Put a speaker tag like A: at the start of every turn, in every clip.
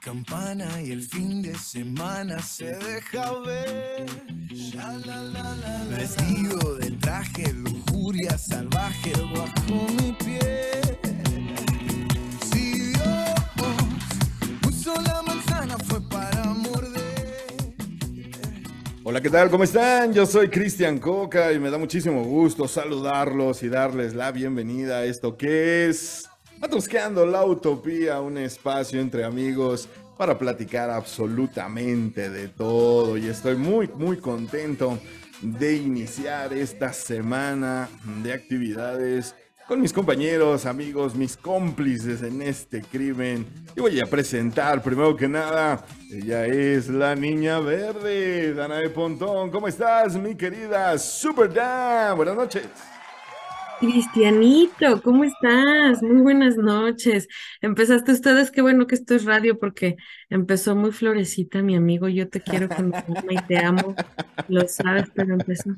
A: campana y el fin de semana se deja ver. Ya, la, la, la, la. Vestido de traje, lujuria salvaje bajo mi piel. Si Dios puso la manzana fue para morder.
B: Hola, ¿qué tal? ¿Cómo están? Yo soy Cristian Coca y me da muchísimo gusto saludarlos y darles la bienvenida a esto que es Matusqueando la Utopía, un espacio entre amigos para platicar absolutamente de todo y estoy muy, muy contento de iniciar esta semana de actividades con mis compañeros, amigos, mis cómplices en este crimen. Y voy a presentar primero que nada, ella es la niña verde, Danae Pontón. ¿Cómo estás, mi querida Super Dan? Buenas noches.
C: Cristianito, ¿cómo estás? Muy buenas noches. Empezaste ustedes, qué bueno que esto es radio porque empezó muy florecita, mi amigo. Yo te quiero con mi alma y te amo. Lo sabes, pero empezó.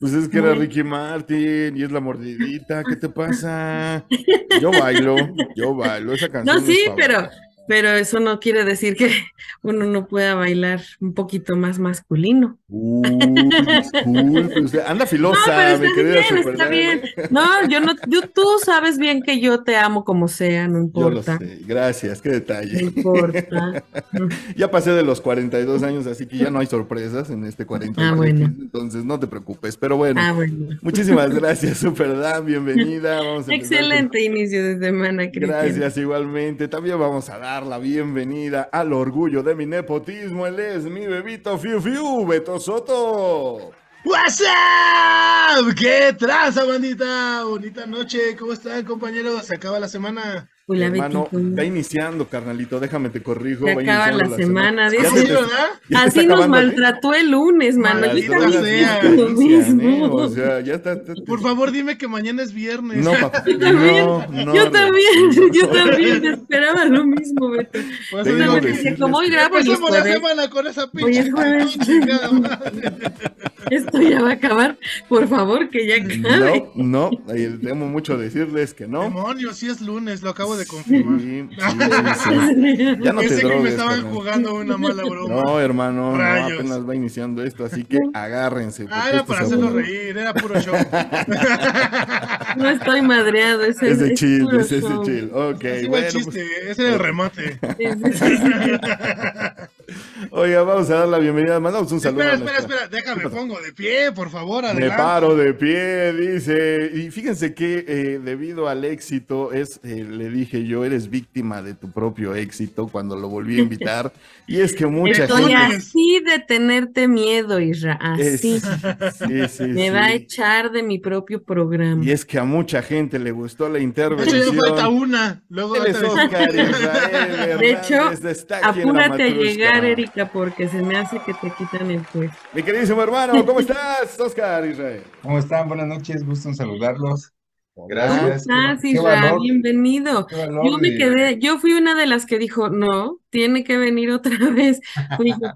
B: Pues es que era Ricky Martin y es la mordidita. ¿Qué te pasa? Yo bailo, yo bailo esa canción.
C: No,
B: es
C: sí,
B: favorita.
C: pero, pero eso no quiere decir que uno no pueda bailar un poquito más masculino.
B: Uy, disculpe, usted anda
C: No,
B: filosa,
C: pero
B: mi
C: está
B: querida
C: bien,
B: Super
C: está
B: Dan.
C: bien. No, yo no, yo- tú sabes bien que yo te amo como sea, no
B: Yo lo
C: importa.
B: sé, gracias, qué
C: No
B: detalle.
C: importa.
B: Ya pasé de los 42 años, así que ya no hay sorpresas en este 40.
C: Ah, bueno.
B: Entonces no te preocupes, pero bueno.
C: Ah, bueno.
B: Muchísimas gracias, Superdam, bienvenida. Vamos a empezar con-
C: Excelente inicio de semana, Cristian.
B: Gracias igualmente. También vamos a dar la bienvenida al orgullo de mi nepotismo. Él es mi bebito Fiu Fiu, Beto Soto.
D: What's up? ¿Qué traza, bandita? Bonita noche, ¿cómo están, compañeros? Se acaba la semana.
C: Hola,
B: Hermano,
C: Betito.
B: va iniciando, carnalito. Déjame te corrijo.
C: Se
B: va
C: acaba
B: iniciando
C: la semana,
B: Ya
D: ¿Sí,
C: dice.
B: se te-
D: verdad?
B: ya se está
C: Así nos
B: acabando, Ah, ¿eh?
C: maltrató el lunes, mano.
B: Las
C: Yo
D: Maldita
B: drogas
C: también
D: sea.
C: siento lo
B: inician, ¿eh?
C: mismo.
B: O sea, ya está. está-
D: Por favor, dime que mañana es viernes.
B: No, papá.
C: también,
B: No, no,
C: yo
B: no.
C: también, yo también esperaba lo mismo, Beto.
D: Por eso
B: Te digo
D: digo
C: Solamente
B: que
D: que-
C: decía,
B: sí,
C: como hoy grabo y es
D: Empezamos la
C: jueves,
D: semana con esa
C: Hoy es
D: pinche
C: jueves.
D: chingada madre.
C: esto ya va a acabar. Por favor, que ya acabe.
B: No, no, eh, temo mucho decirles que no.
D: Demonios, sí es lunes, lo acabo de
B: Sí,
D: confirmar.
B: sí, sí. Ya no te
D: Pensé que me
B: drogues,
D: estaban
B: carnal.
D: jugando una mala broma.
B: No, pues, hermano, no,
D: Rayos.
B: apenas va iniciando esto, así que agárrense.
D: ah,
B: porque
D: era
B: esto
D: para
B: se
D: hacerlo
B: vuelve-
D: reír, era puro show.
C: No estoy madreado. Es,
B: Es de chill,
C: puro
B: es de
C: show.
B: chill. Ok,
D: Ese era
B: bueno.
D: el
B: pues,
D: chiste, ese era el remate.
C: Es- es- es-
B: oiga, vamos a dar la bienvenida. Mandamos un saludo.
D: Espera,
B: a
D: espera,
B: nuestra-
D: espera, déjame, pongo de pie, por favor,
B: Me
D: adelante.
B: paro de pie, dice. Y fíjense que eh, debido al éxito, es, eh, le dije yo, eres víctima de tu propio éxito cuando lo volví a invitar. Y es que mucha
C: Estoy
B: gente.
C: así de tenerte miedo, Isra.
B: es-
C: Así.
B: sí, sí,
C: Me
B: sí.
C: va a echar de mi propio programa.
B: Y es que a mucha gente le gustó la
D: De hecho, ya falta
B: intervención.
D: una. Luego
B: Él es
D: otra vez.
B: Oscar Israel
C: De hecho,
B: Hernández, está aquí en la
C: Apúrate a
B: matrusca.
C: llegar, Erika, porque se me hace que te quitan el puesto.
B: Mi queridísimo hermano, ¿cómo estás, Oscar Israel?
E: ¿Cómo están? Buenas noches, gusto en saludarlos.
C: ¿Cómo
E: Gracias. qué-
C: estás,
E: qué
C: Isra?
E: valor,
C: Ah, Bienvenido.
E: qué valor
C: Yo me
E: de-
C: quedé, yo fui una de las que dijo, no, tiene que venir otra vez. Fui yo.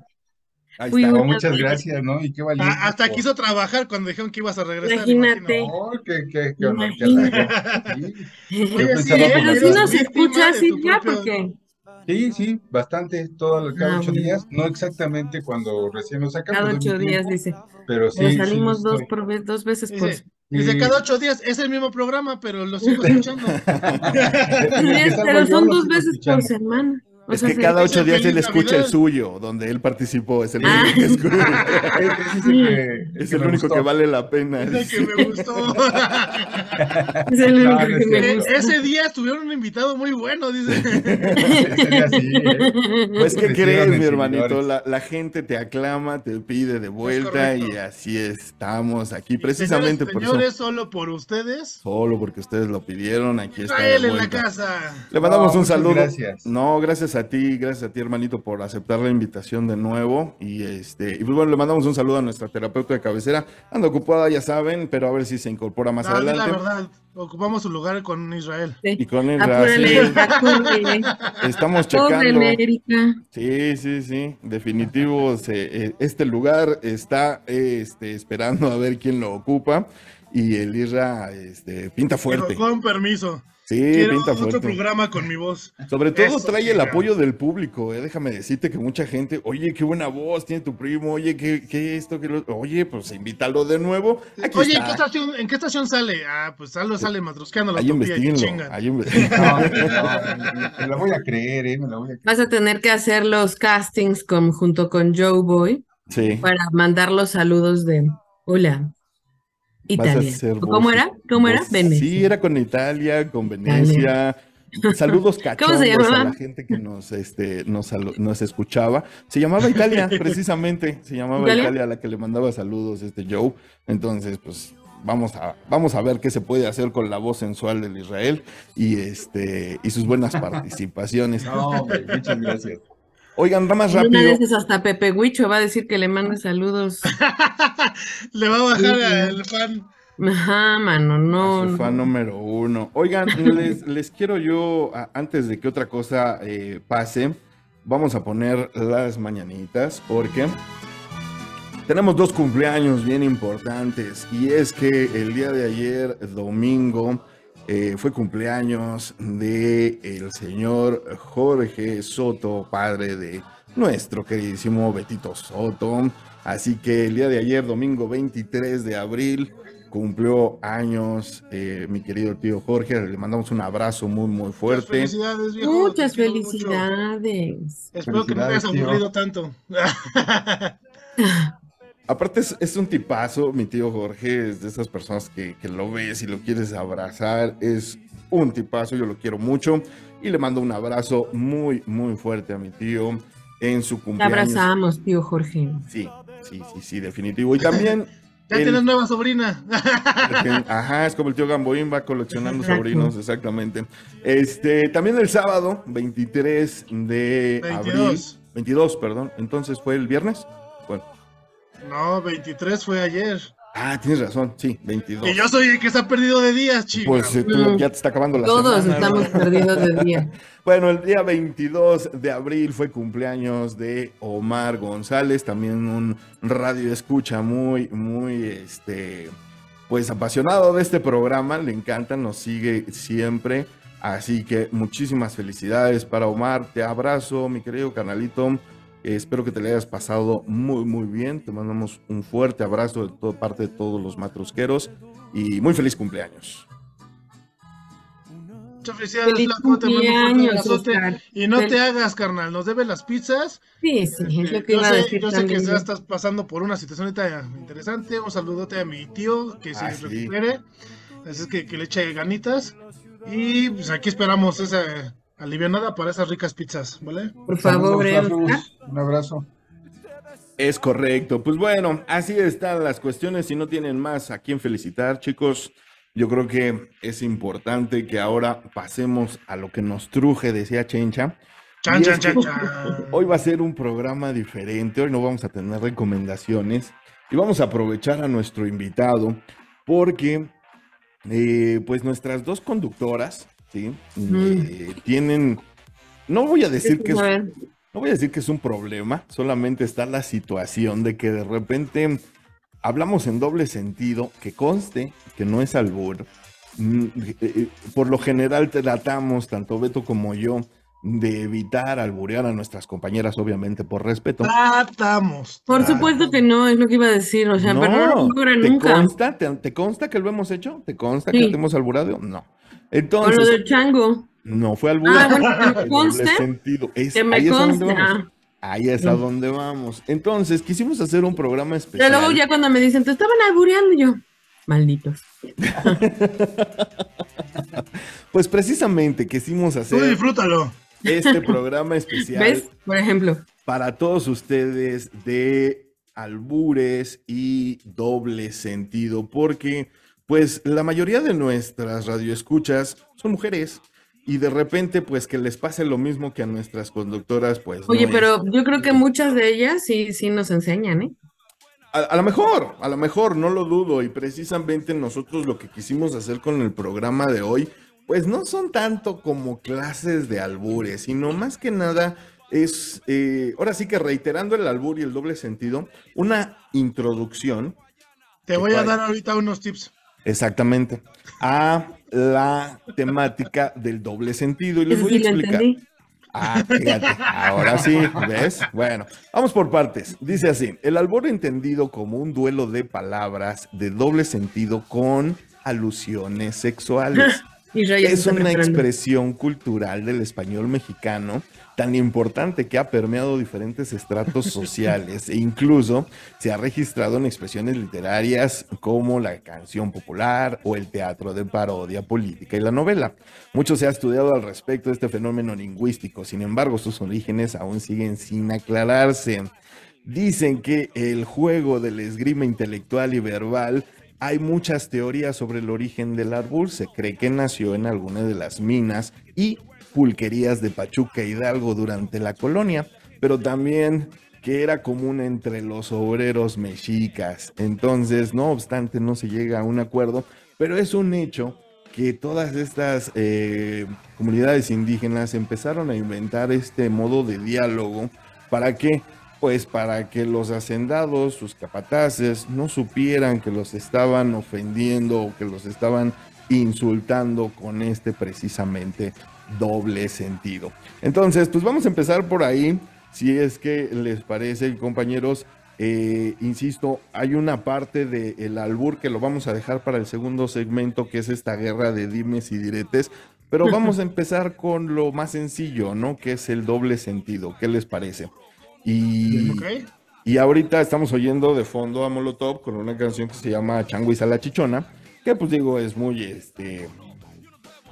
B: Ahí
C: Fui
B: está.
E: No,
C: una
E: oh, muchas
C: de-
E: gracias, ¿no? Y qué valiente.
D: Ah, hasta
E: por-
D: quiso trabajar cuando dijeron que ibas a regresar.
C: Imagínate.
D: imagino.
E: Oh, qué, qué, qué honor, qué halago. Sí,
D: Oye,
E: Yo
C: Pero
D: sí,
E: pensaba
D: ¿eh?
E: que
C: si
E: eras
D: Eres
C: nos
D: víctima
C: escuchas,
D: de tu
C: Isra,
D: propio-
C: porque
E: pues, sí, sí, bastante, todo, cada
C: Ah,
E: ocho
C: bueno.
E: días, no exactamente cuando recién lo sacan,
C: cada
E: pues, doy mi
C: ocho días
E: tiempo,
C: dice,
E: pero
C: pero
E: sí, sí,
C: salimos dos
E: estoy.
C: por vez, dos veces por
D: Dice, dice,
E: Y-
D: cada ocho días es el mismo programa, pero lo sigo escuchando.
E: Desde que
C: Bien,
E: salgo
C: pero
E: yo
C: son
E: lo
C: dos
E: sigo
C: veces por
E: escuchando.
C: semana. O
B: Es
C: sea,
B: que
C: se-
B: cada
D: dice
B: ocho días él
D: Feliz
B: escucha el
D: Navidad.
B: suyo, donde él participó. Es el
C: Ah.
B: único que, escucha.
E: E- ese es el que,
B: Es
E: que
B: el
E: me
B: único que
E: gustó.
B: vale la pena.
D: Es el que me gustó.
C: es el único
E: No, no
C: que
E: es
C: me
D: E-
E: cierto.
C: gusta.
D: Ese día tuvieron un invitado muy bueno, dice.
E: Ese día sí, ¿eh?
B: Pues, ¿qué
E: Crecieron
B: crees,
E: en
B: mi hermanito?
E: seguidores.
B: La, la gente te aclama, te pide de vuelta y
D: correcto.
B: así estamos aquí, precisamente
D: Señoras y
B: por eso.
D: señores, solo por ustedes.
B: Solo porque ustedes lo pidieron, aquí está. de
D: Israel en la
B: vuelta.
D: casa.
B: Le mandamos
E: No,
B: un
E: muchas
B: saludo.
E: gracias.
B: No, gracias a ti, gracias a ti, hermanito, por aceptar la invitación de nuevo. Y este, y pues bueno, le mandamos un saludo a nuestra terapeuta de cabecera. Anda ocupada, ya saben, pero a ver si se incorpora más
D: No, di la
B: adelante.
D: verdad, ocupamos su lugar con Israel.
B: Y con
C: Ah,
B: el
C: Apúrale,
B: Raciel
C: Erika, apúrale.
B: estamos checando.
C: Córrele, Erika.
B: Sí, sí, sí. Definitivo, se- eh, este lugar está eh, este, esperando a ver quién lo ocupa. Y el Irra este, pinta fuerte.
D: Pero con permiso.
B: Sí,
D: Quiero
B: pinta
D: otro
B: fuerte.
D: programa con mi voz.
B: Sobre todo
D: Eso,
B: trae el
E: claro.
B: apoyo del público, eh, déjame decirte que mucha gente, oye, qué buena voz tiene tu primo, oye, qué, qué esto, qué lo... Oye, pues invítalo de nuevo. Aquí
D: Oye, ¿en
B: está.
D: qué, estación, ¿en qué estación sale? Ah, pues sale, sale matrusqueando la
B: Ahí
D: utopía, que
B: investiguenlo.
D: chingan.
B: Ahí inve-
E: No, no, me la voy a creer, ¿eh? Me la voy a creer.
C: Vas a tener que hacer los castings con, junto con Joe Boy
B: Sí.
C: para mandar los saludos de hola,
B: Vas a
C: Italia.
B: ser
C: ¿O ¿Cómo
B: voz-
C: era? ¿Cómo era?
B: voz-
C: Venecia.
B: Sí, era con Italia, con Venecia. Saludos cachondos a
C: llamaba?
B: la gente que nos, este, nos, salu- nos escuchaba. Se llamaba Italia, precisamente. Se llamaba
C: ¿Italia?
B: Italia a la que le mandaba saludos este Joe. Entonces, pues vamos a, vamos a ver qué se puede hacer con la voz sensual del Israel y, este, y sus buenas participaciones.
E: No, hombre, muchas gracias.
B: Oigan, va más
C: Y Una de
B: rápido.
C: esas hasta Pepe Huicho va a decir que le manda saludos.
D: Le va a bajar
C: Sí, sí.
D: el fan.
C: Ajá, mano, no,
B: A su
C: no.
B: fan número uno. Oigan, les, les quiero yo, a- antes de que otra cosa eh, pase, vamos a poner las mañanitas porque tenemos dos cumpleaños bien importantes y es que el día de ayer, domingo, eh, fue cumpleaños de el señor Jorge Soto, padre de nuestro queridísimo Betito Soto. Así que el día de ayer, domingo 23 de abril, cumplió años eh, mi querido tío Jorge. Le mandamos un abrazo muy, muy
D: Muchas
B: fuerte.
D: felicidades, viejo.
C: Muchas
D: Te quiero mucho.
C: felicidades.
D: Espero que no te hayas
E: Felicidades, tío.
D: aburrido tanto.
B: Aparte es, es un tipazo, mi tío Jorge, es de esas personas que, que lo ves y lo quieres abrazar, es un tipazo, yo lo quiero mucho y le mando un abrazo muy, muy fuerte a mi tío en su
C: Te
B: cumpleaños.
C: abrazamos, tío Jorge.
B: Sí, sí, sí, sí, definitivo. Y también,
D: ya
B: El-
D: tienes nueva sobrina.
B: ajá, es como el tío Gamboín va coleccionando
C: Exacto.
B: sobrinos, exactamente. Este, también el sábado, 23 de abril,
D: 22.
B: 22, perdón, entonces fue el viernes. Bueno,
D: No, 23 fue ayer.
B: ah, tienes razón, sí, 22.
D: Y yo soy el que se ha perdido de días, chica.
B: Pues eh, tú
C: Mm.
B: ya te está acabando la
C: Todos
B: semana, ¿no?
C: estamos perdidos de día.
B: Bueno, el día 22 de abril fue cumpleaños de Omar González, también un radio escucha muy, muy, este, pues apasionado de este programa, le encanta, nos sigue siempre. Así que muchísimas felicidades para Omar, te abrazo, mi querido canalito. Espero que te le hayas pasado muy, muy bien. Te mandamos un fuerte abrazo de toda parte de todos los matrusqueros y muy feliz cumpleaños.
D: Muchas felicidades,
C: Feliz
D: Flaco, te mando un fuerte
C: cumpleaños,
D: abrazote.
C: Oscar.
D: Y no
C: Fel-
D: te hagas, carnal. Nos debe las pizzas.
C: Sí, sí, es lo que
D: yo
C: iba a
D: sé,
C: decir
D: yo sé
C: también.
D: que ya estás pasando por una situación ahorita interesante. Un saludote a mi tío que se
B: Ah, sí.
D: recupere. Así es que, que le eche ganitas. Y pues aquí esperamos esa alivianada para esas ricas pizzas, ¿vale?
C: Por favor, eh,
E: Saludos,
C: Oscar.
E: Lafus. Un abrazo.
B: Es correcto. Pues bueno, así están las cuestiones. Si no tienen más a quién felicitar, chicos, yo creo que es importante que ahora pasemos a lo que nos truje, decía Chencha.
D: Chan,
B: Y
D: chan,
B: es
D: chan,
B: que
D: chan.
B: Hoy va a ser un programa diferente. Hoy no vamos a tener recomendaciones y vamos a aprovechar a nuestro invitado porque, eh, pues, nuestras dos conductoras, ¿sí? Eh, tienen. No voy a decir que es
C: A ver,
B: no voy a decir que es un problema, solamente está la situación de que de repente hablamos en doble sentido, que conste que no es albur. Mm, eh, eh, Por lo general tratamos, tanto Beto como yo, de evitar alburear a nuestras compañeras, obviamente por respeto.
D: Tratamos.
C: Por supuesto que no, es lo que iba a decir. O sea, pero no lo logra
B: Ah. ¿te
C: nunca.
B: consta? ¿Te, te consta que lo hemos hecho? ¿Te consta
C: Sí.
B: que te hemos albureado? No.
C: Con lo
B: Entonces,
C: del chango.
B: no fue albur.
C: Ah, bueno, que me
B: en doble
C: conste,
B: sentido. Es-
C: que me ah.
B: ahí es a donde vamos.
C: consta.
B: Ahí es a donde vamos. Entonces, quisimos hacer un programa
C: Pero
B: especial.
C: luego ya cuando me dicen, te estaban albureando, yo, malditos.
B: Pues precisamente quisimos
D: Tú
B: hacer
D: disfrútalo.
B: este programa especial
C: ¿Ves? Por ejemplo.
B: para todos ustedes de albures y doble sentido, porque pues la mayoría de nuestras radioescuchas son mujeres y de repente pues que les pase lo mismo que a nuestras conductoras, pues... no
C: Oye,
B: es-
C: pero yo creo que muchas de ellas sí, sí nos enseñan, ¿eh?
B: A, a lo mejor, a lo mejor, no lo dudo. Y precisamente nosotros lo que quisimos hacer con el programa de hoy, pues no son tanto como clases de albures, sino más que nada es, eh, ahora sí que reiterando el albur y el doble sentido, una introducción
D: Te voy a
B: padre.
D: dar ahorita unos tips.
B: Exactamente. A la temática del doble sentido. Y les
C: Eso
B: voy a
C: sí lo
B: explicar.
C: entendí.
B: Ah, fíjate, ahora sí, ¿ves? Bueno, vamos por partes. Dice así, el albor entendido como un duelo de palabras de doble sentido con alusiones sexuales.
C: Y Raya se
B: Es
C: está
B: una
C: preparando.
B: expresión cultural del español mexicano tan importante que ha permeado diferentes estratos sociales e incluso se ha registrado en expresiones literarias como la canción popular o el teatro de parodia política y la novela. Mucho se ha estudiado al respecto de este fenómeno lingüístico, sin embargo sus orígenes aún siguen sin aclararse. Dicen que el juego del esgrima intelectual y verbal hay muchas teorías sobre el origen del árbol. Se cree que nació en alguna de las minas y pulquerías de Pachuca Hidalgo durante la colonia, pero también que era común entre los obreros mexicas. Entonces, no obstante, no se llega a un acuerdo, pero es un hecho que todas estas eh, comunidades indígenas empezaron a inventar este modo de diálogo para que pues para que los hacendados, sus capataces, no supieran que los estaban ofendiendo o que los estaban insultando con este precisamente doble sentido. Entonces, pues vamos a empezar por ahí, si es que les parece, compañeros. Eh, insisto, hay una parte del albur que lo vamos a dejar para el segundo segmento, que es esta guerra de dimes y diretes. Pero vamos a empezar con lo más sencillo, ¿no? Que es el doble sentido. ¿Qué les parece? Y,
D: ¿Ok?
B: y ahorita estamos oyendo de fondo a Molotov con una canción que se llama Chango y Sala Chichona, que pues digo es muy, este,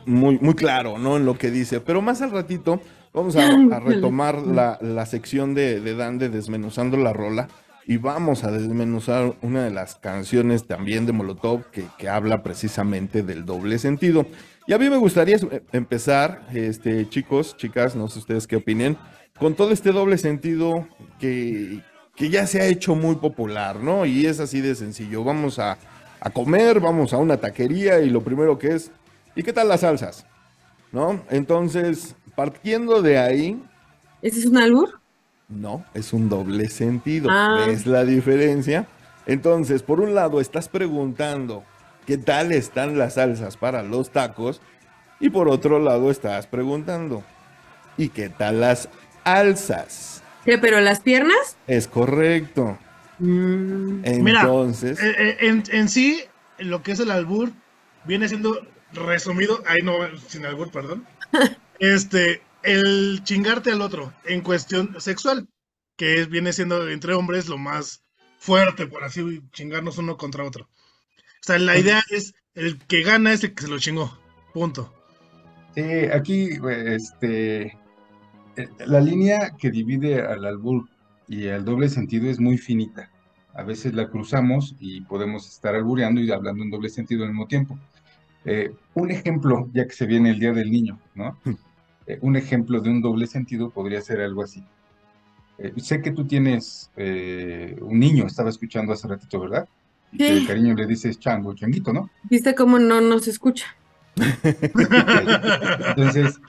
B: muy, muy claro, ¿no? En lo que dice. Pero más al ratito vamos a, a retomar la, la sección de, de Dan de Desmenuzando la Rola y vamos a desmenuzar una de las canciones también de Molotov que, que habla precisamente del doble sentido. Y a mí me gustaría eh, empezar, este, chicos, chicas, no sé ustedes qué opinen, con todo este doble sentido que, que ya se ha hecho muy popular, ¿no? Y es así de sencillo. Vamos a, a comer, vamos a una taquería y lo primero que es, ¿y qué tal las salsas? ¿No? Entonces, partiendo de ahí,
C: ¿Ese es un albur?
B: no, es un doble sentido.
C: Ah.
B: ¿Ves la diferencia? Entonces, por un lado, estás preguntando qué tal están las salsas para los tacos. Y por otro lado, estás preguntando, ¿y qué tal las alzas?
C: ¿Qué, pero las piernas?
B: Es correcto.
C: Mm,
D: Mira,
B: Entonces,
D: Eh, eh, en, en sí, lo que es el albur viene siendo resumido, ahí no, sin albur, perdón. Este, el chingarte al otro en cuestión sexual, que es- viene siendo entre hombres lo más fuerte, por así chingarnos uno contra otro. O sea, la idea es el que gana es el que se lo chingó. Punto.
E: Sí, aquí, güey, este, eh, la línea que divide al albur y al doble sentido es muy finita. A veces la cruzamos y podemos estar albureando y hablando en doble sentido al mismo tiempo. Eh, un ejemplo, ya que se viene el Día del Niño, ¿no? Eh, un ejemplo de un doble sentido podría ser algo así. Eh, sé que tú tienes eh, un niño, estaba escuchando hace ratito, ¿verdad? Y que de
C: Sí.
E: cariño le dices chango, changuito, ¿no?
C: ¿Viste cómo no nos escucha?
E: Entonces,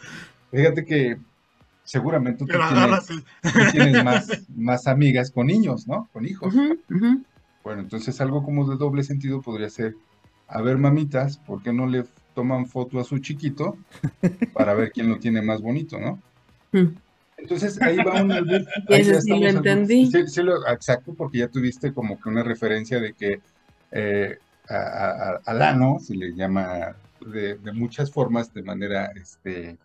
E: fíjate que seguramente tú
D: Pero
E: tienes,
D: agarras el-
E: tú tienes más, más amigas con niños, ¿no? Con hijos.
C: Ujú, ujú.
E: Bueno, entonces algo como de doble sentido podría ser, a ver, mamitas, ¿por qué no le toman foto a su chiquito para ver quién lo tiene más bonito, ¿no?
C: Mm.
E: Entonces ahí va un albur.
C: Y
E: ahí
C: eso
E: ya
C: sí lo
E: estamos al-
C: entendí.
E: sí- sí lo- exacto, porque ya tuviste como que una referencia de que eh, a- a- a- al ano se le llama de, de muchas formas, de manera este,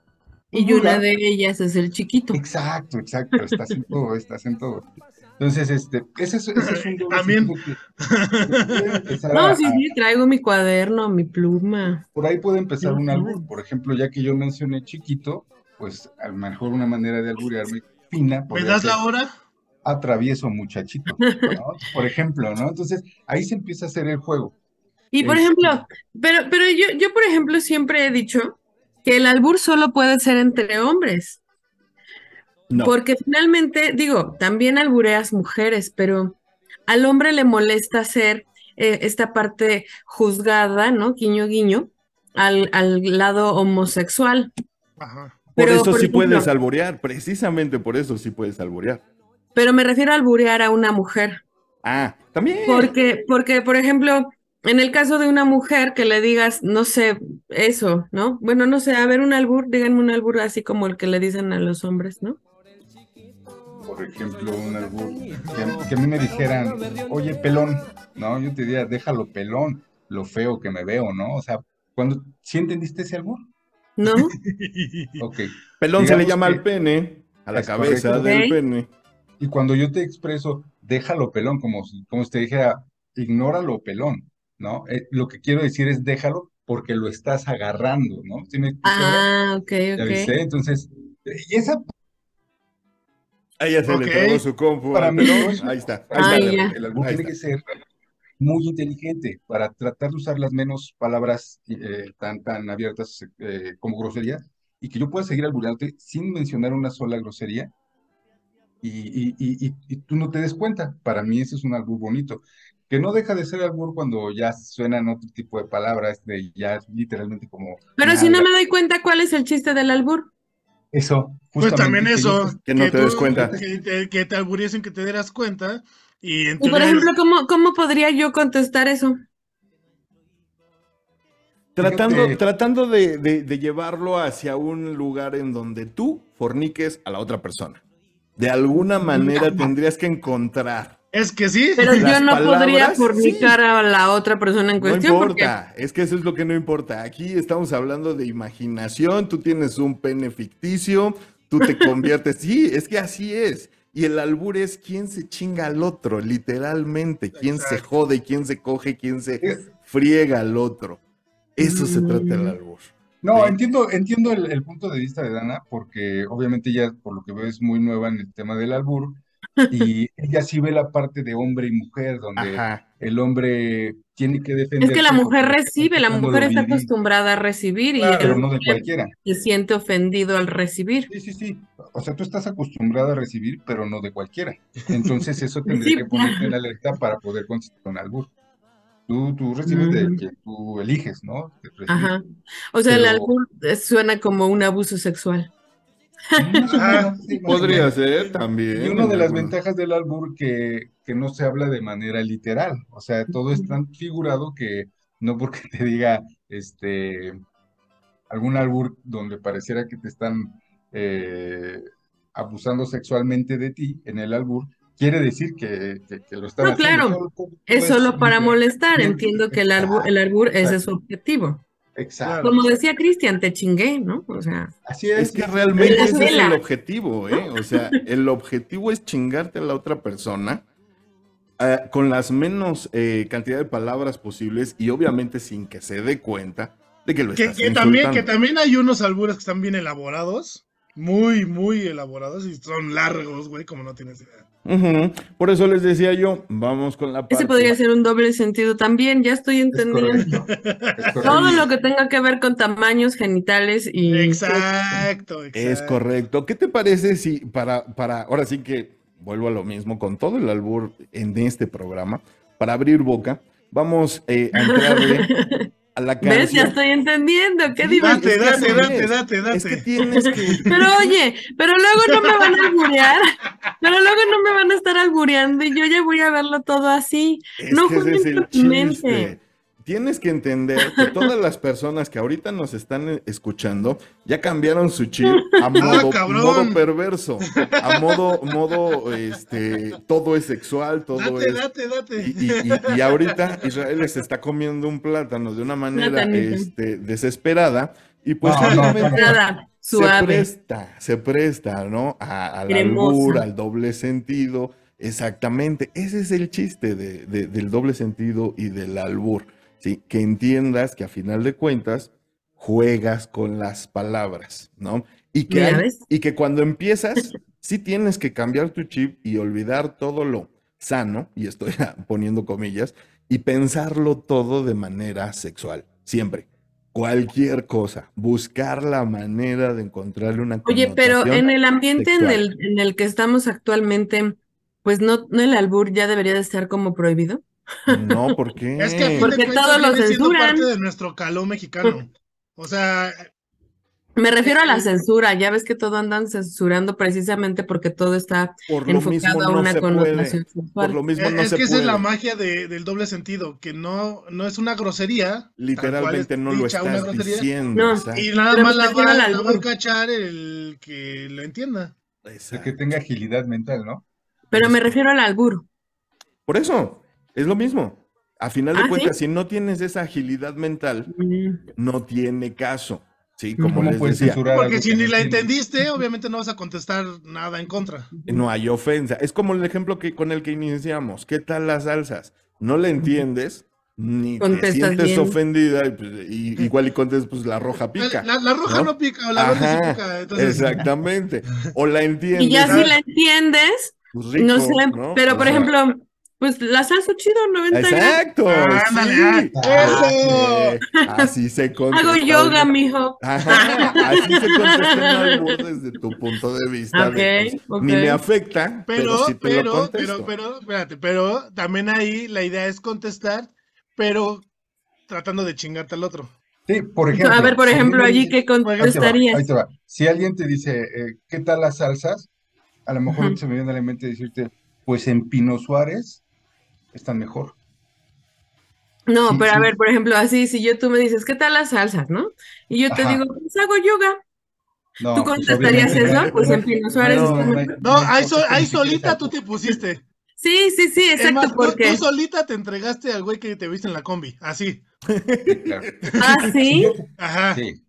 C: Y una
E: vulgar.
C: de ellas es el chiquito.
E: Exacto, exacto, estás en todo, estás en todo. Entonces, este, ese es, ese es un doble
D: También.
E: sentido que- que puede empezar
C: No,
E: a-
C: sí,
E: a-
C: sí, traigo mi cuaderno, mi pluma.
E: por ahí puede empezar un
C: Ujú.
E: albur. Por ejemplo, ya que yo mencioné chiquito, pues a lo mejor una manera de alburearme fina
D: ¿Me
E: podría
D: das
E: ser
D: la hora?
E: atravieso muchachito, ¿no? Por ejemplo, ¿no? Entonces, ahí se empieza a hacer el juego.
C: Y por
E: Este-
C: ejemplo, pero, pero yo, yo, por ejemplo, siempre he dicho que el albur solo puede ser entre hombres.
B: no.
C: Porque finalmente, digo, también albureas mujeres, pero al hombre le molesta ser eh, esta parte juzgada, ¿no? Guiño, guiño, al, al lado homosexual.
D: Ajá.
B: por
C: pero,
B: eso
C: por
B: sí
C: ejemplo-
B: puedes alborear, precisamente por eso sí puedes alborear.
C: Pero me refiero a alburear a una mujer.
B: Ah, también.
C: Porque, porque, por ejemplo, En el caso de una mujer que le digas, no sé, eso, ¿no? Bueno, no sé, a ver un albur, díganme un albur así como el que le dicen a los hombres, ¿no?
E: Por ejemplo, un albur que, que a mí me dijeran, oye, pelón, no, yo te diría, déjalo pelón, lo feo que me veo, ¿no? O sea, cuando, ¿sí entendiste ese albur?
C: ¿No?
E: Ok.
B: Pelón se le
E: Digamos
B: llama
E: que-
B: al pene, a la
E: Es
B: cabeza
E: correcto.
B: del
C: Ok.
B: pene.
E: Y cuando yo te expreso, déjalo pelón, como si, como si te dijera, ignóralo pelón, ¿no? Eh, lo que quiero decir es déjalo porque lo estás agarrando, ¿no? ¿Sí me explico ahora?
C: Ah, ok,
E: Te
C: ok.
E: avisé, entonces, eh, y esa
B: Ahí ya se
D: Ok.
B: le entregó su compu.
E: Para
B: al
E: mí
B: pelón.
E: no es-
B: Ahí está. Ahí
C: Ah,
E: Ahí
B: está.
E: está,
C: ya.
E: el albur
B: Ahí
E: tiene
B: está.
E: que ser muy inteligente para tratar de usar las menos palabras eh, tan, tan abiertas eh, como grosería y que yo pueda seguir albureándote sin mencionar una sola grosería y, y- y- y- y tú no te des cuenta. Para mí ese es un albur bonito, que no deja de ser albur cuando ya suenan otro tipo de palabras, de ya literalmente como
C: Pero si no
E: nalga.
C: me doy cuenta cuál es el chiste del albur.
E: Eso,
D: Pues
E: justamente,
D: también
E: que yo
D: eso.
E: te-
B: Que no te des cuenta.
D: Que te, que te alburiesen, que te dieras cuenta. Y en
C: Y por
D: teoría-
C: ejemplo, ¿cómo, cómo podría yo contestar eso?
B: Tratando,
E: Fíjate.
B: tratando de, de- de llevarlo hacia un lugar en donde tú forniques a la otra persona. De alguna manera tendrías que encontrar.
D: Es que sí.
C: Pero yo
B: Las
C: no podría
B: palabras, sí.
C: fornicar a la otra persona en
B: No
C: cuestión porque
B: importa, es que eso es lo que no importa. Aquí estamos hablando de imaginación, tú tienes un pene ficticio, tú te conviertes. Sí, es que así es. Y el albur es quién se chinga al otro, literalmente, quién se
D: Exacto.
B: jode, quién se coge, quién se
E: Es-
B: friega al otro. Eso se trata el
C: Mm.
B: albur.
E: No,
B: Sí.
E: entiendo, entiendo el, el punto de vista de Dana, porque obviamente ella, por lo que veo, es muy nueva en el tema del albur, y ella sí ve la parte de hombre y mujer, donde
B: Ajá.
E: el hombre tiene que
C: es que la
E: defenderse porque
C: mujer
E: lo están
C: recibe, la
E: tratando
C: mujer
E: de
C: está
E: oprimir,
C: acostumbrada a recibir y
E: pero
C: el
E: no de
C: hombre
E: cualquiera.
C: se siente ofendido al recibir.
E: Sí, sí, sí. O sea, tú estás acostumbrada a recibir, pero no de cualquiera. Entonces eso tendría
C: Sí,
E: que
C: claro.
E: ponerte en alerta para poder constituir un albur. Tú, tú recibes de
C: Mm.
E: que tú eliges, ¿no? De recibir.
C: Ajá. O sea, el
E: pues, Pero-
C: albur eh, suena como un abuso sexual.
E: Más o
D: Ajá.
C: Ah,
E: menos, sí, más o
B: Podría
E: menos.
B: ser
E: Y
B: también.
E: una de
B: en
E: las
B: algunos-
E: ventajas del albur que, que no se habla de manera literal, o sea, todo es
C: Ujú.
E: tan figurado que no porque te diga este algún albur donde pareciera que te están eh, abusando sexualmente de ti en el albur, quiere decir que, que- que lo están
C: No,
E: haciendo. pues,
C: claro,
E: Todo- todo- todo
C: Es solo para
E: literal.
C: molestar,
E: Bien,
C: entiendo que el albur, el albur ese es su objetivo.
E: Exacto.
C: Como decía Cristian, te chingué, ¿no? O sea,
E: Así
B: Es
E: es.
B: que realmente
C: La
B: ese es el
C: vela.
B: objetivo, ¿eh? O sea, el objetivo es chingarte a la otra persona ah, con las menos eh, cantidad de palabras posibles y obviamente sin que se dé cuenta de que lo
D: Que,
B: estás
D: que también, que
B: insultando.
D: también hay unos albures que están bien elaborados. Muy, muy elaborados. Y son largos, güey, como no tienes idea.
B: Ujú. Por eso les decía yo, vamos con la parte.
C: ese podría ser un doble sentido también, ya estoy
E: Es
C: entendiendo.
E: correcto. Es
C: Todo
E: correcto.
C: lo que tenga que ver con tamaños, genitales y...
D: Exacto,
B: Es
D: exacto.
B: correcto. ¿Qué te parece si para, para, ahora sí que vuelvo a lo mismo con todo el albur en este programa, para abrir boca, vamos eh, a entrarle a la
C: ¿Ves?
B: canción.
C: Ya estoy entendiendo, qué
B: Sí,
C: divertido.
D: Date,
B: Es que
D: date,
B: así
D: date,
B: es.
D: date,
B: Es que
D: date.
B: tienes que.
C: Pero oye, pero luego no me van a alburear, pero luego no me van a estar albureando y yo ya voy a verlo todo así.
B: Es
C: No
B: que ese es el
C: justamente.
B: chiste. Tienes que entender que todas las personas que ahorita nos están eh, escuchando ya cambiaron su chip a modo,
D: Ah, cabrón!
B: modo perverso, a modo, modo, este, todo es sexual, todo
D: Date,
B: es.
D: date, date.
B: Y, y- y- y ahorita Israel se está comiendo un plátano de una manera
C: Platanito.
B: este, desesperada y pues
E: No, no,
B: obviamente,
C: Nada,
B: se
C: suave.
B: presta, se presta, ¿no? A, al
C: Cremosa.
B: albur, al doble sentido. Exactamente. Ese es el chiste de- de- del doble sentido y del albur. ¿sí? Que entiendas que a final de cuentas juegas con las palabras, ¿no? Y que,
C: Mira,
B: hay-
C: ¿ves?
B: y que cuando empiezas, sí tienes que cambiar tu chip y olvidar todo lo sano, y estoy poniendo comillas, y pensarlo todo de manera sexual, siempre cualquier cosa, buscar la manera de encontrarle una
C: Oye, pero en
B: connotación.
C: el ambiente en
B: sexual.
C: el, en el que estamos actualmente, pues no, no el albur ya debería de estar como prohibido.
B: No, ¿por qué?
D: Es que a fin de
C: Porque
D: cuentas
C: todos lo
D: viene siendo
C: censuran.
D: parte de nuestro caló mexicano. O sea,
C: Me refiero a la censura, ya ves que todo andan censurando precisamente porque todo está
B: Por lo mismo
C: enfocado a
B: no
C: una
B: se puede.
C: connotación sexual.
B: Por lo mismo
D: Eh,
B: no
D: es
B: se
D: que esa es la
B: puede.
D: magia de- del doble sentido, que no, no es una grosería.
B: Literalmente
D: tal cual es
B: no lo
D: dicha una
B: estás
D: grosería,
B: diciendo.
C: No.
B: exacto.
D: Y nada
C: Pero
D: más
C: me
D: la
C: refiero
D: va,
C: al
D: la va a
C: albur.
D: cachar el que lo entienda.
E: sea,
B: Exacto.
E: que tenga agilidad mental, ¿no?
C: Pero me refiero al albur.
B: Por eso, es lo mismo. A final de
C: Ah, ¿sí?
B: cuentas, si no tienes esa agilidad mental,
C: Mm,
B: no tiene caso. Sí,
C: Ujú.
B: como
E: ¿Cómo
B: les
E: puedes
B: decía,
E: censurar
D: Porque
E: algo
D: si
E: que
D: ni
E: no
D: la
E: entiendes?
D: entendiste, obviamente no vas a contestar nada en contra.
B: no hay ofensa. Es como el ejemplo que con el que iniciamos. ¿Qué tal las salsas? No le entiendes, ni te
C: Contestas
B: sientes
C: bien.
B: ofendida, y, pues, y- igual y contestas, pues la roja pica.
D: La, la roja
B: ¿no?
D: ¿no? pica o la verde sí
B: Ajá,
D: pica. Entonces,
B: Exactamente. O la entiendes.
C: Y ya si
B: ah,
C: la entiendes,
B: pues, rico,
C: no sé,
B: ¿no?
C: pero
B: O
C: por
B: sea,
C: ejemplo, pues la salsa chido, 90 gramos.
B: Exacto.
D: Ándale,
B: sí.
E: ah,
B: Eh, Así se contesta.
C: Hago yoga,
B: una-
C: mijo.
B: Ajá, así se contesta un albur desde tu punto de vista. de,
C: Ok,
B: pues,
C: ok.
B: Ni me afecta, pero,
D: Pero,
B: sí te lo
D: pero,
B: contesto.
D: pero, pero, espérate, pero también ahí la idea es contestar, pero tratando de chingarte al otro.
E: Sí, por ejemplo.
C: A ver, por
E: si
C: ejemplo,
E: alguien
C: allí
E: dice-
C: que
E: Ahí te va, ahí
C: contestarías.
E: te va. Si alguien te dice, eh, ¿qué tal las salsas? A lo mejor
C: Ujú.
E: se me viene a la mente decirte, pues en Pino Suárez están mejor.
C: No,
E: Sí,
C: pero a
E: sí.
C: ver, por ejemplo, así, si yo tú me dices, ¿qué tal las salsas, no? Y yo te
E: Ajá.
C: digo, pues hago yoga.
E: No,
C: ¿Tú
E: pues,
C: contestarías
E: obviamente
C: eso?
E: no hay-
C: Pues
E: no
C: en
E: hay-
C: Pino Suárez
E: no,
C: está
E: no
C: mejor.
E: hay-
D: No,
E: hay
D: ahí,
E: cosas
D: sol-
E: que
D: ahí
E: ni siquiera
D: solita
E: sabes.
D: tú te pusiste.
C: Sí, sí, sí,
D: Es más,
C: exacto,
D: tú,
C: porque.
D: tú solita te entregaste al güey que te viste en la combi. Así.
E: Sí, claro.
C: Ah,
E: Si
C: sí.
E: yo-
D: Ajá.
E: sí.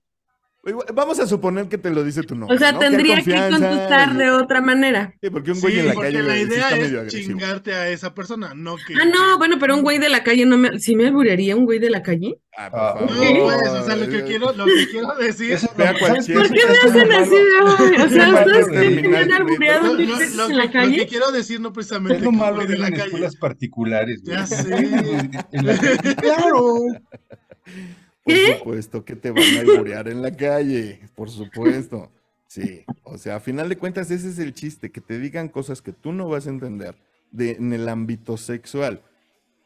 B: Igual- Vamos a suponer que te lo dice tu novia.
C: O sea,
B: ¿no? Que hay
C: tendría que
B: confianza,
C: contestar de otra manera.
B: Sí, porque un
D: Sí,
B: güey en la
D: porque
B: calle
D: la
B: güey, sí
D: idea
B: está
D: es
B: medio agresivo.
D: chingarte a esa persona, no que.
C: Ah, no, bueno, pero un güey de la calle no me. ¿Sí me alburearía un güey de la calle?
B: Ah, por
E: Ah,
B: favor.
D: No, pues, o sea, lo que quiero, lo que quiero decir.
E: Eso es
B: Vea
E: lo- ¿sabes qué?
B: cualquier-
E: Eso-
B: ¿Por
C: ¿Qué
E: eso
C: me
E: es lo
C: hacen
E: malo-
C: así? Ay, O sea,
E: Qué malo
C: ¿ustedes
E: de-
C: creen que me han
B: terminar,
C: albureado
D: lo,
C: un
D: lo-
C: big
D: lo
C: en la
D: que, lo que
C: calle?
D: quiero decir no
E: Es
D: precisamente
E: lo
D: que un
E: malo
D: güey
E: de
D: de la
E: en
D: calle.
E: escuelas particulares, güey.
D: Ya sé.
E: En la calle, claro.
B: Por
C: ¿Qué?
B: supuesto que te van a alburear en la calle, por supuesto. Sí, o sea, a final de cuentas ese es el chiste, que te digan cosas que tú no vas a entender de- en el ámbito sexual.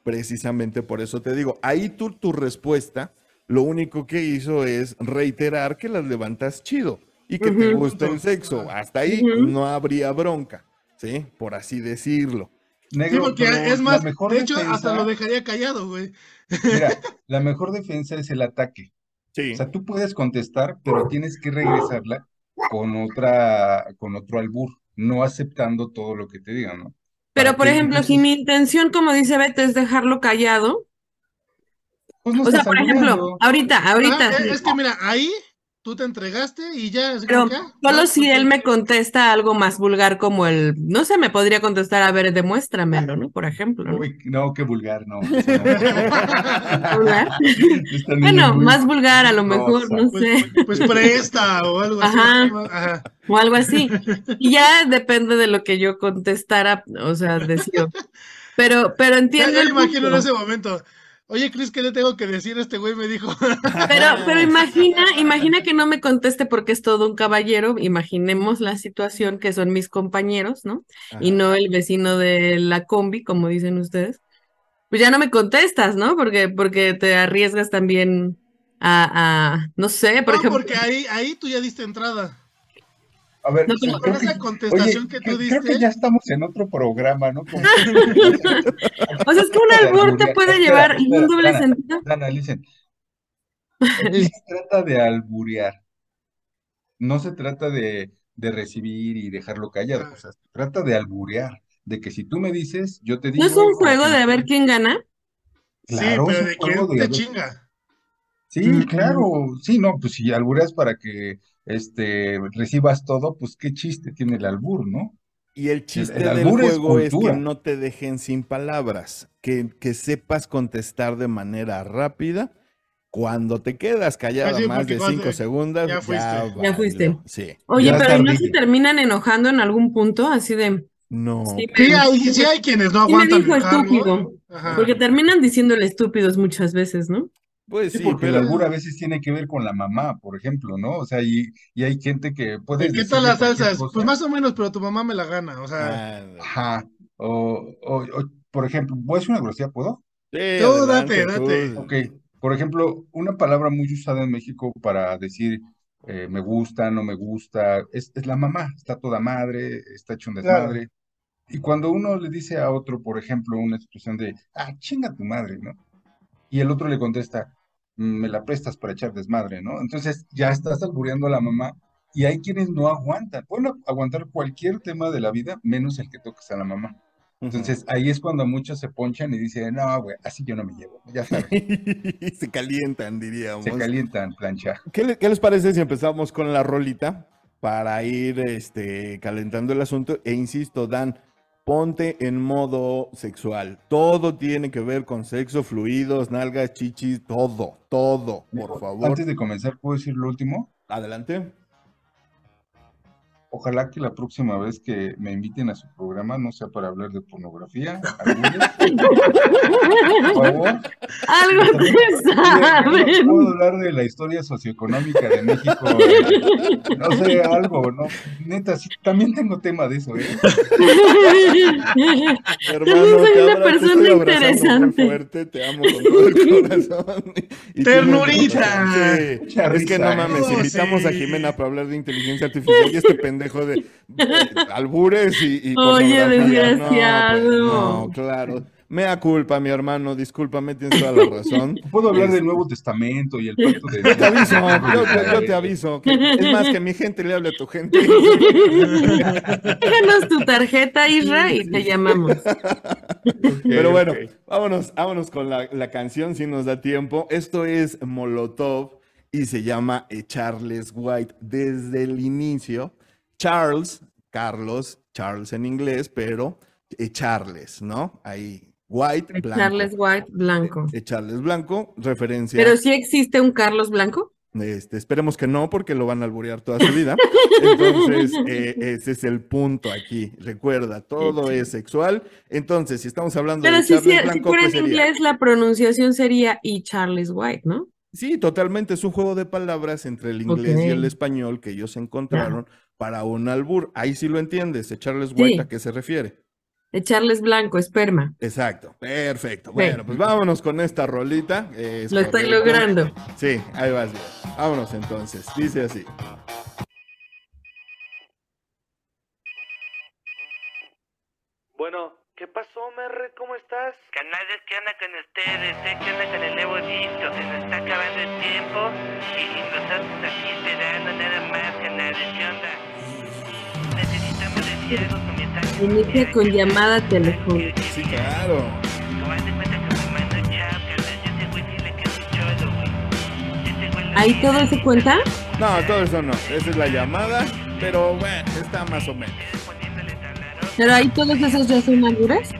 B: Precisamente por eso te digo, ahí tú tu respuesta, lo único que hizo es reiterar que las levantas chido y que te
C: Ujú.
B: gusta el sexo. Hasta ahí
C: Ujú.
B: no habría bronca, ¿sí? Por así decirlo.
D: Sí,
E: Negro,
D: porque
E: pero
D: es
E: la
D: más,
E: mejor
D: de hecho,
E: defensa-
D: hasta lo dejaría callado, güey.
E: Mira, la mejor defensa es el ataque.
B: Sí.
E: O sea, tú puedes contestar, pero tienes que regresarla con otra, con otro albur, no aceptando todo lo que te digan, ¿no?
C: Pero,
E: Para
C: por
E: que
C: ejemplo, si
E: entonces,
C: mi intención, como dice Beto, es dejarlo callado,
E: pues no
C: o sea,
E: estás
C: por ejemplo,
E: albureando.
C: ahorita,
D: Ah,
C: ahorita,
D: es, es que mira, ahí tú te entregaste y ya, así
C: pero
D: como que, ah,
C: solo
D: ¿no?
C: si él me contesta algo más vulgar como el, no sé, me podría contestar, a ver, demuéstramelo, ¿no? Por ejemplo, ¿no?
E: Uy, no, qué vulgar, no. eso no.
C: Vulgar.
E: Esta niña
C: Bueno,
E: es muy-
C: más vulgar a lo mejor,
E: rosa.
C: no
D: Pues,
C: sé,
D: pues presta o algo así.
C: Ajá.
D: Ajá.
C: o algo así. Y ya depende de lo que yo contestara, o sea, decía. Pero, pero
D: Ya,
C: entiendo
D: ya
C: el
D: me imagino en
C: punto.
D: ese momento. Oye, Chris, ¿qué le tengo que decir a este güey? Me dijo.
C: Pero, pero imagina, imagina que no me conteste porque es todo un caballero. Imaginemos la situación que son mis compañeros, ¿no? Y
B: Ajá.
C: no el vecino de la combi, como dicen ustedes. Pues ya no me contestas, ¿no? Porque, porque te arriesgas también a, a no sé, por
D: no,
C: ejemplo.
D: porque ahí, ahí tú ya diste entrada.
E: A ver,
C: No,
E: sí,
C: pero-
E: creo
D: Con
E: que-
D: esa
E: oye,
D: contestación que tú
E: creo- creo que
D: diste.
E: ya estamos en otro programa, ¿no? Como-
C: O sea, es que un
E: Trata de
C: albur te
E: alburear.
C: puede
E: Espera,
C: llevar en
E: espera,
C: un doble
E: Dana,
C: sentido.
E: Dana, listen. Aquí se trata de alburear, no se trata de, de recibir y dejarlo callado, o sea, se trata de alburear, de que si tú me dices, yo te
C: ¿No
E: digo.
C: es un
E: o
C: juego
E: que-
C: de a ver quién gana?
E: Claro,
D: sí,
E: es
D: pero
E: un
D: de
E: juego
D: que
E: de-
D: te chinga.
E: Sí,
C: Mm.
E: claro, sí, no, pues si albureas para que este, recibas todo, pues qué chiste tiene el albur, ¿no?
B: Y el chiste
E: el
B: del
E: albur es
B: juego es, que
E: cultura.
B: no te dejen sin palabras, que, que sepas contestar de manera rápida. Cuando te quedas callada
D: Así,
B: más
D: porque
B: de
D: cuando-
B: cinco segundos,
D: ya fuiste.
C: Ya fuiste.
B: valió. Sí.
C: Oye,
E: Ya
C: pero ¿y no se
E: tardé.
C: terminan enojando en algún punto? Así de,
B: No.
C: sí, me-
D: Sí hay, sí hay quienes no
C: sí me
D: aguantan
C: dijo
D: el cargo.
C: estúpido.
D: Ajá.
C: Porque terminan diciéndole estúpidos muchas veces, ¿no?
B: Pues
E: Sí,
B: sí,
E: porque el
B: pero
E: albur a veces tiene que ver con la mamá, por ejemplo, ¿no? O sea, y, y hay gente que puedes
D: ¿Qué tal
E: decirle
D: las
E: cualquier
D: salsas?
E: cosa.
D: Pues más o menos, pero tu mamá me la gana. O sea,
B: Ah,
E: Ajá. O, o- o, por ejemplo, ¿voy a decir una grosería? ¿Puedo?
B: sí,
D: tú
B: adelante,
D: date, date.
B: tú.
E: Ok. Por ejemplo, una palabra muy usada en México para decir eh, me gusta, no me gusta, es, es la mamá, está toda madre, está hecho un desmadre. Y cuando uno le dice a otro, por ejemplo, una situación de, ah, chinga tu madre, ¿no? Y el otro le contesta, "Mm, me la prestas para echar desmadre, ¿no? Entonces ya estás albureando a la mamá y hay quienes no aguantan, pueden a- aguantar cualquier tema de la vida menos el que toques a la mamá. Entonces ahí es cuando muchos se ponchan y dicen, no, güey, así yo no me llevo, ya sabes,
B: se calientan, diríamos.
E: se calientan, plancha.
B: ¿Qué, le- qué les parece si empezamos con la rolita para ir este, calentando el asunto? E insisto, Dan, ponte en modo sexual. Todo tiene que ver con sexo, fluidos, nalgas, chichis, todo, todo, por favor.
E: Antes de comenzar, ¿puedo decir lo último?
B: Adelante.
E: Ojalá que la próxima vez que me inviten a su programa no sea para hablar de pornografía. alguna, Por favor,
C: Algo te
E: Oye, no puedo
C: saben.
E: hablar de la historia socioeconómica de México. eh, No sé, algo, ¿no? Neta, sí, también tengo tema de eso, ¿eh?
B: Hermano,
C: soy
B: te
C: una
B: abra- te estoy
C: persona
B: abrazando muy
C: interesante.
B: fuerte, te amo con todo el corazón. Y
D: Ternurita.
B: tienes- Sí.
E: Mucha
B: Es que
E: risa,
B: no
E: ¿eh?
B: mames,
D: Oh,
B: invitamos a
D: sí.
B: Jimena para hablar de inteligencia artificial y este pendejo de eh, albures y, y pornografía.
C: Oye,
B: No, pues,
C: desgraciado.
B: No, claro. Mea culpa, mi hermano, discúlpame, tienes toda la razón.
E: Puedo hablar del Nuevo Testamento y el pacto de... ¿eh?
B: Yo te aviso, yo, yo- yo te aviso. que- es más que mi gente le hable a tu gente.
C: Déjanos tu tarjeta, Isra, y te llamamos.
B: Pero
E: Ok,
B: bueno,
E: ok.
B: vámonos, vámonos con la, la canción si nos da tiempo. Esto es Molotov y se llama eh, Charles White. Desde el inicio, Charles, Carlos, Charles en inglés, pero eh, Charles, ¿no? Ahí, White, blanco.
C: Eh, Charles White Blanco.
B: Eh, Charles Blanco, referencia.
C: Pero sí existe un Carlos Blanco.
B: Este, esperemos que no, porque lo van a alburear toda su vida. Entonces, eh, ese es el punto aquí. Recuerda, todo es sexual. Entonces, si estamos hablando
C: Pero
B: de
C: si,
B: Charles
C: si, si
B: Blanco,
C: fuera
B: pues
C: en
B: sería-
C: inglés, la pronunciación sería y Charles White, ¿no?
B: Sí, totalmente. Es un juego de palabras entre el inglés y el
C: Ok.
B: español que ellos encontraron para un albur. Ahí sí lo entiendes. eh, Charles White,
C: Sí.
B: ¿a qué se refiere?
C: De Charles Blanco, esperma.
B: Exacto. Perfecto.
C: Sí.
B: Bueno, pues vámonos con esta rolita. Es
C: Lo estoy
B: correcto.
C: logrando.
B: Sí, ahí vas bien. Vámonos entonces. Dice así.
F: Bueno, ¿qué pasó, Merre? ¿Cómo estás?
G: Canales, ¿qué onda con ustedes? eh? ¿Qué onda con el nuevo disco? Se nos está acabando el tiempo y nosotros aquí esperando nada más, canales, ¿qué onda? Necesitamos decir algo con Eh, mensajes
C: Inicia con
G: sociales.
C: llamada telefónica.
B: Sí, claro.
G: Como haz eh, de cuenta que me mandó Chao, carnal, yo te voy a decirle que es un cholo, güey. Yo te voy a
C: ¿Ahí
G: decir-
C: todo se cuenta?
B: No, todo eso no. Esa es la llamada, pero bueno, está más o menos.
G: Ustedes poniéndole tablaro,
C: ¿Pero ahí todos esos ya son maduras?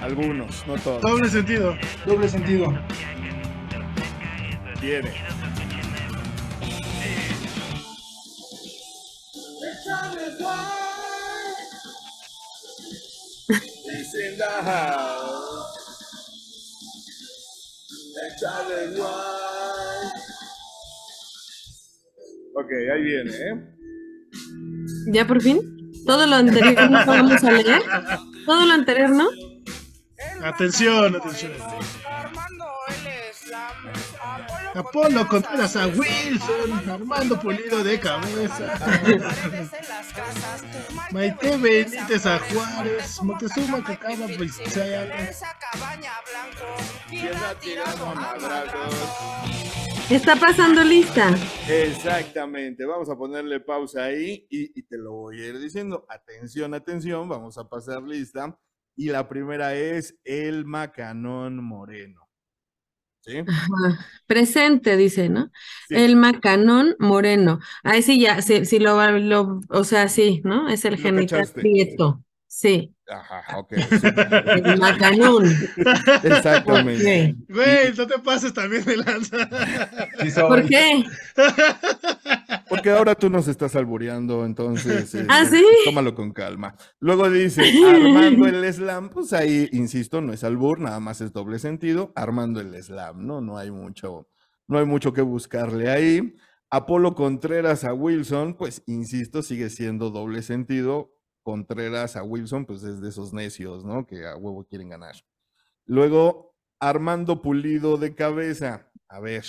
B: Algunos, no todos.
D: Doble sentido.
E: Doble sentido.
B: Tiene. Ok, ahí viene, ¿eh?
C: ¿Ya por fin? ¿Todo lo anterior no lo vamos a leer? ¿Todo lo anterior no?
D: Atención, atención. Apolo Contreras a Wilson, Armando Pulido de cabeza. Maite Benítez a Juárez, Moctezuma que acaba de
C: Está pasando lista.
B: Exactamente, vamos a ponerle pausa ahí y, y te lo voy a ir diciendo. Atención, atención, vamos a pasar lista. Y la primera es el Macanón Moreno. ¿Sí?
C: Ajá. Presente, dice, ¿no?
B: Sí.
C: El macanón moreno. Ahí sí ya, sí, sí lo, va- lo- o sea, sí, ¿no? Es el
B: Lo
C: genital
B: cachaste.
C: prieto. Sí,
B: Ajá, ok. sí,
C: el macanón.
B: Exactamente.
C: Ok.
D: Güey, no te pases también de lanza.
E: Sí soy.
C: ¿Por qué?
B: Porque ahora tú nos estás albureando, entonces
C: ¿Ah,
B: este,
C: sí?
B: tómalo con calma. Luego dice, armando el slam, pues ahí, insisto, no es albur, nada más es doble sentido, armando el slam, ¿no? No hay mucho, no hay mucho que buscarle ahí. Apolo Contreras a Wilson, pues insisto, sigue siendo doble sentido. Contreras a Wilson, pues es de esos necios, ¿no? Que a huevo quieren ganar. Luego, Armando Pulido de cabeza. A ver.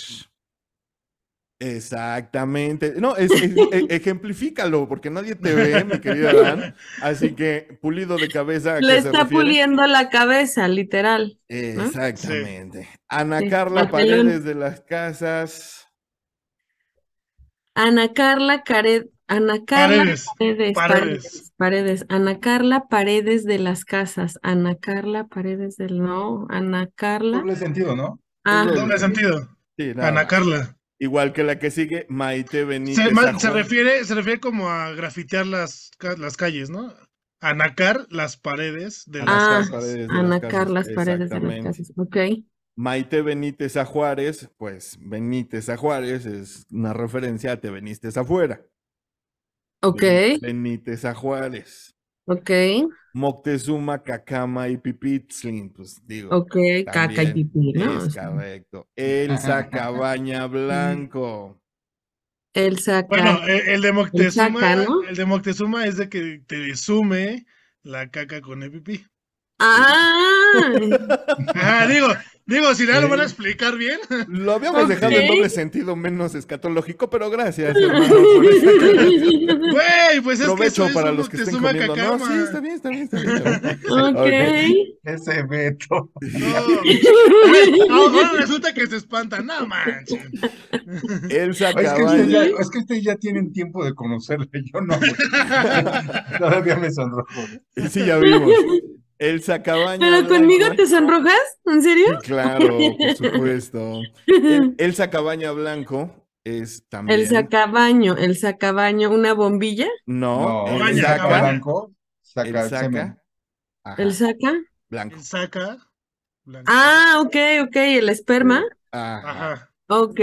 B: Exactamente. No, es, es- e- ejemplifícalo, porque nadie te ve, mi querido Adán. Así que pulido de cabeza. ¿a
C: Le
B: qué se
C: está
B: refiere?
C: puliendo la cabeza, literal.
B: Exactamente. Ana
C: Sí,
B: Carla
C: papelón.
B: Paredes de las Casas.
C: Ana Carla Cared, Ana Carla
D: Paredes,
C: Paredes,
D: Paredes.
C: Paredes, Paredes. Ana Carla Paredes de las Casas, Ana Carla Paredes del No, Ana Carla,
E: Doble sentido, ¿no?
C: ah,
B: doble.
D: Doble sentido.
B: Sí, nada
D: Ana
B: más.
D: Carla.
B: Igual que la que sigue, Maite Benítez.
D: Se, ma-
B: Sajón.
D: se refiere, se refiere como a grafitear las, ca- las calles, ¿no? Anacar las paredes de las
C: Ah,
D: casas.
B: Paredes de las
C: Ana
B: Casas,
C: Carla Paredes de las
B: exactamente.
C: Casas, ok.
B: Maite Benítez a Juárez, pues Benítez a Juárez es una referencia a te veniste afuera.
C: Ok,
B: Ben- Benítez a Juárez.
C: ok,
B: Moctezuma, Cacama y Pipitzlin, pues digo.
C: ok, caca y
B: También
C: pipí, ¿no? O
B: Es
C: sea,
B: correcto. Elsa Cabaña Blanco.
C: Elsa
D: Bueno, eh,
C: Ca-
D: e-, el, el de Moctezuma,
C: saca, ¿no?
D: el de Moctezuma es de que te sume la caca con el pipí.
C: ¡Ah!
D: Ah, digo, digo, si ya lo van a
B: Sí.
D: explicar bien.
B: Lo habíamos dejado en
C: Ok.
B: doble sentido menos escatológico, pero gracias, hermano, por esa-
D: Güey, pues es que
B: Provecho
D: eso es
B: para
D: un
B: los que estén
D: Moctezuma
B: comiendo. No,
D: cacama.
B: sí, está bien, está bien, está bien.
C: Ok.
E: Ese Beto.
D: No, ahora resulta que se espanta, no manches.
B: Elsa
E: Es que, ustedes
B: Cabaña.
E: ya, es que ustedes ya tienen tiempo de conocerle, yo no. güey. Todavía me sonrojo.
B: Sí, ya vimos. Elsa Cabaña.
C: ¿Pero conmigo
B: Blanco.
C: te sonrojas? ¿En serio?
B: Claro, por supuesto. El- Elsa Cabaña Blanco es también.
C: Mm. El sacabaño, el sacabaño, una bombilla,
B: No,
E: No,
B: el
D: Cabaña,
E: saca
B: saca.
D: Cabaña.
E: blanco,
B: el
E: saca
B: saca,
E: semen.
B: ajá,
C: el saca.
B: blanco.
D: Saca. blanco.
C: Ah, ok, ok, el esperma.
B: Ajá.
D: Ajá.
C: Ok.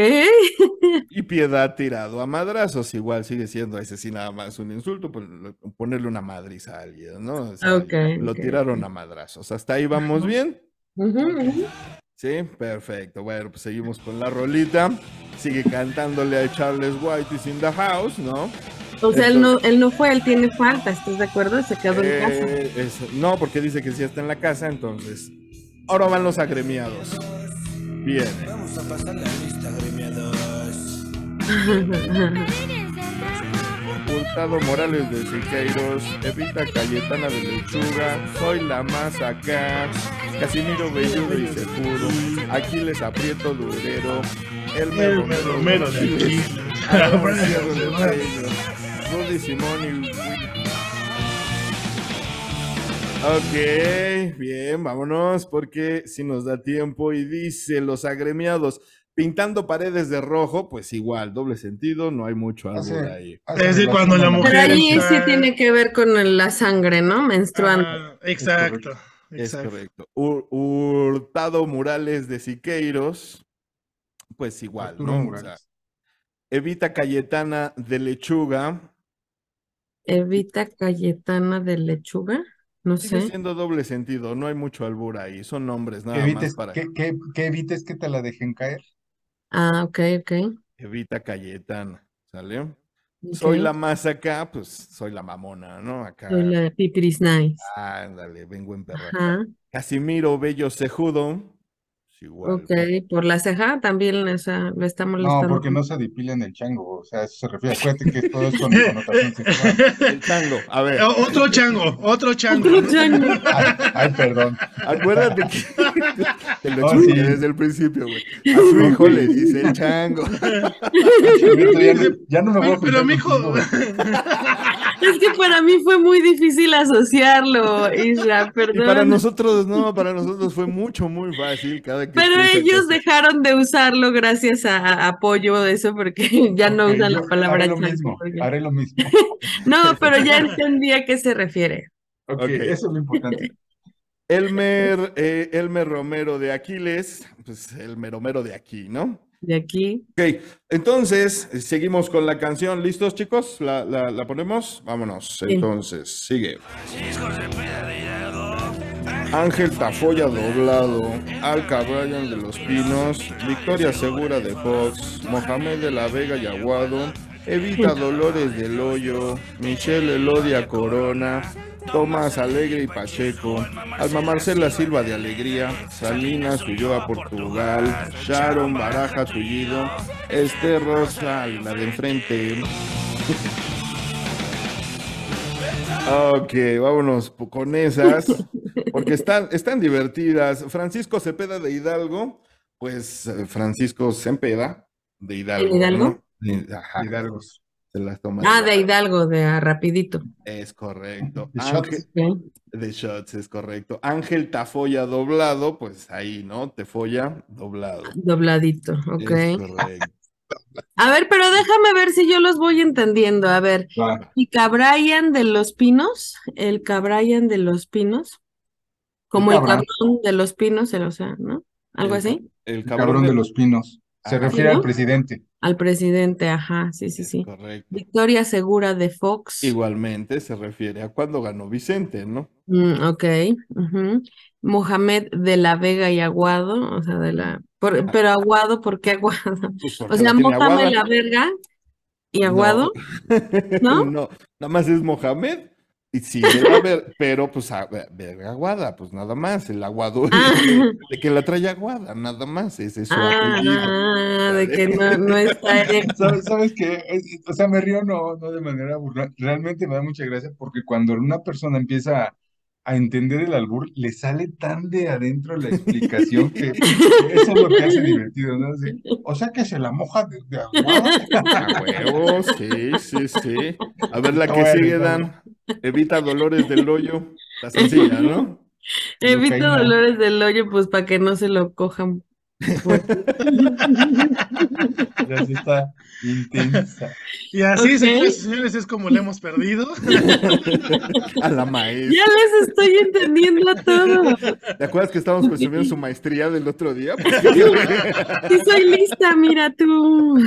B: Y Piedad tirado a madrazos, igual sigue siendo ese sí nada más un insulto, pues, lo- ponerle una madriza a alguien, ¿no? O sea,
C: Ok,
B: lo
C: ok,
B: tiraron
C: ok.
B: a madrazos. Hasta ahí vamos bien.
C: Ujú, ujú.
B: Sí, perfecto. Bueno, pues seguimos con la rolita. Sigue cantándole a Charles White is in the house, ¿no?
C: O sea, él no, él no fue, él tiene falta, ¿estás de acuerdo? Se quedó en casa.
B: Eh, es- no, porque dice que sí está en la casa, entonces. Ahora van los agremiados. Bien.
A: Vamos a pasar la lista, gremiados.
B: Hurtado Morales de Siqueiros, Evita Cayetana de Lechuga, Soy la más acá, Casimiro Belludo y Seguro, Aquiles Aprieto Durero, El Mero
D: Me lo mero de aquí.
B: Aarón Sierra de Ormeño, Rudy Simón y... Ok, bien, vámonos porque si nos da tiempo y dice los agremiados pintando paredes de rojo, pues igual, doble sentido, no hay mucho
E: Ah, sí.
B: albur ahí.
E: Ah,
D: Es decir,
E: relaciona
D: cuando la
E: la
D: mujer
C: Pero ahí
D: está-
C: sí tiene que ver con el- la sangre, ¿no? Menstruando.
D: Ah, exacto.
B: Es
D: Exacto.
B: correcto. Hur- Hurtado Murales de Siqueiros, pues igual,
E: Arturo
B: ¿no? O
E: Morales.
B: sea, Evita Cayetana de Lechuga,
C: Evita Cayetana de lechuga, no
B: sigue
C: sé.
B: siendo doble sentido, no hay mucho albur ahí, son nombres
E: Que
B: nada más
E: evites,
B: para
E: que, que- que evites que te la dejen caer.
C: Ah, ok, ok.
B: Evita Cayetana, ¿sale?
C: ok.
B: Soy la más acá, pues soy la mamona, ¿no? Acá,
C: Soy la Pipiris Nice.
B: ándale, vengo en perra.
C: Ajá.
B: Casimiro Bello Cejudo, pues igual.
C: Ok, por la ceja también, o sea, lo está
E: No,
C: molestando.
E: porque no se depilan el chango, o sea, a eso se refiere. Acuérdate que todo es con connotación sexual.
B: El tango, a ver.
D: Eh, O- Otro chango, otro chango.
C: Otro chango.
E: Ay, ay, perdón.
B: Acuérdate que te lo
E: Oh,
B: expliqué
E: sí.
B: desde el principio, güey. A su hijo le dice el chango.
E: Beto, ya, no- ya no me voy a
D: Pero, pero
E: pelear contigo,
D: mijo,
E: güey.
C: Es que para mí fue muy difícil asociarlo, Isra,
B: Y para
C: perdón.
B: nosotros, no, para nosotros fue mucho, muy fácil. Cada que
C: Pero
B: escucha
C: ellos
B: que-
C: dejaron de usarlo gracias a, a apoyo de eso porque ya no
E: Ok,
C: usan
E: yo
C: la palabra
E: haré lo
C: chango,
E: mismo,
C: porque-
E: haré lo mismo.
C: No, pero ya entendí a qué se refiere.
E: Ok,
B: Ok.
E: eso es lo importante.
B: Elmer, eh, Elmer Romero de Aquiles, pues el meromero de aquí, ¿no?
C: De aquí.
B: Ok, entonces eh, seguimos con la canción. ¿Listos, chicos? ¿La, la, la ponemos? Vámonos. Entonces, sigue. Ángel Tafoya doblado, Alca Bryan de los Pinos, Victoria Segura de Fox, Mohamed de la Vega y Aguado, Evita Dolores del Hoyo, Michelle Elodia Corona, Tomás Alegre y Pacheco, Alma Marcela Silva de Alegría, Salinas Ulloa Portugal, Sharon Baraja Tullido, Esther Rosa, la de enfrente. Ok, vámonos po- con esas, porque están, están divertidas. Francisco Cepeda de Hidalgo, pues eh, Francisco Cepeda de Hidalgo.
C: Hidalgo?
B: ¿no? De- ajá,
E: Hidalgos.
B: se las toma
C: Ah,
B: de
C: de Hidalgo, de a Rapidito.
B: Es correcto.
E: De
B: Ángel-
C: Ok.
B: de shots, es correcto. Ángel Tafoya doblado, pues ahí, ¿no? Tefoya doblado.
C: Dobladito,
B: Es
C: ok.
B: correcto.
C: A ver, pero déjame ver si yo los voy entendiendo. A ver,
E: Va.
C: y Cabrian de los Pinos, el Cabrian de los Pinos, como el
E: Cabrán.
C: cabrón de los Pinos, el, o sea, ¿no? Algo
B: El-
C: así.
B: El
E: Cabrón, de los Pinos. Se
B: Ajá.
E: refiere
C: ¿Sí, no?
E: al presidente.
C: Al presidente, ajá, sí, sí,
B: es
C: sí.
B: correcto.
C: Victoria Segura de Fox.
B: Igualmente se refiere a cuando ganó Vicente, ¿no?
C: Mm, ok. ujú. Mohamed de la Vega y Aguado, o sea, de la. por- pero Aguado, ¿por qué Aguado?
B: Pues
C: O
B: Ah. porque
C: sea,
B: la tiene
C: Mohamed
B: aguada.
C: la Verga y
B: No.
C: Aguado. ¿No?
B: nada más es Mohamed. Y sí, debe haber, pero pues a ver, verga aguada, pues nada más, el aguador
C: Ah.
B: de que la trae aguada, nada más, ese es su
C: Ah,
B: apellido.
C: de que no, no está erecto.
E: ¿Sabes, sabes qué? Es- O sea, me río no, no de manera burla. Realmente me da mucha gracia porque cuando una persona empieza a, a entender el albur, le sale tan de adentro la explicación que eso es lo que hace divertido, ¿no? Así, o sea que se la moja de, de aguada.
B: A huevo, sí, sí, sí. A ver la
E: Está
B: que
E: bueno,
B: sigue,
E: está
B: Dan. Evita dolores del hoyo. La sencilla, ¿no?
C: Evito
E: Cocaína.
C: Eh, dolores del hoyo, pues para que no se lo cojan.
E: Ya sí está intensa.
D: Y así,
C: Ok.
D: señores y señores, es como le hemos perdido.
B: A la
C: Ya
B: maestra.
C: les estoy entendiendo a todos.
B: ¿Te acuerdas que estábamos presumiendo su maestría del otro día?
C: Sí soy lista, mira tú.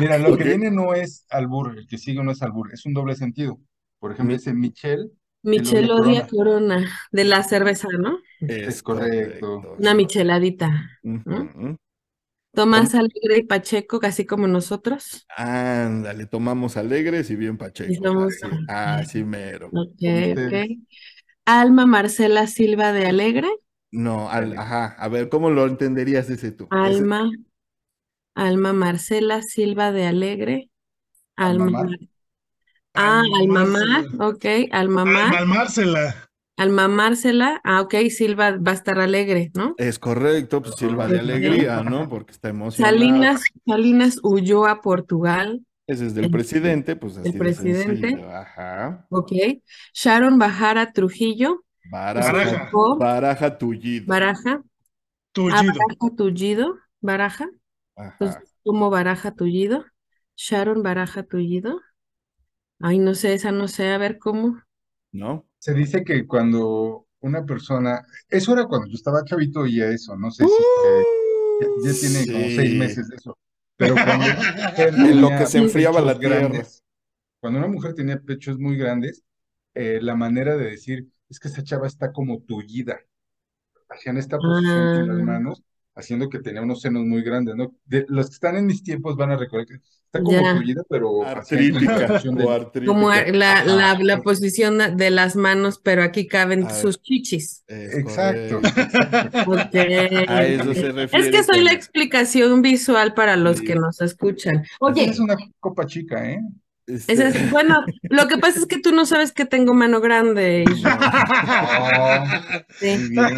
E: Mira, lo que
B: Ok.
E: viene no es albur, el que sigue no es albur, es un doble sentido. Por ejemplo, ese Michelle,
C: Michel
E: Corona.
C: odia corona de la cerveza, ¿no?
E: Es correcto.
C: Una micheladita.
B: Ujú.
C: Tomás Alegre y Pacheco, casi como nosotros.
B: Ándale, tomamos alegres y bien pachecos.
C: Y somos-
B: así, así mero.
C: Ok,
E: ustedes.
C: ok. Alma Marcela Silva de Alegre.
B: No, al- ajá. A ver, ¿cómo lo entenderías ese tú? Ese-
C: Alma, Alma Marcela Silva de Alegre, Alma
E: Almamar.
C: Mar- ah, Almamar,
D: Almamársela.
C: ok, Almamar,
D: Almamársela.
C: Alma Marcela, ah, ok, Silva va a estar alegre, ¿no?
B: Es correcto, pues Silva de
C: Ok.
B: alegría, ¿no? Porque está emocionado.
C: Salinas, Salinas huyó a Portugal,
B: Ese es del presidente, pues así de
C: presidente.
B: sencillo, Ajá.
C: ok, Sharon Bajara Trujillo,
B: Baraja,
D: Baraja.
C: o
B: baraja tullido.
C: Baraja, ah,
D: Tullido.
C: Baraja Tullido, Baraja, pues,
B: Ajá.
C: como Baraja Tullido, Sharon Baraja Tullido, ay, no sé, esa no sé, a ver cómo,
B: ¿No?
E: Se dice que cuando una persona, eso era cuando yo estaba chavito oía eso, no sé si eh,
C: ¡Uh!
E: ya, ya tiene como seis
B: Sí.
E: meses de eso, pero cuando una mujer
B: En lo
E: tenía
B: que se enfriaba la
E: pechos
B: tierra.
E: grandes, cuando una mujer tenía pechos muy grandes, eh, la manera de decir es que esa chava está como tullida, hacían esta posición con las
C: Ah.
E: manos, haciendo que tenía unos senos muy grandes, ¿no? De- los que están en mis tiempos van a recordar que está como
C: Ya.
E: tullida, pero hacían como la
B: Artrítica
E: posición
B: o
E: de-
B: artrítica.
C: Como la,
E: Ajá.
C: la, la posición de las manos, pero aquí caben
B: Ah.
C: sus chichis.
B: Es
E: Exacto.
B: correcto.
C: Ok.
B: A eso se
C: Es
B: refiere este
C: que soy
B: con-
C: la explicación visual para los que nos escuchan. Oye,
E: Es una copa chica, ¿eh?
B: Este-
C: esa es- bueno, lo que pasa es que tú no sabes que tengo mano grande. y-
E: Muy bien.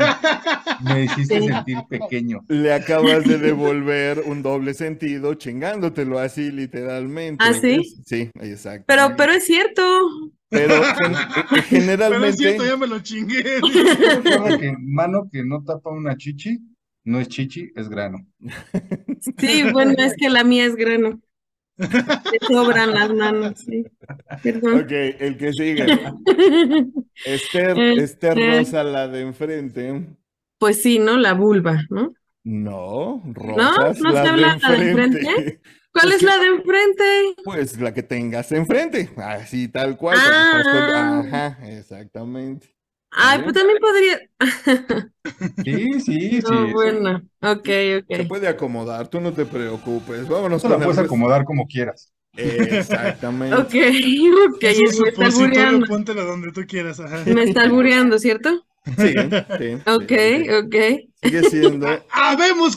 E: Me hiciste
C: Sí.
E: sentir pequeño.
B: Le acabas de devolver un doble sentido, chingándotelo así literalmente.
C: ¿Ah, sí?
B: Sí, exacto.
C: Pero, pero es cierto.
B: Pero gen-
D: Pero es
B: generalmente
D: cierto, ya me lo chingué.
E: Recuerda que mano que no tapa una chichi, no es chichi, es grano.
C: Sí, bueno, es que la mía es grano. Te sobran las manos, sí. Perdón.
B: Ok, el que sigue. Esther,
C: Este-
B: Esther Rosa, la de enfrente.
C: Pues sí, ¿no? La vulva, ¿no?
B: No, Rosas,
C: ¿No se
B: la de
C: habla la de
B: enfrente.
C: enfrente? ¿Cuál
B: Pues
C: es
B: que-
C: la de enfrente?
B: Pues la que tengas enfrente, así tal cual.
C: Ah.
B: cuando estás con- Ajá, exactamente.
C: Ay, pues también podría.
E: Sí, sí, sí.
C: No,
E: eso-
C: bueno, ok, ok.
B: Se puede acomodar, tú no te preocupes. Vámonos
E: eso
B: con
E: la
B: el
E: puedes
B: resto.
E: acomodar como quieras.
B: Exactamente.
C: Ok, ok,
D: Es un
C: me está
D: supositorio,
C: albureando.
D: póntelo donde tú quieras, ajá.
C: Me está albureando, ¿cierto?
B: Sí, sí, sí,
C: Ok,
B: sí.
C: ok.
B: Sigue siendo. Sí,
D: ¡Habemos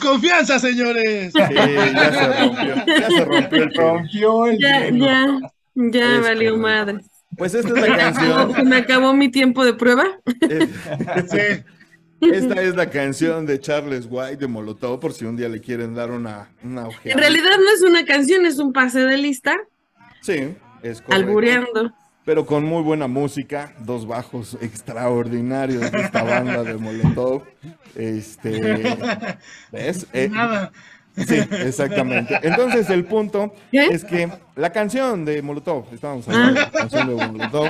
D: confianza, señores!
B: ya se rompió. Ya se rompió el prom.
E: Rompió el
C: Ya,
E: hielo.
C: ya, ya
B: Es correcto.
C: valió madre. Oh,
B: Pues esta es la canción.
C: Se me acabó mi tiempo de prueba.
D: Sí,
B: Esta es la canción de Charles White de Molotov, por si un día le quieren dar una, una ojeada.
C: En realidad no es una canción, es un pase de lista,
B: Sí, es correcto.
C: albureando.
B: Pero con muy buena música, dos bajos extraordinarios de esta banda de Molotov. Este. ¿Ves? Eh,
D: nada.
B: Sí, exactamente. Entonces el punto
C: ¿Qué?
B: es que la canción de Molotov, estábamos hablando
C: Ah.
B: de la canción de Molotov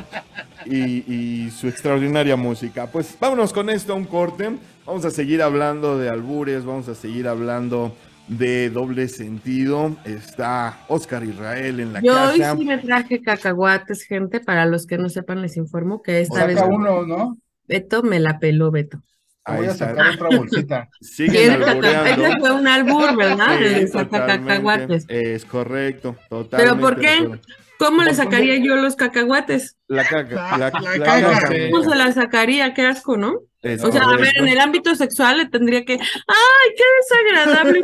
B: y, y su extraordinaria música. Pues vámonos con esto a un corte. Vamos a seguir hablando de albures, vamos a seguir hablando de doble sentido. Está Oscar Israel en la
C: Yo hoy
B: casa.
C: sí me traje cacahuates, gente. Para los que no sepan, les informo que esta vez
E: Saca uno, ¿no?
C: Beto me la peló, Beto.
E: Te voy
B: Ahí
E: a
B: está.
E: sacar otra bolsita.
B: Siguen
C: Ese
B: albureando.
C: fue un albur, ¿verdad?
B: Sí,
C: De sacar
B: totalmente.
C: cacahuates.
B: Es correcto, totalmente.
C: ¿Pero por
B: de
C: qué?
B: acuerdo.
C: ¿Cómo le sacaría yo los cacahuates?
B: La caca, la,
D: La
B: la
D: caca,
B: caca,
D: sí.
C: ¿Cómo
B: amiga.
C: se la sacaría? Qué asco, ¿no?
B: Es
C: Pues, O sea, a ver,
B: correcto.
C: en el ámbito sexual le tendría que. ¡Ay, qué desagradable!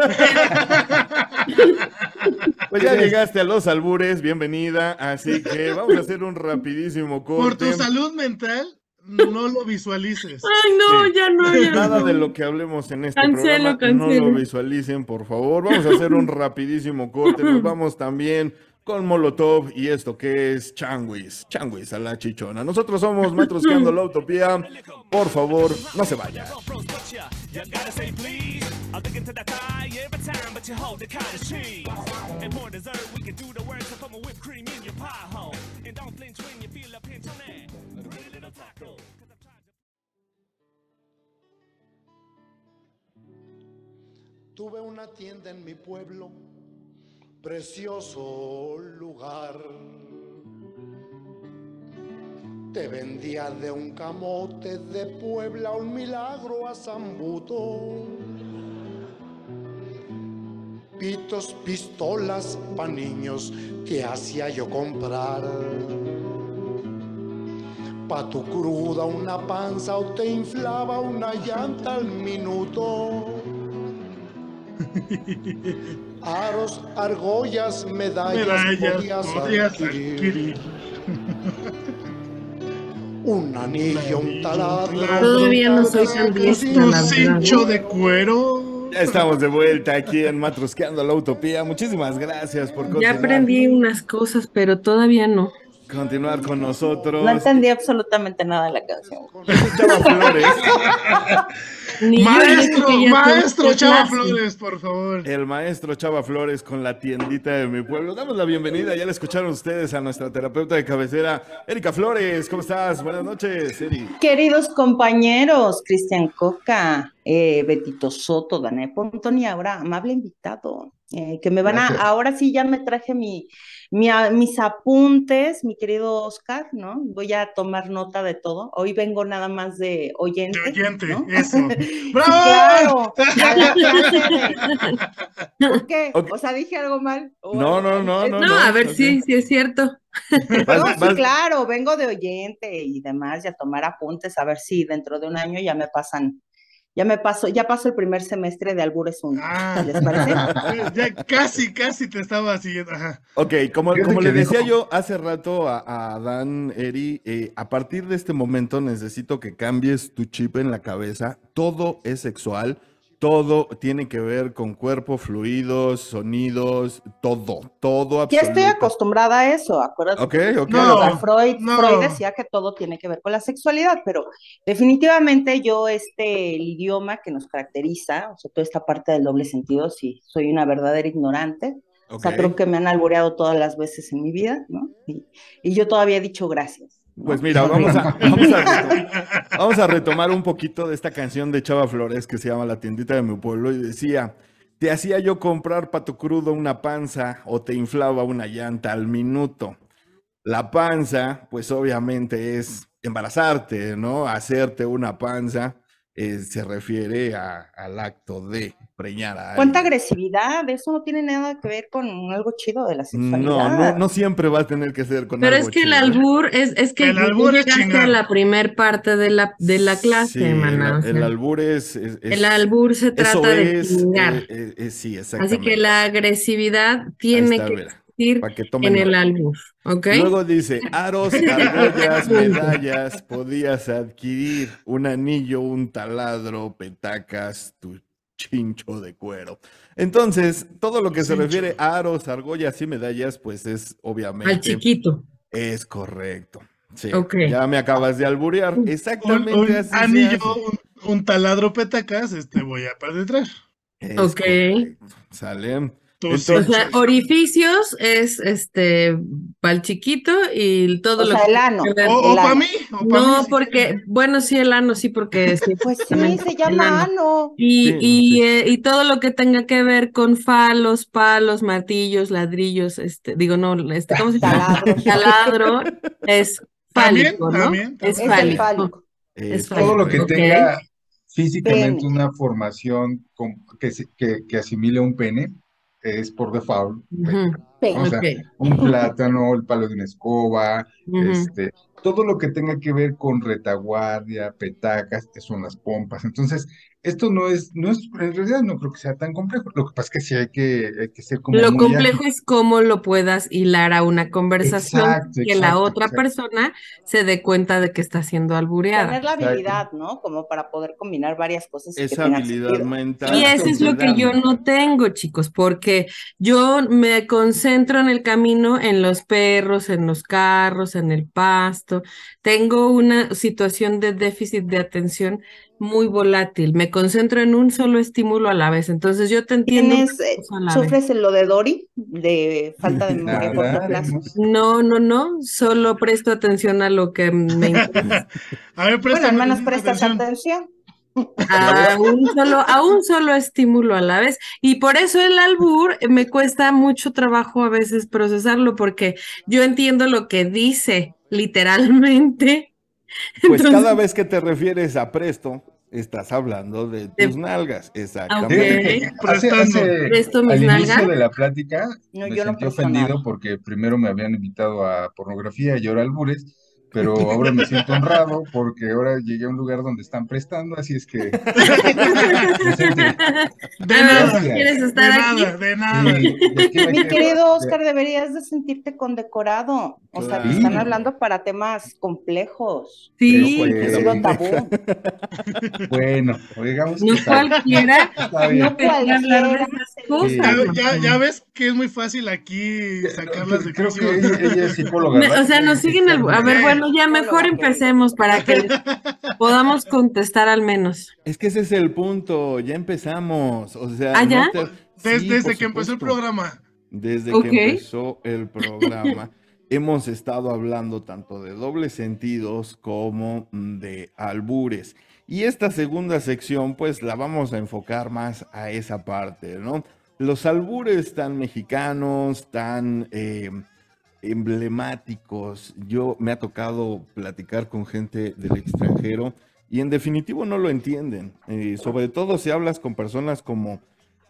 B: Pues ya llegaste a los albures, bienvenida. Así que vamos a hacer un rapidísimo
D: Por tu
B: corte.
D: salud mental, no lo visualices.
C: ¡Ay, no! Ya no. ya
B: Nada
C: no.
B: de lo que hablemos en este
C: Cancelo,
B: programa, no lo
C: cancelo.
B: visualicen, por favor. Vamos a hacer un rapidísimo corte. Nos vamos también con Molotov y esto que es Changuis, Changuis a la chichona. Nosotros somos Matrosqueando la Utopía. Por favor, no se vayan.
H: Tuve una tienda en mi pueblo, precioso lugar. Te vendía de un camote de Puebla un milagro a Zambuto. Pitos, pistolas pa' niños que hacía yo comprar. Pa' tu cruda una panza o te inflaba una llanta al minuto. Aros, argollas, medallas,
D: Medallas,
H: podías
D: podías
H: adquirir.
D: adquirir.
H: Un anillo, un taladro.
C: Todavía no soy
H: una
C: sandriesta,
D: Un
C: la verdad.
D: cincho de cuero.
B: Ya estamos de vuelta aquí en Matrosqueando la Utopía. Muchísimas gracias por
C: Ya
B: continuar,
C: aprendí unas cosas, pero todavía no.
B: continuar con nosotros.
I: No entendí absolutamente nada de la canción.
B: Chava Flores.
C: Ni yo, yo
D: Maestro,
C: creo que ya ¿Eh?
D: maestro
C: tengo
D: Chava
C: clase.
D: Flores, por favor.
B: El maestro Chava Flores con la tiendita de mi pueblo. Damos la bienvenida, ya la escucharon ustedes a nuestra terapeuta de cabecera, Erika Flores. ¿Cómo estás? Buenas noches, Eri.
I: Queridos compañeros, Cristian Coca, eh, Betito Soto, Daniel Pontón y ahora amable invitado, eh, que me van a,
E: Gracias.
I: ahora sí ya me traje mi, mi a- mis apuntes, mi querido Oscar, ¿no? Voy a tomar nota de todo. Hoy vengo nada más de oyente.
D: De oyente,
I: ¿no?
D: eso.
I: Sí,
D: ¡Bravo!
I: claro, a la clase de- ¿Por qué?
B: Ok.
I: O sea, dije algo mal. ¿O eh,
B: No,
I: algo
B: no,
I: mal?
B: no, no.
C: No, a ver
B: ok.
C: si sí, es cierto.
I: No,
B: Vas-
I: sí,
B: vas-
I: claro, vengo de oyente y demás, y a tomar apuntes, a ver si dentro de un año ya me pasan, ya me paso, ya paso el primer semestre de Albures 1.
D: Ah,
I: ¿Les parece?
D: ya casi, casi te estaba siguiendo. Ajá.
B: Ok, como,
E: Fíjate
B: como
E: que
B: le decía
E: dijo-
B: yo hace rato a, a Dan, Eri, eh, a partir de este momento necesito que cambies tu chip en la cabeza. Todo es sexual, todo tiene que ver con cuerpo, fluidos, sonidos, todo, todo
I: Ya estoy
B: absoluto.
I: acostumbrada a eso, acuérdate.
B: Ok, ok.
I: O
D: No.
I: sea, Freud,
D: no.
I: Freud decía que todo tiene que ver con la sexualidad, pero definitivamente yo este el idioma que nos caracteriza, o sea, toda esta parte del doble sentido, sí, soy una verdadera ignorante. O sea,
B: ok.
I: creo que me han alboreado todas las veces en mi vida, ¿no? Y, y yo todavía he dicho gracias. ¿no?
B: Pues mira, vamos a, vamos, a retomar, vamos a retomar un poquito de esta canción de Chava Flores que se llama La tiendita de mi pueblo y decía, te hacía yo comprar pato crudo una panza o te inflaba una llanta al minuto. La panza, pues obviamente es embarazarte, ¿no? Hacerte una panza. eh, se refiere a- al acto de preñar a alguien.
I: ¿Cuánta agresividad? Eso no tiene nada que ver con algo chido de la
B: No,
I: sexualidad.
B: no, no siempre va a tener que ser con
C: Pero
B: algo
C: es que el
B: chido. ¿eh?
C: albur es, es que
D: El
C: tú
D: albur es
C: llegaste
D: chingar.
C: a la primer parte de la, de la clase,
B: Sí, el-
C: maná, o
B: el,
C: sea,
B: albur es, es- es-
C: el albur se
B: eso
C: trata de
B: es,
C: chingar.
B: eh, eh, eh, sí,
C: Así que
B: exactamente.
C: la agresividad
B: Ahí
C: tiene
B: está,
C: que
B: mira,
C: existir
B: para que
C: en
B: tomen
C: el
B: nota.
C: albur, ¿ok?
B: Luego dice, aros, argollas, medallas, podías adquirir un anillo, un taladro, petacas, tu chincho de cuero. Entonces, todo lo que se
D: Chincho.
B: refiere a aros, argollas y medallas, pues es
C: Al
B: obviamente
C: chiquito.
B: es correcto. Sí,
C: Ok.
B: ya me acabas de alburear.
C: Un-
D: Un,
B: Exactamente
D: un
B: así se
D: anillo,
B: hace.
D: un, un taladro petacas, este voy a penetrar.
B: Es
C: Ok.
B: correcto, ¿Sale?
D: Tú
B: Entonces-
C: O
D: sí.
C: sea, orificios es este para el chiquito y todo
I: O
C: lo
I: sea,
C: que
I: el ano.
C: tiene que ver-
D: O, o
I: El
D: para
I: ano.
D: mí, o pa' mí,
C: No,
D: sí.
C: porque, bueno, sí, el ano, sí, porque sí,
I: Pues sí,
C: exactamente,
I: se
C: el
I: llama
C: ano.
I: ano.
C: Y,
B: Sí,
C: y,
B: sí.
C: eh, y todo lo que tenga que ver con falos, palos, martillos, ladrillos, este, digo, no, este, ¿cómo se llama?
I: Taladros.
C: Taladro es
D: También,
C: fálico, ¿no?
D: también,
C: Es
I: Es
D: también.
I: el
C: fálico.
I: fálico.
B: Es
C: Es
E: Todo lo que
C: Ok.
E: tenga físicamente
I: Pene.
E: una formación con- que, se- que- que asimile un pene es por default pene,
C: Ujú,
E: ¿no? O
I: Pene.
E: sea,
C: ok,
E: un plátano, el palo de una escoba,
C: ujú.
E: este, todo lo que tenga que ver con retaguardia, petacas, que son las pompas. Entonces, esto no es, no es, en realidad no creo que sea tan complejo. Lo que pasa es que sí hay que, hay que ser como
C: Lo
E: muy ágil.
C: complejo es cómo lo puedas hilar a una conversación
E: Exacto,
C: que la
E: exacto,
C: otra
E: exacto.
C: persona se dé cuenta de que está siendo albureada.
I: Tener la
E: Exacto.
I: habilidad, ¿no? Como para poder combinar varias cosas y que
B: Esa
I: tengan
B: habilidad
I: sentido.
B: mental
C: Y
E: Exacto,
C: eso es lo que
B: habilidad
C: yo
B: mental.
C: no tengo, chicos, porque yo me concentro en el camino, en los perros, en los carros, en el pasto. Tengo una situación de déficit de atención muy volátil. Me concentro en un solo estímulo a la vez. Entonces yo te entiendo una
I: ¿Tienes, eh,
C: cosa a la vez.
I: sufres lo de Dory, de falta de memoria a corto plazo?
E: Hablaremos.
C: No, no, no, solo presto atención a lo que me interesa.
D: A ver,
I: Bueno, al
D: préstame
I: menos
D: tantita
I: prestas
D: atención.
I: atención.
C: A un solo, a un solo estímulo a la vez. Y por eso el albur eh, me cuesta mucho trabajo a veces procesarlo, porque yo entiendo lo que dice literalmente.
B: Pues
C: Entonces,
B: cada vez que te refieres a presto, estás hablando de
C: De-
B: tus nalgas.
E: Fíjate
B: Exactamente.
E: que
C: ok,
E: hace,
D: Prestando.
E: hace-
C: presto mis
E: al inicio
C: nalgas.
E: de la plática
I: No,
E: me
I: yo no
E: sentí
I: presto nada.
E: ofendido porque primero me habían invitado a pornografía y ahora albures, pero ahora me siento honrado porque ahora llegué a un lugar donde están prestando, así es que me sentí,
D: De
C: A ver,
D: nada,
E: gracias.
C: ¿quieres
D: de
C: Ah, estar aquí?
D: nada, de nada.
E: Sí, y aquí me
I: Mi
E: quedo.
I: querido
E: Este, de-
I: Oscar, deberías de sentirte condecorado. O sea, te están
E: Sí,
B: Claro.
I: hablando para temas complejos,
B: No
C: Sí,
B: cualquiera
I: solo
E: este,
B: pendeja.
I: tabú.
E: bueno, digamos que
C: no
E: está,
C: cualquiera
E: está bien.
C: tiene
I: No
C: por qué hablar de
I: cualquiera
C: esas
I: se le
C: cosas,
E: Sí,
D: Ya,
E: sí.
D: ya,
C: Martín.
D: ya ves que es muy fácil aquí
E: Eh, no,
D: sacarlas
E: cre-
D: de
E: Creo
D: quicio.
E: que ella, ella es psicóloga,
C: Me-
E: ¿verdad?
C: o sea,
E: Tiene
C: nos
E: que
C: siguen
E: ser
C: al... A ver,
E: de...
D: Eh,
C: bueno, ya mejor
I: psicóloga, querida.
C: empecemos para que podamos contestar al menos.
B: Es que ese es el punto. Ya empezamos. O sea,
C: ¿Ah, ya?
B: no te.
D: Des-
B: Sí, por
D: desde que empezó
B: supuesto.
D: el programa.
B: Desde que
C: Ok.
B: empezó el programa, hemos estado hablando tanto de dobles sentidos como de albures. Y esta segunda sección, pues la vamos a enfocar más a esa parte, ¿no? Los albures tan mexicanos, tan eh, emblemáticos. Yo me ha tocado platicar con gente del extranjero y en definitivo no lo entienden. Eh, sobre todo si hablas con personas como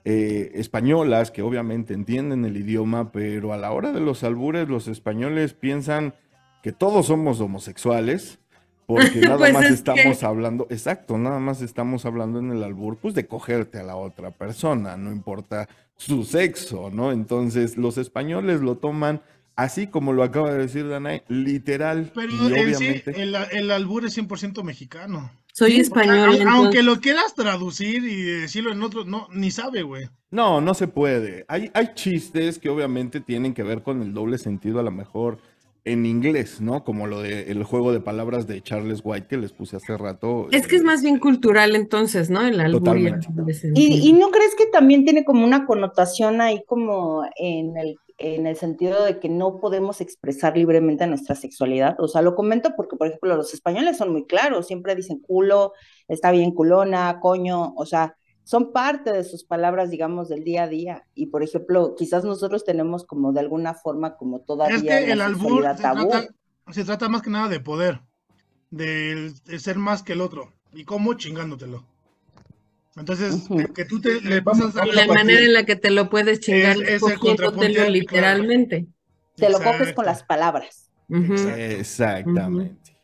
B: eh, españolas que obviamente entienden el idioma, pero a la hora de los albures los españoles piensan que todos somos homosexuales. Porque nada
C: Pues
B: más
C: es que,
B: estamos hablando, exacto, nada más estamos hablando en el albur, pues de cogerte a la otra persona, no importa su sexo, ¿no? Entonces los españoles lo toman así como lo acaba de decir Danay, literal
D: Pero
B: y
D: en sí,
B: obviamente.
D: el, el albur es 100% mexicano.
C: soy
B: Sí,
D: Porque
C: español,
D: au- aunque
C: entonces,
D: lo quieras traducir y decirlo en otro, no, ni sabe, güey.
B: No, no se puede. Hay, hay chistes que obviamente tienen que ver con el doble sentido, a lo mejor en inglés, ¿no? Como lo de el juego de palabras de Charles White que les puse hace rato.
C: es que es
B: eh,
C: más bien cultural entonces, ¿no? El albur y el
B: totalmente.
C: doble
I: ¿Y,
C: sentido.
I: y no crees que también tiene como una connotación ahí como en el, en el sentido de que no podemos expresar libremente nuestra sexualidad? O sea, lo comento porque, por ejemplo, los españoles son muy claros, siempre dicen culo, está bien culona, coño, o sea, son parte de sus palabras, digamos, del día a día. Y, por ejemplo, quizás nosotros tenemos como de alguna forma como
D: Es
I: todavía
D: que
I: la
D: el albur
I: sexualidad
D: se trata,
I: tabú.
D: se trata más que nada de poder. del de ser más que el otro. ¿Y cómo? Chingándotelo. Entonces, de que tú te le pasas
C: Y la manera en la que te lo puedes chingar
D: pues, Es- es
C: es
D: el contrapunteal,
C: cogiéndotelo
D: claro.
C: literalmente.
I: Te lo coges con las palabras.
C: Ujú,
B: eh, Exactamente.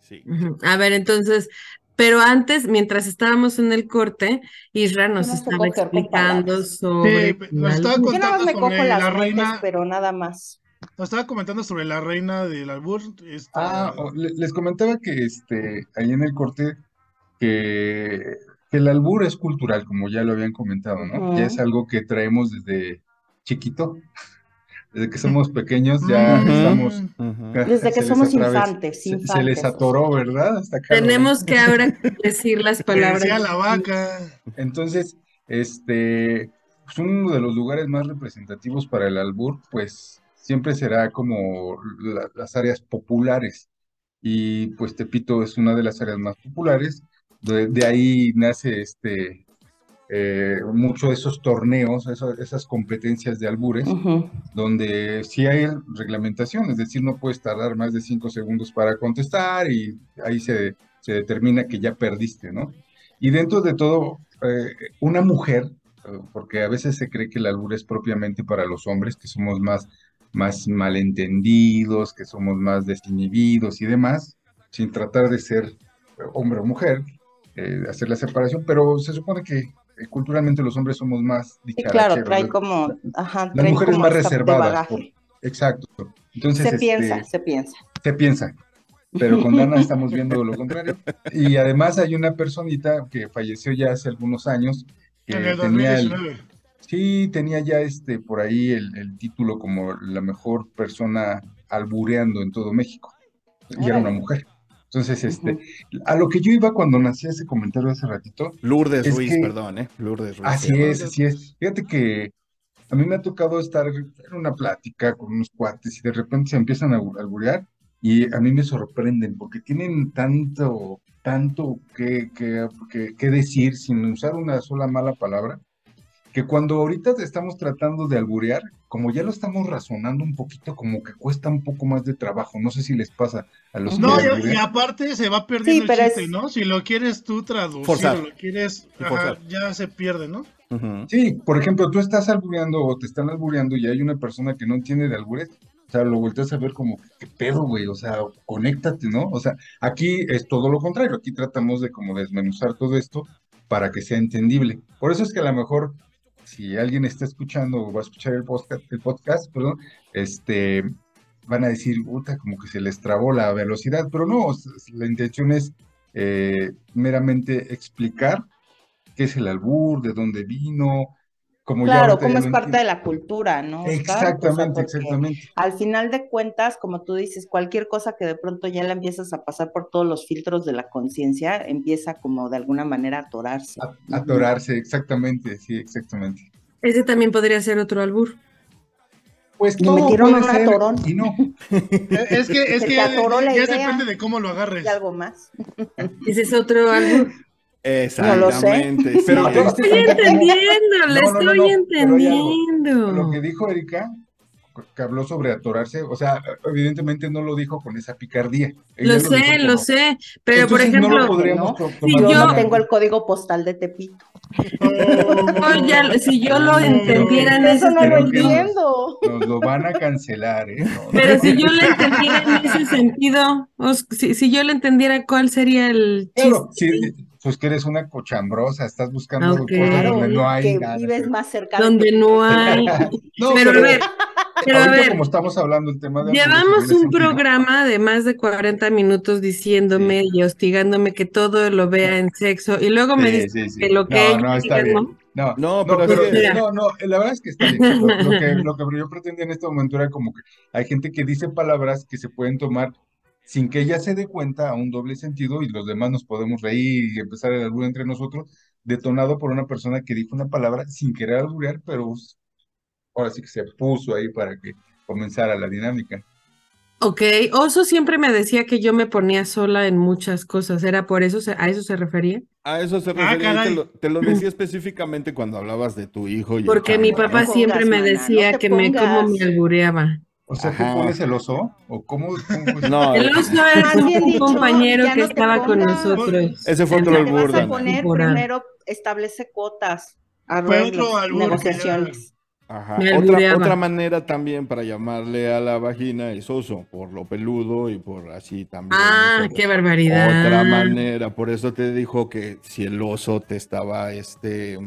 B: Sí.
C: ujú. A ver, entonces, pero antes, mientras estábamos en el corte, Isra nos
I: Tienes que
C: estaba
I: coger con
C: explicando
I: palabras.
C: sobre
D: Sí, nos estaba
C: algo.
I: Yo nada más me
D: contando
I: cojo
D: sobre
I: las
D: la
I: mentes,
D: reina.
I: pero nada más.
D: Nos estaba comentando sobre la reina del albur. esta-
E: Ah, o- le- les comentaba que este, ahí en el corte, que, que el albur es cultural, como ya lo habían comentado, ¿no? Ya es
I: Ujú.
E: algo que traemos desde chiquito, desde que somos pequeños, ya
D: Mm.
E: estamos,
I: Desde que
E: se les
I: somos
E: atraves-
I: infantes,
E: se, se les
I: infantes, o
E: atoró, ¿verdad? Hasta acá lo ven.
C: Tenemos que ahora decir las
D: Que decía
C: palabras.
D: la vaca.
E: Entonces, este, pues, uno de los lugares más representativos para el albur, pues siempre será como la- las áreas populares. Y pues Tepito es una de las áreas más populares. De, de ahí nace este eh, mucho de esos torneos, eso- esas competencias de albures,
I: Ujú.
E: donde sí hay reglamentación, es decir, no puedes tardar más de cinco segundos para contestar y ahí se, se determina que ya perdiste, ¿no? Y dentro de todo, eh, una mujer, eh, porque a veces se cree que el albur es propiamente para los hombres, que somos más, más malentendidos, que somos más desinhibidos y demás, sin tratar de ser eh, hombre o mujer, eh, hacer la separación, pero se supone que eh, culturalmente los hombres somos más
I: Sí, claro,
E: dicharacheros.
I: traen
E: ¿no?
I: como, ajá,
E: Las
I: traen
E: mujeres
I: como
E: más
I: esta de
E: reservadas, por-
I: bagaje.
E: exacto. Entonces,
I: Se
E: este,
I: piensa, se piensa.
E: se piensa, pero con Dana estamos viendo lo contrario. Y además hay una personita que falleció ya hace algunos años, que
D: En el
E: tenía el-
D: 2019.
E: sí, tenía ya este, por ahí el, el título como la mejor persona albureando en todo México, y era una
I: Órale.
E: mujer. Entonces, este,
I: Ujú.
E: a lo que yo iba cuando nací ese comentario hace ratito,
B: Lourdes
E: Es
B: Ruiz,
E: que-
B: perdón, ¿eh? Lourdes Ruiz.
E: así
B: perdón.
E: es, así es. Fíjate que a mí me ha tocado estar en una plática con unos cuates y de repente se empiezan a albu- alburear y a mí me sorprenden porque tienen tanto, tanto que, que, que- que decir sin usar una sola mala palabra, que cuando ahorita te estamos tratando de alburear, como ya lo estamos razonando un poquito, como que cuesta un poco más de trabajo. No sé si les pasa a los que
D: No, y- y,
E: alburean.
D: aparte se va perdiendo
I: Sí, pero
D: el chiste,
I: es-
D: ¿no? Si lo quieres tú traducir
B: Forzar.
D: o lo quieres,
B: Y
D: ajá,
B: forzar.
D: ya se pierde, ¿no?
B: Ujú.
E: Sí, por ejemplo, tú estás albureando o te están albureando y hay una persona que no entiende de albures, o sea, lo volteas a ver como, qué pedo, güey, o sea, conéctate, ¿no? O sea, aquí es todo lo contrario, aquí tratamos de como desmenuzar todo esto para que sea entendible. Por eso es que a lo mejor, si alguien está escuchando o va a escuchar el podcast, el podcast, perdón, este, van a decir, puta, como que se les trabó la velocidad, pero no, o sea, la intención es eh, meramente explicar qué es el albur, de dónde vino, como ya
I: Claro,
E: ahorita
I: como
E: ya
I: es
E: lo
I: parte de
E: entiendo.
I: la cultura, ¿no, Oscar? O sea,
E: Exactamente,
I: porque
E: exactamente.
I: al final de cuentas, como tú dices, cualquier cosa que de pronto ya la empiezas a pasar por todos los filtros de la conciencia, empieza como de alguna manera a atorarse.
E: A- atorarse, exactamente, sí, exactamente.
C: Ese también podría ser otro albur.
E: Pues
I: Le
E: todo
I: metieron
E: puede
I: un
E: ser
I: atorón.
E: y no.
D: Eh, Es que, es que
I: Se te
D: ya,
I: atoró la
D: ya
I: idea.
D: depende de cómo lo agarres.
E: pues.
I: ¿Y algo más?
C: Ese es otro albur.
I: No lo sé.
B: Exactamente. sí.
E: Pero este
I: No
E: te diste
I: lo
C: Estoy
E: cuenta cómo.
C: entendiendo, le
E: No, no, no,
C: estoy
E: no, pero hay algo. Lo que
C: entendiendo.
E: dijo Erika, que habló sobre atorarse, o sea, evidentemente no lo dijo con esa picardía.
C: Lo
E: Ella lo dijo
C: sé, lo
E: como.
C: sé, pero por
E: Entonces no lo
C: ejemplo,
E: podríamos
I: ¿no?
E: to-
C: si
E: tomar
C: yo-
E: como
I: No
E: un
I: tengo el
E: albur.
I: código postal de Tepito.
C: yo ya- si yo lo entendiera en
I: Yo eso
C: ese
I: no lo
E: Creo que
C: sentido,
E: nos,
I: entiendo.
E: nos lo van a cancelar, ¿eh? No, no,
C: pero si
E: no.
C: yo lo entendiera en ese sentido, os- si, si yo lo entendiera, ¿cuál sería el
E: Claro,
C: chiste?
E: sí, pues que eres una cochambrosa, estás buscando
C: Ok.
E: cosas donde no
I: Claro,
E: hay
I: que
E: nada.
I: vives más cerca de
C: Donde
I: Tepito.
C: no hay. Pero
E: No,
C: a
E: pero
C: ver, pero a
E: ahorita
C: ver,
E: como estamos hablando el tema de albures y
C: Llevamos
E: doble
C: un
E: sentido,
C: programa de más de 40 minutos diciéndome
E: sí,
C: y hostigándome que todo lo vea en sexo y luego me
E: sí,
C: dices
E: sí, sí.
C: que lo que
E: No,
C: ella
E: no, está
C: diga
E: bien.
C: no.
E: No,
B: No,
E: no,
B: pero
E: pero
B: sigue.
C: Mira.
E: no, no, la verdad es que está bien. Lo, lo que, lo que yo pretendía en este momento era como que hay gente que dice palabras que se pueden tomar sin que ella se dé cuenta a un doble sentido y los demás nos podemos reír y empezar el albur entre nosotros, detonado por una persona que dijo una palabra sin querer alburear, pero ahora sí que se puso ahí para que comenzara la dinámica.
C: Ok, Oso siempre me decía que yo me ponía sola en muchas cosas, ¿era por eso? se- ¿A eso se refería?
B: A eso se
D: Ah,
B: refería y te
D: caray.
B: lo, te lo decía específicomente cuando hablabas de tu hijo y el
C: Porque mi
B: chamba,
C: papá
I: No te
B: ¿no?
C: siempre
I: pongas,
C: me
I: mana, no
C: decía
I: te
C: que me, cómo me
I: pongas.
C: albureaba.
E: O sea, ¿tú
B: Ajá.
E: pones el oso? ¿O cómo? cómo es?
B: No,
C: El oso era
I: Más bien
C: un
I: dicho,
C: compañero
I: ya
C: que
I: no te
C: estaba con
I: pongas-
C: nosotros.
B: ese fue
C: en
B: otro
C: la-
I: Te vas a
B: Burdan.
I: poner
C: Temporal.
I: primero, establece cuotas,
D: otro
I: arreglos,
D: albur que
I: negociaciones.
B: Ajá.
C: Me
B: Otra,
C: albureaba.
B: otra manera también para llamarle a la vagina es oso, por lo peludo y por así también.
C: Ah,
B: eso.
C: qué barbaridad.
B: Otra manera, por eso te dijo que si el oso te estaba, este,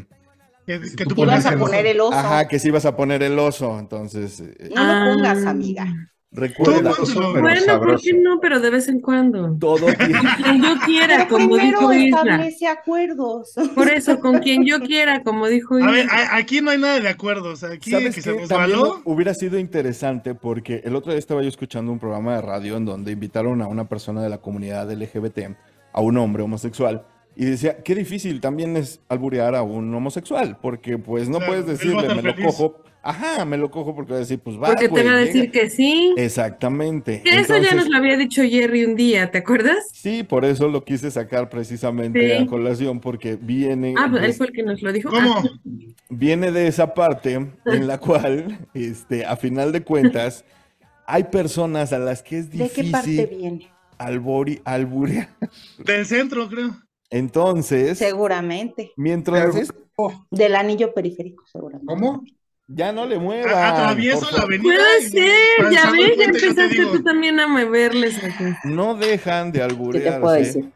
D: Que,
E: Si
D: que
E: tú
D: tú
I: Te
D: pones
I: ibas
E: pones
I: a
D: el oso.
I: poner el oso.
B: ajá, que si vas a poner el oso, entonces eh,
I: No lo pongas,
C: Ah.
I: amiga.
E: Pon
B: recuerda,
E: el
D: Tú,
E: oso, pero
C: Bueno, ¿por
E: sabroso.
C: qué no? Pero de vez en cuando.
B: todo tiene-
C: Quien yo quiera,
I: Pero
C: como dijo
I: primero
C: Isla.
I: establece acuerdos.
C: Por eso, con quien yo quiera, como dijo
D: A
C: Isla.
D: ver, a- aquí no hay nada de acuerdo. O sea, aquí que
B: ¿Sabes
D: se
B: qué? También
D: resbaló.
B: hubiera sido interesante porque el otro día estaba yo escuchando un programa de radio en donde invitaron a una persona de la comunidad LGBT, a un hombre homosexual, y decía, qué difícil también es alburear a un homosexual, porque pues no
D: Claro,
B: puedes
D: él va a
B: decirle,
D: estar
B: me lo
D: feliz".
B: cojo, ajá, me lo cojo porque va a decir, pues va,
C: Porque te
B: güey,
C: va a
B: llega".
C: decir que sí.
B: Exactamente.
C: Que eso ya nos
B: Entonces,
C: lo había dicho Jerry un día, ¿te acuerdas?
B: Sí, por eso lo quise sacar precisamente
C: Sí.
B: a colación, porque viene...
C: Ah, pues,
B: de-
C: él fue el que nos lo dijo.
D: ¿Cómo?
C: Ah,
B: viene de esa parte en la cual, este, a final de cuentas, hay personas a las que es
I: ¿De qué parte
B: difícil
I: viene?
B: albori, alburear.
D: Del centro, creo.
B: Entonces,
I: Seguramente.
B: mientras
E: Pero-
B: es-
E: Oh,
I: Del anillo periférico, seguramente.
E: ¿Cómo?
B: ya no le muevan.
D: A- Ah, Atravieso
B: por
D: la
B: favor.
D: avenida.
C: Puede
D: y-
C: ser, ya
D: pasando el
C: ves, ya
D: puente, yo te
C: empezaste
D: digo.
C: tú también a moverles aquí.
B: No dejan de
I: ¿Qué te puedo
B: alburearse.
I: decir?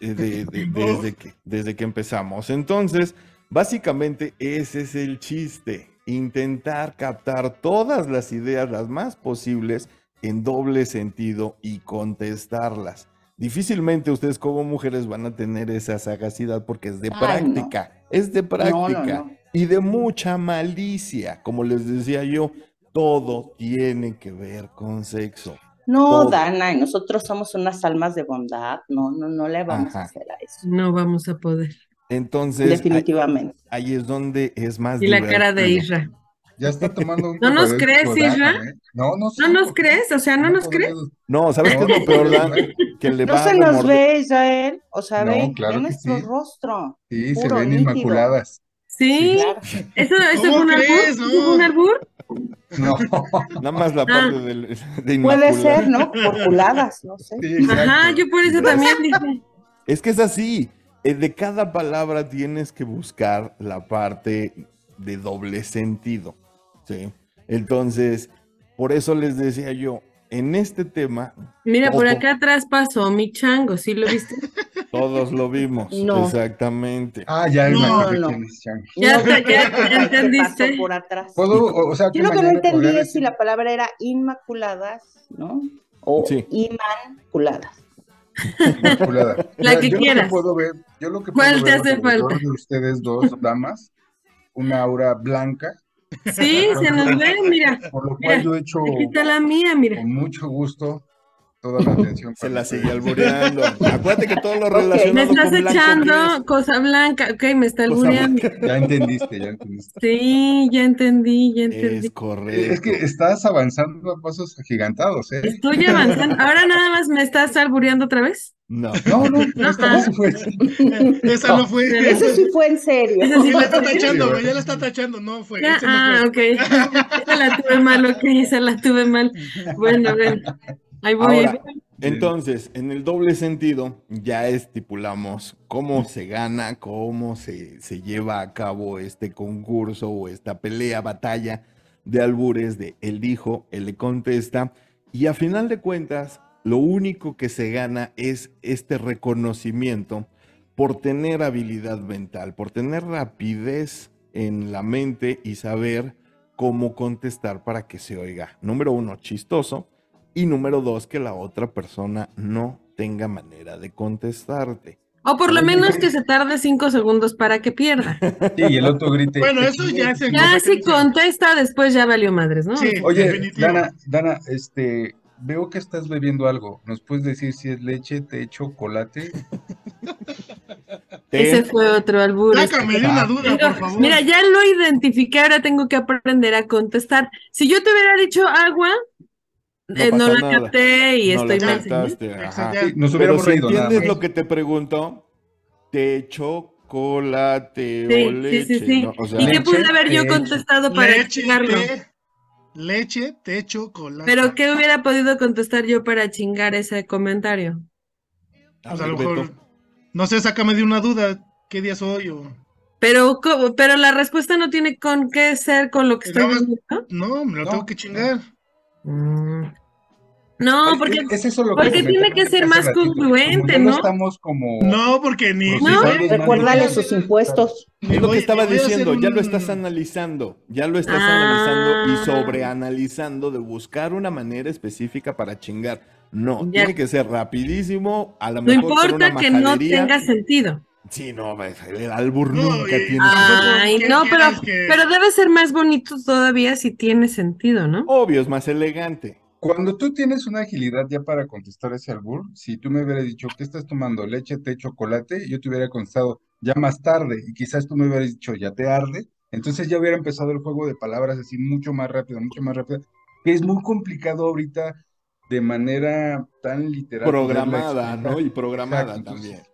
B: eh, de- de- desde, que, desde que empezamos. Entonces, básicamente ese es el chiste, intentar captar todas las ideas, las más posibles, en doble sentido y contestarlas. Difícilmente ustedes como mujeres van a tener esa sagacidad porque es de
I: Ay,
B: práctica, es de
I: No,
B: práctica
I: no, no.
B: y de mucha malicia. Como les decía yo, todo tiene que ver con sexo.
I: No,
B: Todo.
I: Dana, y nosotros somos unas almas de bondad. No, no, no le vamos a
B: Ajá.
I: hacer a eso.
C: No vamos a poder.
B: Entonces, ahí,
I: Definitivamente.
B: ahí es donde es más
C: Y la cara de
B: divertido.
C: Isra.
E: Ya está tomando un
C: ¿No nos
E: verdadero
C: crees,
E: chocolate,
C: Isra?
E: ¿eh? No, no sé.
C: ¿No nos
E: ¿por qué?
C: crees? O sea, ¿no nos
E: podría-
C: crees?
B: No, ¿sabes qué es lo
E: No,
B: peor,
E: podría
B: Dan?
E: ser.
B: Que le
I: No
B: va
I: se
B: a
I: nos
B: remorder.
I: ve, Israel. O sea,
E: No,
I: ve,
E: claro
I: ve
E: que
I: nuestro
E: sí.
I: rostro.
E: Sí, se
I: Puro,
E: ven
I: nítido.
E: inmaculadas.
C: ¿Sí?
I: Claro.
C: ¿Eso, eso
D: ¿Cómo
C: fue un albur?
D: crees?
C: ¿Eso fue un
D: No.
C: albur?
E: No.
B: Nada más
C: Ah.
B: la parte del, de
I: Puede
B: inmacular.
I: ser, ¿no? Por culadas, no sé.
E: Sí, exacto.
C: Ajá, yo por eso también dije.
B: Es que es así. eh, De cada palabra tienes que buscar la parte de doble sentido. ¿sí? Entonces, por eso les decía yo, en este tema
C: Mira, por
B: Ojo.
C: acá atrás pasó mi chango, ¿sí lo viste?
B: todos lo vimos.
I: No.
B: Exactamente.
E: Ah, ya
D: No,
E: imaginé
I: no.
E: quién es Chango.
C: Ya
I: No,
C: está,
I: porque
C: ya-
I: no
C: ya
I: sabes qué
C: entendiste.
I: pasó por atrás.
E: ¿Puedo, o, o sea, que
I: Yo lo que no
E: mañana podría
I: entendí es si
E: decir-
I: la palabra era inmaculadas, ¿no? O
B: Sí.
I: inmanculadas.
E: Inmaculada.
C: La
E: Mira,
C: que
E: yo
C: quieras.
E: Lo que puedo ver, yo lo que puedo
C: ¿Cuál
E: ver
C: te hace
E: alrededor
C: falta?
E: de ustedes dos damas, una aura blanca,
C: Sí, se nos ve, mira.
E: por lo cual
C: Mira,
E: yo he hecho
C: aquí está la mía, mira.
E: con mucho gusto toda la atención.
B: Se
E: para
B: la
E: ustedes.
B: sigue alboreando. Acuérdate que todo lo
I: Ok.
C: Me
B: relacionado
C: estás
B: con blanco
C: echando cosa blanca, ok, me está
B: Cosa
C: albureando.
E: Ya entendiste, ya entendiste.
C: Sí, ya entendí, ya
B: es,
C: entendí.
B: es correcto.
E: Es que estás avanzando a pasos agigantados, ¿eh?
C: Estoy avanzando. Ahora nada más me estás albureando otra vez. Ah,
B: No.
E: No, no, pues,
C: No,
E: esta no fue así.
D: Esa no fue.
C: Pero
I: Eso sí fue en serio.
C: Eso sí
D: Y
C: fue
D: la está tachando, güey.
E: Sí,
D: Ya
E: güey.
D: la está tachando. No fue.
C: Ya,
D: ese no
C: ah, ok. Esa la tuve mal, ok, esa la tuve mal. Bueno, bueno. Ahí voy. ahí
B: Ahora,
C: voy.
B: Entonces, en el doble sentido, ya estipulamos cómo se gana, cómo se, se lleva a cabo este concurso o esta pelea, batalla de albures de él dijo, él le contesta, y a final de cuentas, lo único que se gana es este reconocimiento por tener habilidad mental, por tener rapidez en la mente y saber cómo contestar para que se oiga, número uno, chistoso, y número dos, que la otra persona no tenga manera de contestarte.
C: O por lo menos que se tarde cinco segundos para que pierda.
E: Sí, y el otro grite.
D: Bueno,
E: "Te
D: eso ya
E: chingué".
D: se
C: Ya si
D: competencia.
C: contesta, después ya valió madres, ¿no?
D: Sí,
E: Mm. Oye,
D: definitivo.
E: Dana, Dana, este, veo que estás bebiendo algo. ¿Nos puedes decir si es leche, té, chocolate?
B: Te-
C: Ese fue otro albur. Este,
D: Sácame de una duda, por favor.
C: Mira, ya lo identifiqué, ahora tengo que aprender a contestar. Si yo te hubiera dicho agua,
B: No
C: eh, no
B: pasa
C: la
B: nada.
C: capté y
B: no la
C: estoy mal. señor.
B: captaste, ajá.
D: Exacto.
E: Sí, nos
B: Pero
E: hubiéramos
B: si
E: reído nada
B: entiendes
E: más.
B: lo que te pregunto, te chocolate
C: Sí,
B: o
C: sí,
B: leche.
C: sí, sí.
B: ¿no? O sea,
C: ¿Y qué
E: leche,
C: pude haber yo
E: leche.
C: contestado para
D: Leche,
C: explicarlo?
D: té. Leche, techo, chocolate.
C: Pero ¿qué hubiera podido contestar yo para chingar ese comentario?
D: Pues a lo mejor, no sé, sácame de una duda, ¿qué día soy? O...
C: Pero, ¿cómo? pero la respuesta no tiene con qué ser con lo que estoy
D: No,
C: diciendo.
D: No, me lo
E: No.
D: tengo que chingar.
C: No,
E: Es-
C: porque,
E: es eso lo
C: porque
E: comentaba
C: tiene que ser
E: hace
C: más
E: ratito, como
C: congruente,
E: No
C: ¿no?
E: estamos como.
D: No, porque ni...
E: No,
D: ni- ni-
I: Recuérdale
D: ni-
I: sus impuestos.
D: ni
B: Es lo
D: voy-
B: que estaba
D: ni voy a hacer
B: diciendo, ya lo
D: un-
B: estás analizando, ya lo estás
C: Ah.
B: analizando y sobreanalizando de buscar una manera específica para chingar. No,
C: Ya.
B: tiene que ser rapidísimo, a lo
C: No
B: mejor con
C: importa
B: una
C: que no
B: majadería.
C: tenga sentido.
B: Sí, no, pues, el albur
D: No,
B: nunca
C: eh,
D: y-
B: tiene
D: Ah.
C: Ay,
D: ¿qué
C: no, pero,
D: quieres que-
C: pero debe ser más bonito todavía si tiene sentido, ¿no?
B: Obvio, es más elegante.
E: Cuando tú tienes una agilidad ya para contestar ese albur, si tú me hubieras dicho que estás tomando leche, té, chocolate, yo te hubiera contestado ya más tarde y quizás tú me hubieras dicho ya te arde, entonces ya hubiera empezado el juego de palabras así mucho más rápido, mucho más rápido, que es muy complicado ahorita de manera tan literal. poderla
B: Programada,
E: explicar.
B: ¿no? Y programada
E: Exacto, entonces,
B: también.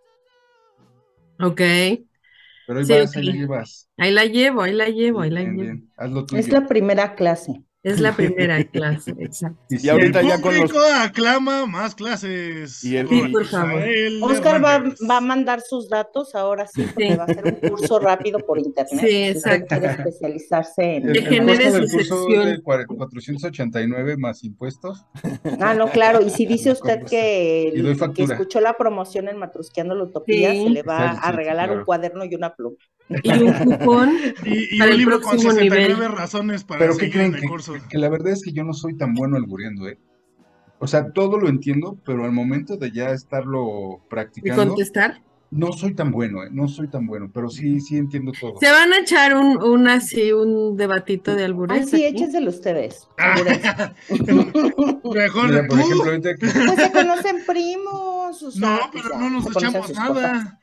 C: Ok,
E: Pero ahí
C: Sí,
E: vas,
C: ok.
E: ahí la llevas.
C: ahí la llevo, ahí la llevo, ahí la
E: Bien,
C: llevo.
E: bien, haz lo tuyo.
I: Es la primera clase.
C: Es la primera clase, exacto.
E: Y
B: Y
E: si
B: ahorita
E: el-
B: ya
D: El
B: con los-
D: público aclama más clases.
B: Y el-
D: con
C: Sí, por favor.
D: Israel
I: Oscar va,
D: Hernández.
I: va a mandar sus datos ahora sí, porque
C: Sí.
I: va a hacer un curso rápido por internet.
C: Sí,
I: si usted
C: exacto.
I: quiere especializarse en...
E: el-
C: Que
E: el
C: genere
E: costo del
C: su
E: curso
C: sección.
E: es de cuare- 489 más impuestos.
I: Ah, no, claro, y si dice
E: Los
I: usted
C: pues,
E: combos.
I: que,
E: Y doy
I: que
E: factura.
I: escuchó la promoción en Matrusqueando la Utopía,
C: Sí.
I: se le va
E: Sí, sí,
I: a
E: sí,
I: regalar
E: claro.
I: un cuaderno y una pluma.
C: Y un cupón.
D: Y, y
C: Para
D: un
C: el
D: libro con
C: próximo
D: 69
C: nivel.
D: razones para
E: Pero ¿qué
D: seguir en
E: creen?
D: el
E: Que,
D: curso.
E: que la verdad es que yo no soy tan bueno albureando, ¿eh? O sea, todo lo entiendo, pero al momento de ya estarlo
C: Y
E: practicando,
C: contestar.
E: no soy tan bueno, ¿eh? No soy tan bueno, pero sí, sí entiendo todo.
C: ¿Se van a echar un, un así, un debatito de
I: Ay,
C: albures
I: sí,
C: aquí?
I: échenselo ustedes. asegúrense.
D: Mejor
E: Mira,
C: ¡Uh!
E: por
D: tú.
E: ejemplo, ahorita que...
I: Pues se conocen primos, o sea,
D: No,
I: pues
D: pero
I: ya,
D: no nos
I: se conocen
D: echamos
I: sus papás.
D: nada.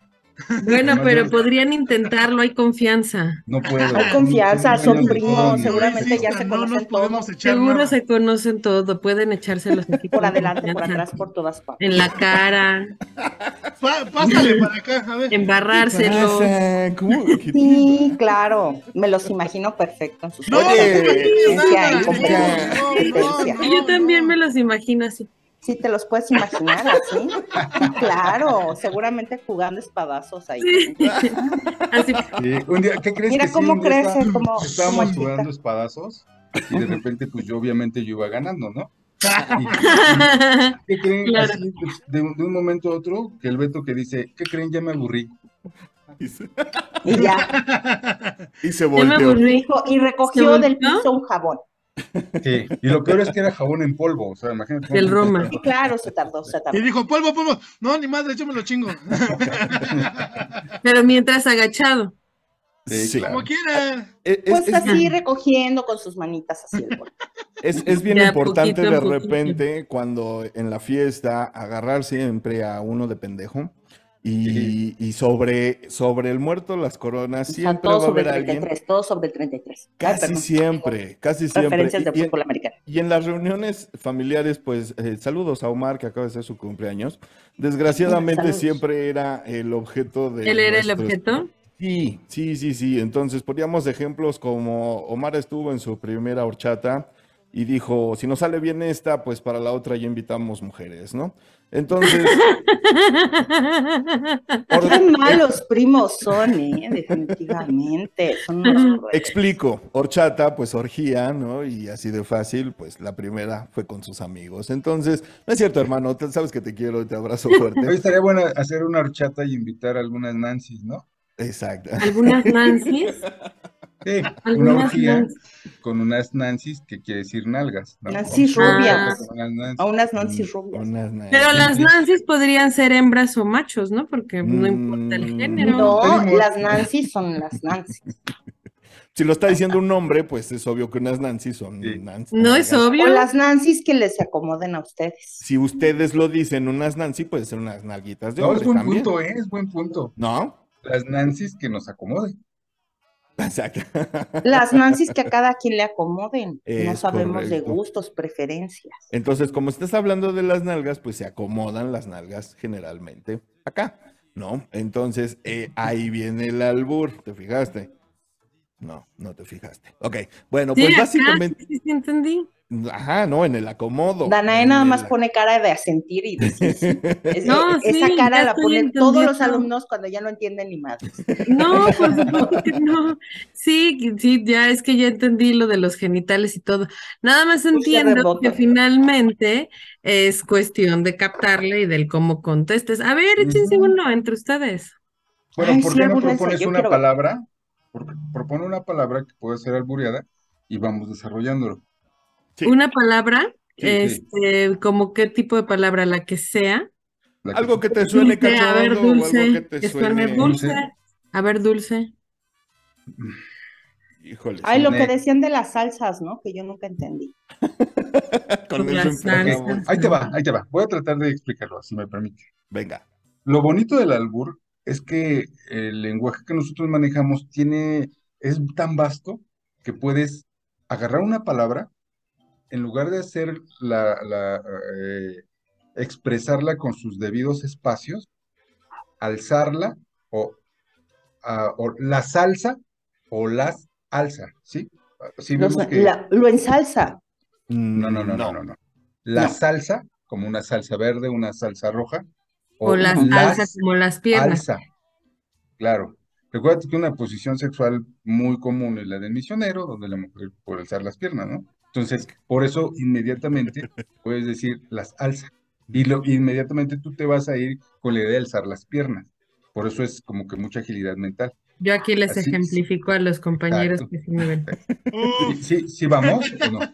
C: Bueno,
E: Además,
C: pero
E: yo-
C: podrían intentarlo, hay confianza.
E: No puedo.
I: Hay confianza,
E: No soy
I: Ah, son
E: bueno de todo,
I: primos,
E: ni de
I: seguramente ya
E: nada.
I: se
D: No nos
I: conocen
D: podemos
I: todos.
D: echar
C: Seguro
D: nada.
C: se conocen todo, pueden echárselos aquí
I: Por
C: con
I: adelante, por
C: confianza.
I: atrás, por todas partes.
C: En la cara,
D: Pa- pásale para acá, a
C: Em,
D: ver.
C: embarrárselos.
B: pasa? Ah, ¿Cómo? ¿Qué
I: Sí,
B: te
I: claro, me los imagino perfecto en sus
D: No,
I: fotos,
B: Oye,
I: en su
D: no
I: inteligencia,
D: nada.
I: en cómo
B: Erika.
I: su
D: No,
I: competencia.
D: no,
C: Yo también
D: no.
C: me los imagino así.
I: Sí, te los puedes imaginar así. Sí, claro, seguramente jugando espadazos ahí.
C: Sí. Así,
E: Sí, un día, ¿qué crees
I: Mira
E: que sí?
I: cómo
E: Un día está-
I: crece, cómo, cómo
E: estábamos
I: excita.
E: jugando espadazos y de repente, pues yo obviamente yo iba ganando, ¿no? Y- ¿Qué creen?
C: Claro.
E: Así, de, de un momento a otro, que el Beto que dice, ¿qué creen? Ya me aburrí.
B: dice?
I: Y ya,
B: Y se
C: yo me
B: volteó.
C: aburrí.
I: dijo, y recogió
C: volvió?
I: del piso un jabón.
E: Sí. Y lo peor es que era jabón en polvo, o sea, imagínate. cómo
C: Del
E: se
C: Roma.
I: Sí,
E: trataba.
I: claro, se tardó, se
D: Y
I: tardó.
D: dijo, polvo, polvo. No, ni madre, yo me lo chingo.
C: Pero mientras agachado.
E: Sí,
B: Sí.
E: claro.
D: Como quiera.
B: Eh, Es- es-
I: Pues
B: es-
I: así recogiendo con sus manitas así el bol.
B: Es, es bien
C: De a
B: importante
C: poquito
B: de
C: en poquito.
B: repente cuando en la fiesta agarrar siempre a uno de pendejo y, y sobre, sobre el muerto las coronas
I: O sea,
B: siempre
I: todo
B: va a
I: sobre
B: haber
I: el
B: alguien,
I: 33, todo sobre el 33. Ay,
B: casi
I: perdón,
B: siempre, casi siempre.
I: Referencias de
B: Y- y en-
I: fútbol americano.
B: y en las reuniones familiares, pues eh, saludos a Omar que acaba de ser su cumpleaños. Desgraciadamente
I: Saludos.
B: siempre era el objeto de...
C: Él era el
B: nuestros-
C: objeto.
B: Sí, sí, sí, sí. Entonces poníamos ejemplos como Omar estuvo en su primera horchata y dijo, si nos sale bien esta, pues para la otra ya invitamos mujeres, ¿no? Entonces, orde-
I: Qué malos primos son, ¿eh? Definitivamente. Son unos crueles.
B: Explico, horchata, pues orgía, ¿no? Y así de fácil, pues la primera fue con sus amigos. Entonces, no es cierto, hermano, te- sabes que te quiero, te abrazo
E: Hoy
B: fuerte.
E: estaría bueno hacer una horchata y invitar a algunas Nancy's, ¿no?
B: Exacto.
C: Algunas Nancy's,
E: Sí, una
C: algunas
E: orgía
C: Nancy's.
E: con unas Nancy's que quiere decir nalgas, ¿no?
I: Nancy's
E: Vamos a
C: rubias.
E: hacer unas Nancy's.
I: A unas Nancy
B: Mm,
I: rubias.
B: unas na-
C: Pero las Nancy's podrían ser hembras o machos, ¿no? Porque no importa el
B: Mm,
C: género.
I: No,
E: Primo.
I: las Nancy son las Nancy.
B: Si lo está diciendo un hombre, pues es obvio que unas Nancy son
E: Sí.
B: Nancy.
C: No es
B: nalgas.
C: obvio.
I: O las Nancy's que les acomoden a ustedes.
B: Si ustedes lo dicen, unas Nancy, puede ser unas nalguitas de
E: No, es
B: hombre
E: buen
B: también.
E: punto, ¿eh? Es buen punto.
B: ¿No?
E: Las Nancy's que nos acomoden.
B: Exacto.
I: Las Nancy's que a cada quien le acomoden. no
B: Es
I: sabemos de
B: correcto.
I: gustos, preferencias.
B: Entonces, como estás hablando de las nalgas, pues se acomodan las nalgas generalmente acá, ¿no? Entonces, eh, ahí viene el albur, ¿te fijaste? No, no te fijaste. Ok, bueno,
C: Sí,
B: pues
C: acá,
B: básicamente.
C: sí, sí, entendí.
B: Ajá, no, en el acomodo.
I: Danae
B: en
I: nada
B: el
I: más
B: ac-
I: pone cara de asentir y decir sí. Es-
C: No,
I: e- esa
C: sí,
I: cara
C: ya
I: la
C: estoy
I: ponen todos los
C: entendiendo.
I: alumnos cuando ya no entienden ni madres.
C: No, por supuesto que no. Sí, que- sí, ya es que ya entendí lo de los genitales y todo. Nada más
B: Pues
C: entiendo
I: reboto.
C: que finalmente es cuestión de captarle y del cómo contestes. A ver, échense
E: Ujú.
C: uno entre ustedes.
E: Bueno,
I: Ay,
E: ¿por
I: sí,
E: qué no
I: albúrense,
E: propones
I: yo
E: una
I: quiero-
E: palabra? Por- Propone una palabra que pueda ser albureada y vamos desarrollándolo.
B: Sí.
C: Una palabra,
E: Sí, sí.
C: este, como qué tipo de palabra, la que sea.
E: La que-
B: Algo que te suene
C: Dulce, a ver,
B: cachondo o algo
C: dulce,
B: que te
C: que suene
B: suene.
C: dulce.
E: Dulce.
C: A ver, dulce.
B: Híjole,
I: Ay,
B: sí,
I: lo que
E: Next.
I: decían de las salsas, ¿no? Que yo nunca entendí.
B: con
C: con
B: eso
C: la
B: empezamos.
C: salsa.
E: Ahí te va, ahí te va. Voy a tratar de explicarlo, si me permite.
B: Venga.
E: Lo bonito del albur es que el lenguaje que nosotros manejamos tiene, es tan vasto que puedes agarrar una palabra, en lugar de hacer la, la, eh, expresarla con sus debidos espacios, alzarla o, ah, o la salsa o las alza, ¿sí? Si
I: Los-
E: vemos que
I: la- lo ensalza.
E: no, no, no, no, no, no. La
I: No.
E: salsa, como una salsa verde, una salsa roja,
C: O la salsa
E: las
C: como las piernas.
E: alza. Claro. Recuerda que una posición sexual muy común es la del misionero, donde la mujer puede alzar las piernas, ¿no? Entonces, por eso inmediatamente puedes decir las alza. Y lo, inmediatamente tú te vas a ir con la idea de alzar las piernas. Por eso es como que mucha agilidad mental.
C: Yo aquí les
E: Así es.
C: ejemplifico a los compañeros
E: Exacto.
C: que sí me ven.
E: ¿Sí, sí, sí vamos o no?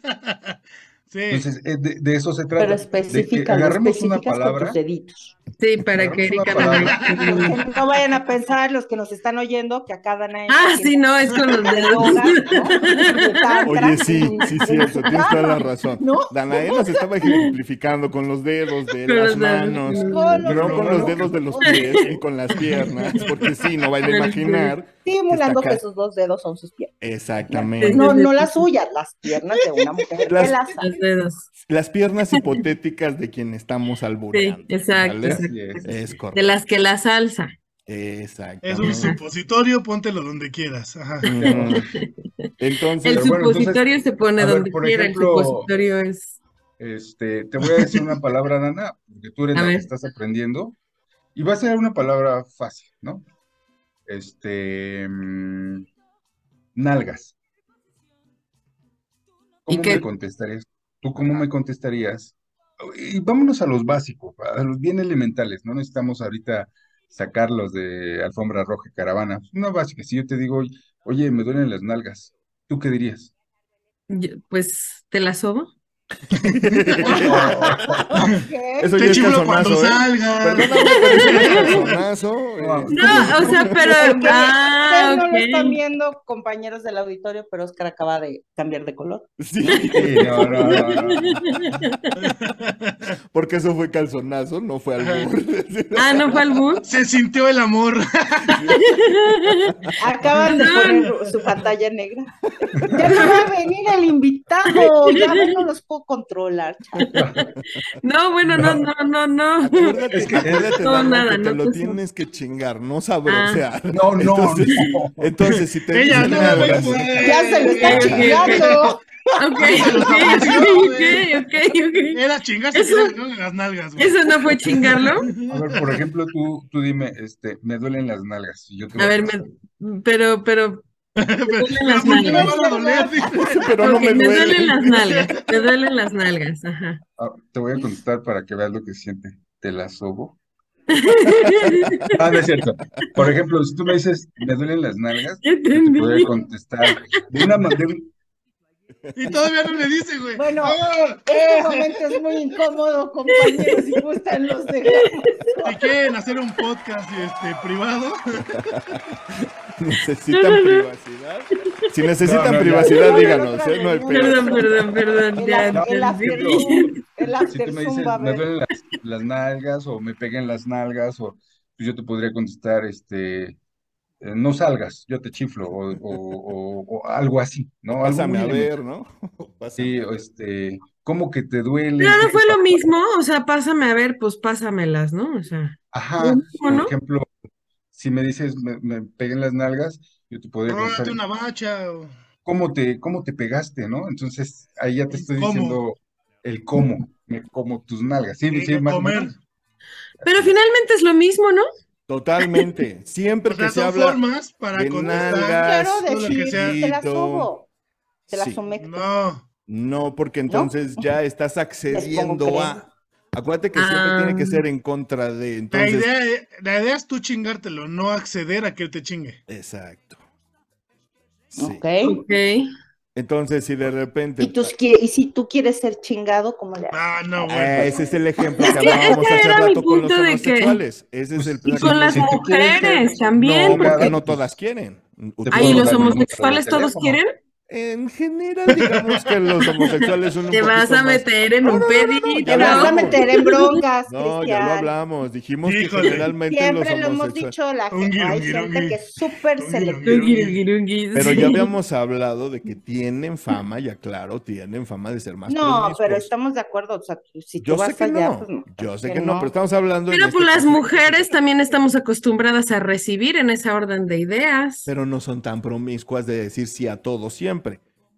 D: Sí,
E: Entonces, eh, de, de eso se
I: Pero
E: trata. De que
I: específicalo,
E: agarremos una
I: especificas con
E: palabra.
I: tus deditos.
C: Sí, para que
E: Agarramos una
C: Erika
E: palabra.
C: me
I: Porque
C: vea.
I: no vayan a pensar los que nos están oyendo que acá Danae
C: Ah,
I: está
C: sí,
I: haciendo
C: no, es con los
I: de
C: dedos.
I: yoga, ¿no? De tantra,
B: Oye, sí,
I: sin-
B: sí,
I: sin
B: cierto, tienes toda la razón.
I: ¿No?
B: Danae nos estaba ejemplificando con los dedos de
C: Con
B: las
C: los dedos.
B: manos,
I: Con los
B: no con los
I: dedos.
B: dedos de los pies ni con las piernas, porque sí, no van a imaginar Está
I: Simulando
B: acá.
I: que sus dos dedos son sus piernas.
B: exactamente.
I: No, no las suyas, las piernas de una mujer.
B: Las-
I: que las
C: Los dedos.
B: Las piernas hipotéticas de quien estamos
C: Sí,
B: albureando.
C: exacto,
B: ¿vale?
C: exacto.
E: Así es.
B: Es
C: De
B: correcto.
C: las que la salsa.
B: Exactamente.
D: es un supositorio, póntelo donde quieras. Ajá.
B: Ujú. Entonces,
C: El
E: Pero bueno, entonces,
C: supositorio se pone
E: a ver,
C: donde
E: por
C: quiera. El
E: ejemplo,
C: supositorio es.
E: Este, te voy a decir una palabra, Nana, porque tú eres
C: A
E: la que
C: ver.
E: estás aprendiendo, y va a ser una palabra fácil, ¿no? Este, mm, nalgas.
C: ¿Y
E: ¿Cómo
C: qué?
E: me contestarías? ¿Tú cómo me contestarías? Y vámonos a los básicos, a los bien elementales, no necesitamos ahorita sacarlos de alfombra roja y caravana. Una básica, si yo te digo, oye, me duelen las nalgas, ¿tú qué dirías?
C: yo- Pues te la sobo.
I: ¿Qué?
B: eso ya
D: Te
B: es
D: chiflo cuando
B: calzonazo, ¿eh?
D: salgas.
B: Perdóname, pero eso ya es calzonazo.
E: No,
B: eh.
C: No, o sea, pero.
I: Ustedes-
C: Ah,
I: ustedes no lo están
C: ok.
I: viendo, compañeros del auditorio, pero Oscar acaba de cambiar de color.
B: eh, Sí.
E: Sí, no, no, no, no, no.
B: Porque eso fue calzonazo, no fue albur.
C: Ah, no fue albur.
D: Se sintió el amor.
I: Acaban de
C: Perdón.
I: poner su pantalla negra. Ya no va a venir el invitado, ya no los puedo controlar. chale.
C: No, bueno, no, no, no, no.
B: Acuérdate,
E: Es que-
B: acuérdate,
C: No,
B: Dana,
C: nada,
B: que te
C: no Ah.
B: lo
C: te-
B: tienes que chingar, no sabrosear.
E: No, no,
B: entonces,
E: no.
B: entonces, si te
D: Ella
B: dicen
D: no pues".
B: algo
D: me
B: así-
D: fue.
I: Ya se lo está chingando.
C: Ok,
D: Se los
C: ok,
D: ofreció, güey.
C: ok, ok, ok.
D: Era chingarse que
C: Eso-
D: le duelen las nalgas, güey.
C: Eso no fue chingarlo.
E: A ver, por ejemplo, tú, tú dime, este, me duelen las nalgas. y yo te
C: A
E: voy
C: ver,
E: contestar,
C: me- pero, pero,
D: Pero
C: las
D: ¿por qué me
C: nalgas.
D: van a doler?
B: pero no
C: ok,
B: me duele.
C: duelen las nalgas, me duelen las nalgas, ajá.
E: ah, te voy a contestar para que veas lo que siente. Te la sobo. Ah, no es cierto. Por ejemplo, si tú me dices, me duelen las nalgas,
C: Ya
E: yo te voy
C: entendí.
E: a contestar de una manera.
D: Y todavía no le dice, güey.
I: Bueno,
D: ¡Ah!
I: Este momento es muy incómodo, compañeros, si gustan los dejamos.
D: Si quieren hacer un podcast este, privado,
C: No, no,
B: ¿Necesitan
C: no.
B: privacidad? Si necesitan
E: No, no, ya.
B: privacidad,
I: No, no,
B: díganos,
I: no,
B: ¿eh? No hay
I: no,
B: pedo.
C: Perdón, perdón, perdón,
I: El,
C: ya
I: af- el after
C: entendí.
I: Zoom,
E: Si
I: el
E: tú
I: after
E: me
I: Zoom
E: dices,
I: va a
E: me
I: haber.
E: duelen las, las nalgas o me pegan las nalgas, o pues yo te podría contestar, este, eh, no salgas, yo te chiflo, o, o- o- o algo así, ¿no? Algo
B: Pásame
E: muy
B: a
E: elemental.
B: ver, ¿no? Pásame
E: Sí,
B: a
E: o
B: ver.
E: este, ¿cómo que te duele?
C: Pero
E: ¿Qué
C: no
E: te
C: fue
E: pasó?
C: lo mismo, o sea, pásame a ver, pues pásamelas, ¿no? O sea, lo
E: Ajá,
C: mismo,
E: por
C: ¿no?
E: ejemplo, si me dices me, me peguen las nalgas, Yo te podría
D: Róbate Ah,
E: preguntar,
D: una bacha. o-
E: ¿cómo te, cómo te pegaste, no? Entonces, ahí ya te
D: El
E: estoy
D: cómo.
E: diciendo el cómo, me como tus nalgas. Sí,
D: El
E: sí, más o
D: comer.
E: menos.
C: Pero finalmente es lo mismo, ¿no?
B: Totalmente.
D: O
B: Siempre
D: sea,
B: que se
D: son
B: habla
D: formas para
B: de
D: conectar.
B: nalgas,
I: Claro,
D: Todo lo que
I: decir,
D: sea.
I: te la
B: Tito.
I: subo, te la
B: Sí.
I: somecto.
D: No.
B: No, porque entonces ya estás accediendo
I: crema.
B: a. Acuérdate que siempre
C: Ah.
B: tiene que ser en contra de.
D: La
B: Entonces.
D: idea, e- la idea es tú chingártelo, no acceder a que te chingue.
B: Exacto. Sí.
I: ¿ok?
C: Ok.
B: Entonces, si de repente.
I: Y, tú qui- y si tú quieres ser chingado, como le
D: Ah, no, bueno.
B: Ah, ese es el ejemplo
C: Es
B: que
C: que
B: hablábamos
C: ese
B: hace
C: era mi
B: rato con los
C: punto de que-
B: homosexuales. Ese es el
E: Y
C: Y
E: Sí,
C: con
E: sí,
C: las
E: sí, tú quieres ser-
C: mujeres
B: No,
C: también,
E: Hombre,
B: porque
E: porque-
B: no todas quieren.
E: Te
C: Ay, ¿y
E: puedo
C: los
E: dar mi número de
C: homosexuales todos
E: teléfono.
C: quieren?
B: En general, digamos que los homosexuales son un
C: Te vas
B: poquito
C: a
B: más-
C: meter en
B: No,
C: un
B: no, no, no, no,
C: pedito.
B: ya
I: Te
B: lo
I: vas a
B: hablamos.
I: meter en broncas,
B: No, ya lo
I: Cristian.
B: hablamos. Dijimos
D: Híjole.
B: que generalmente
I: Siempre
B: los
I: lo hemos
B: homosexuales.
I: dicho, la
D: Ungui,
I: gente, hay
D: ungui,
I: gente
D: ungui.
I: que es súper
D: Ungui,
I: selectiva.
C: Ungui, ungui, ungui,
B: Pero
C: sí.
B: ya habíamos hablado de que tienen fama, ya claro, tienen fama de ser más
I: No, pero
B: promiscuos.
I: estamos de acuerdo, o sea, tú- si tú
B: Yo sé
I: vas
B: que
I: allá,
B: no,
I: pues no,
B: yo sé
I: que
B: que no, pero estamos hablando en
C: Pero
B: este
C: pues las
B: contexto.
C: mujeres también estamos acostumbradas a recibir en esa orden de ideas.
B: Pero no son tan promiscuas de decir sí a todo siempre.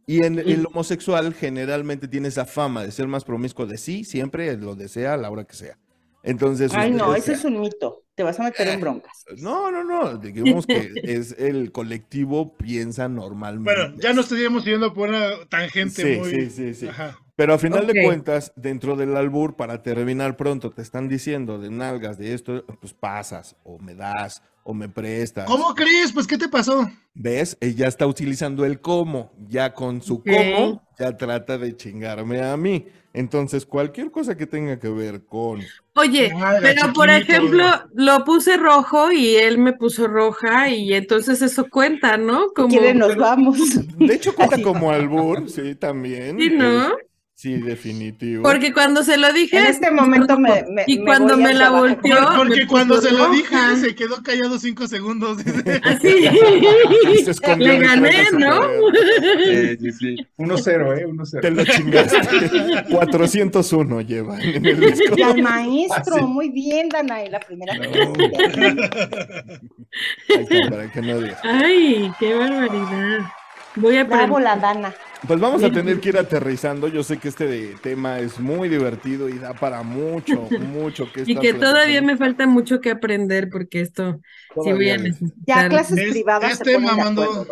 B: Y en el homosexual generalmente tiene esa fama de ser más promiscuo de sí, siempre lo desea a la hora que sea. Entonces,
I: Ay, no,
B: ustedes
I: eso
B: ya-
I: es un mito, te vas a meter en broncas.
B: No, no, no, digamos que es el colectivo piensa normalmente.
D: Bueno, ya
B: así.
D: nos estaríamos yendo por una tangente
B: Sí, sí,
D: muy.
B: sí, Ah, sí.
D: Ajá.
B: Pero a final de
C: Ok.
B: cuentas, dentro del albur, para terminar pronto, te están diciendo de nalgas, de esto, pues pasas, o me das, o me prestas.
D: ¿Cómo crees? Pues, ¿qué te pasó?
B: ¿Ves? Ella está utilizando el cómo. Ya con su
C: Ok.
B: cómo, ya trata de chingarme a mí. Entonces, cualquier cosa que tenga que ver con.
C: Oye,
D: Nalga,
C: pero por
D: chiquito.
C: ejemplo, lo puse rojo y él me puso roja y entonces eso cuenta, ¿no? Como
I: Quiere, nos vamos.
B: De hecho, cuenta
I: Así.
B: como albur, sí, también.
C: Sí,
D: Pues,
C: ¿no?
B: es- Sí, definitivo.
C: Porque cuando se lo dije,
I: En este momento me, me-
C: y
I: me
C: cuando
I: voy
C: me
I: hacia
C: la
I: abajo.
C: volteó,
D: Por-
C: me
D: porque
C: puso
D: cuando se lo dije,
C: roja.
D: se quedó callado cinco segundos. dice.
C: Así.
B: Y se escondió
C: Le
B: detrás de
C: gané,
B: su
C: ¿no?
B: poder.
E: Sí, sí, sí. 1-0, ¿eh? 1-0.
B: Te lo chingaste. 401 llevan en el disco.
I: Al maestro,
E: Así.
I: muy bien, Danae, la primera.
E: No.
B: Ahí está, para que no digas.
C: Ay, qué barbaridad. Voy a
I: Bravo,
C: aprender.
I: la Dana.
B: Pues vamos a tener que ir aterrizando. Yo sé que este de- tema es muy divertido y da para mucho, mucho que
C: Y
B: estar
C: que todavía
B: platicando.
C: me falta mucho que aprender porque esto sí voy a
B: Todavía les-
C: necesitar.
I: Ya clases
D: Es-
I: privadas
D: este
I: se ponen
D: mamando-
I: de acuerdo,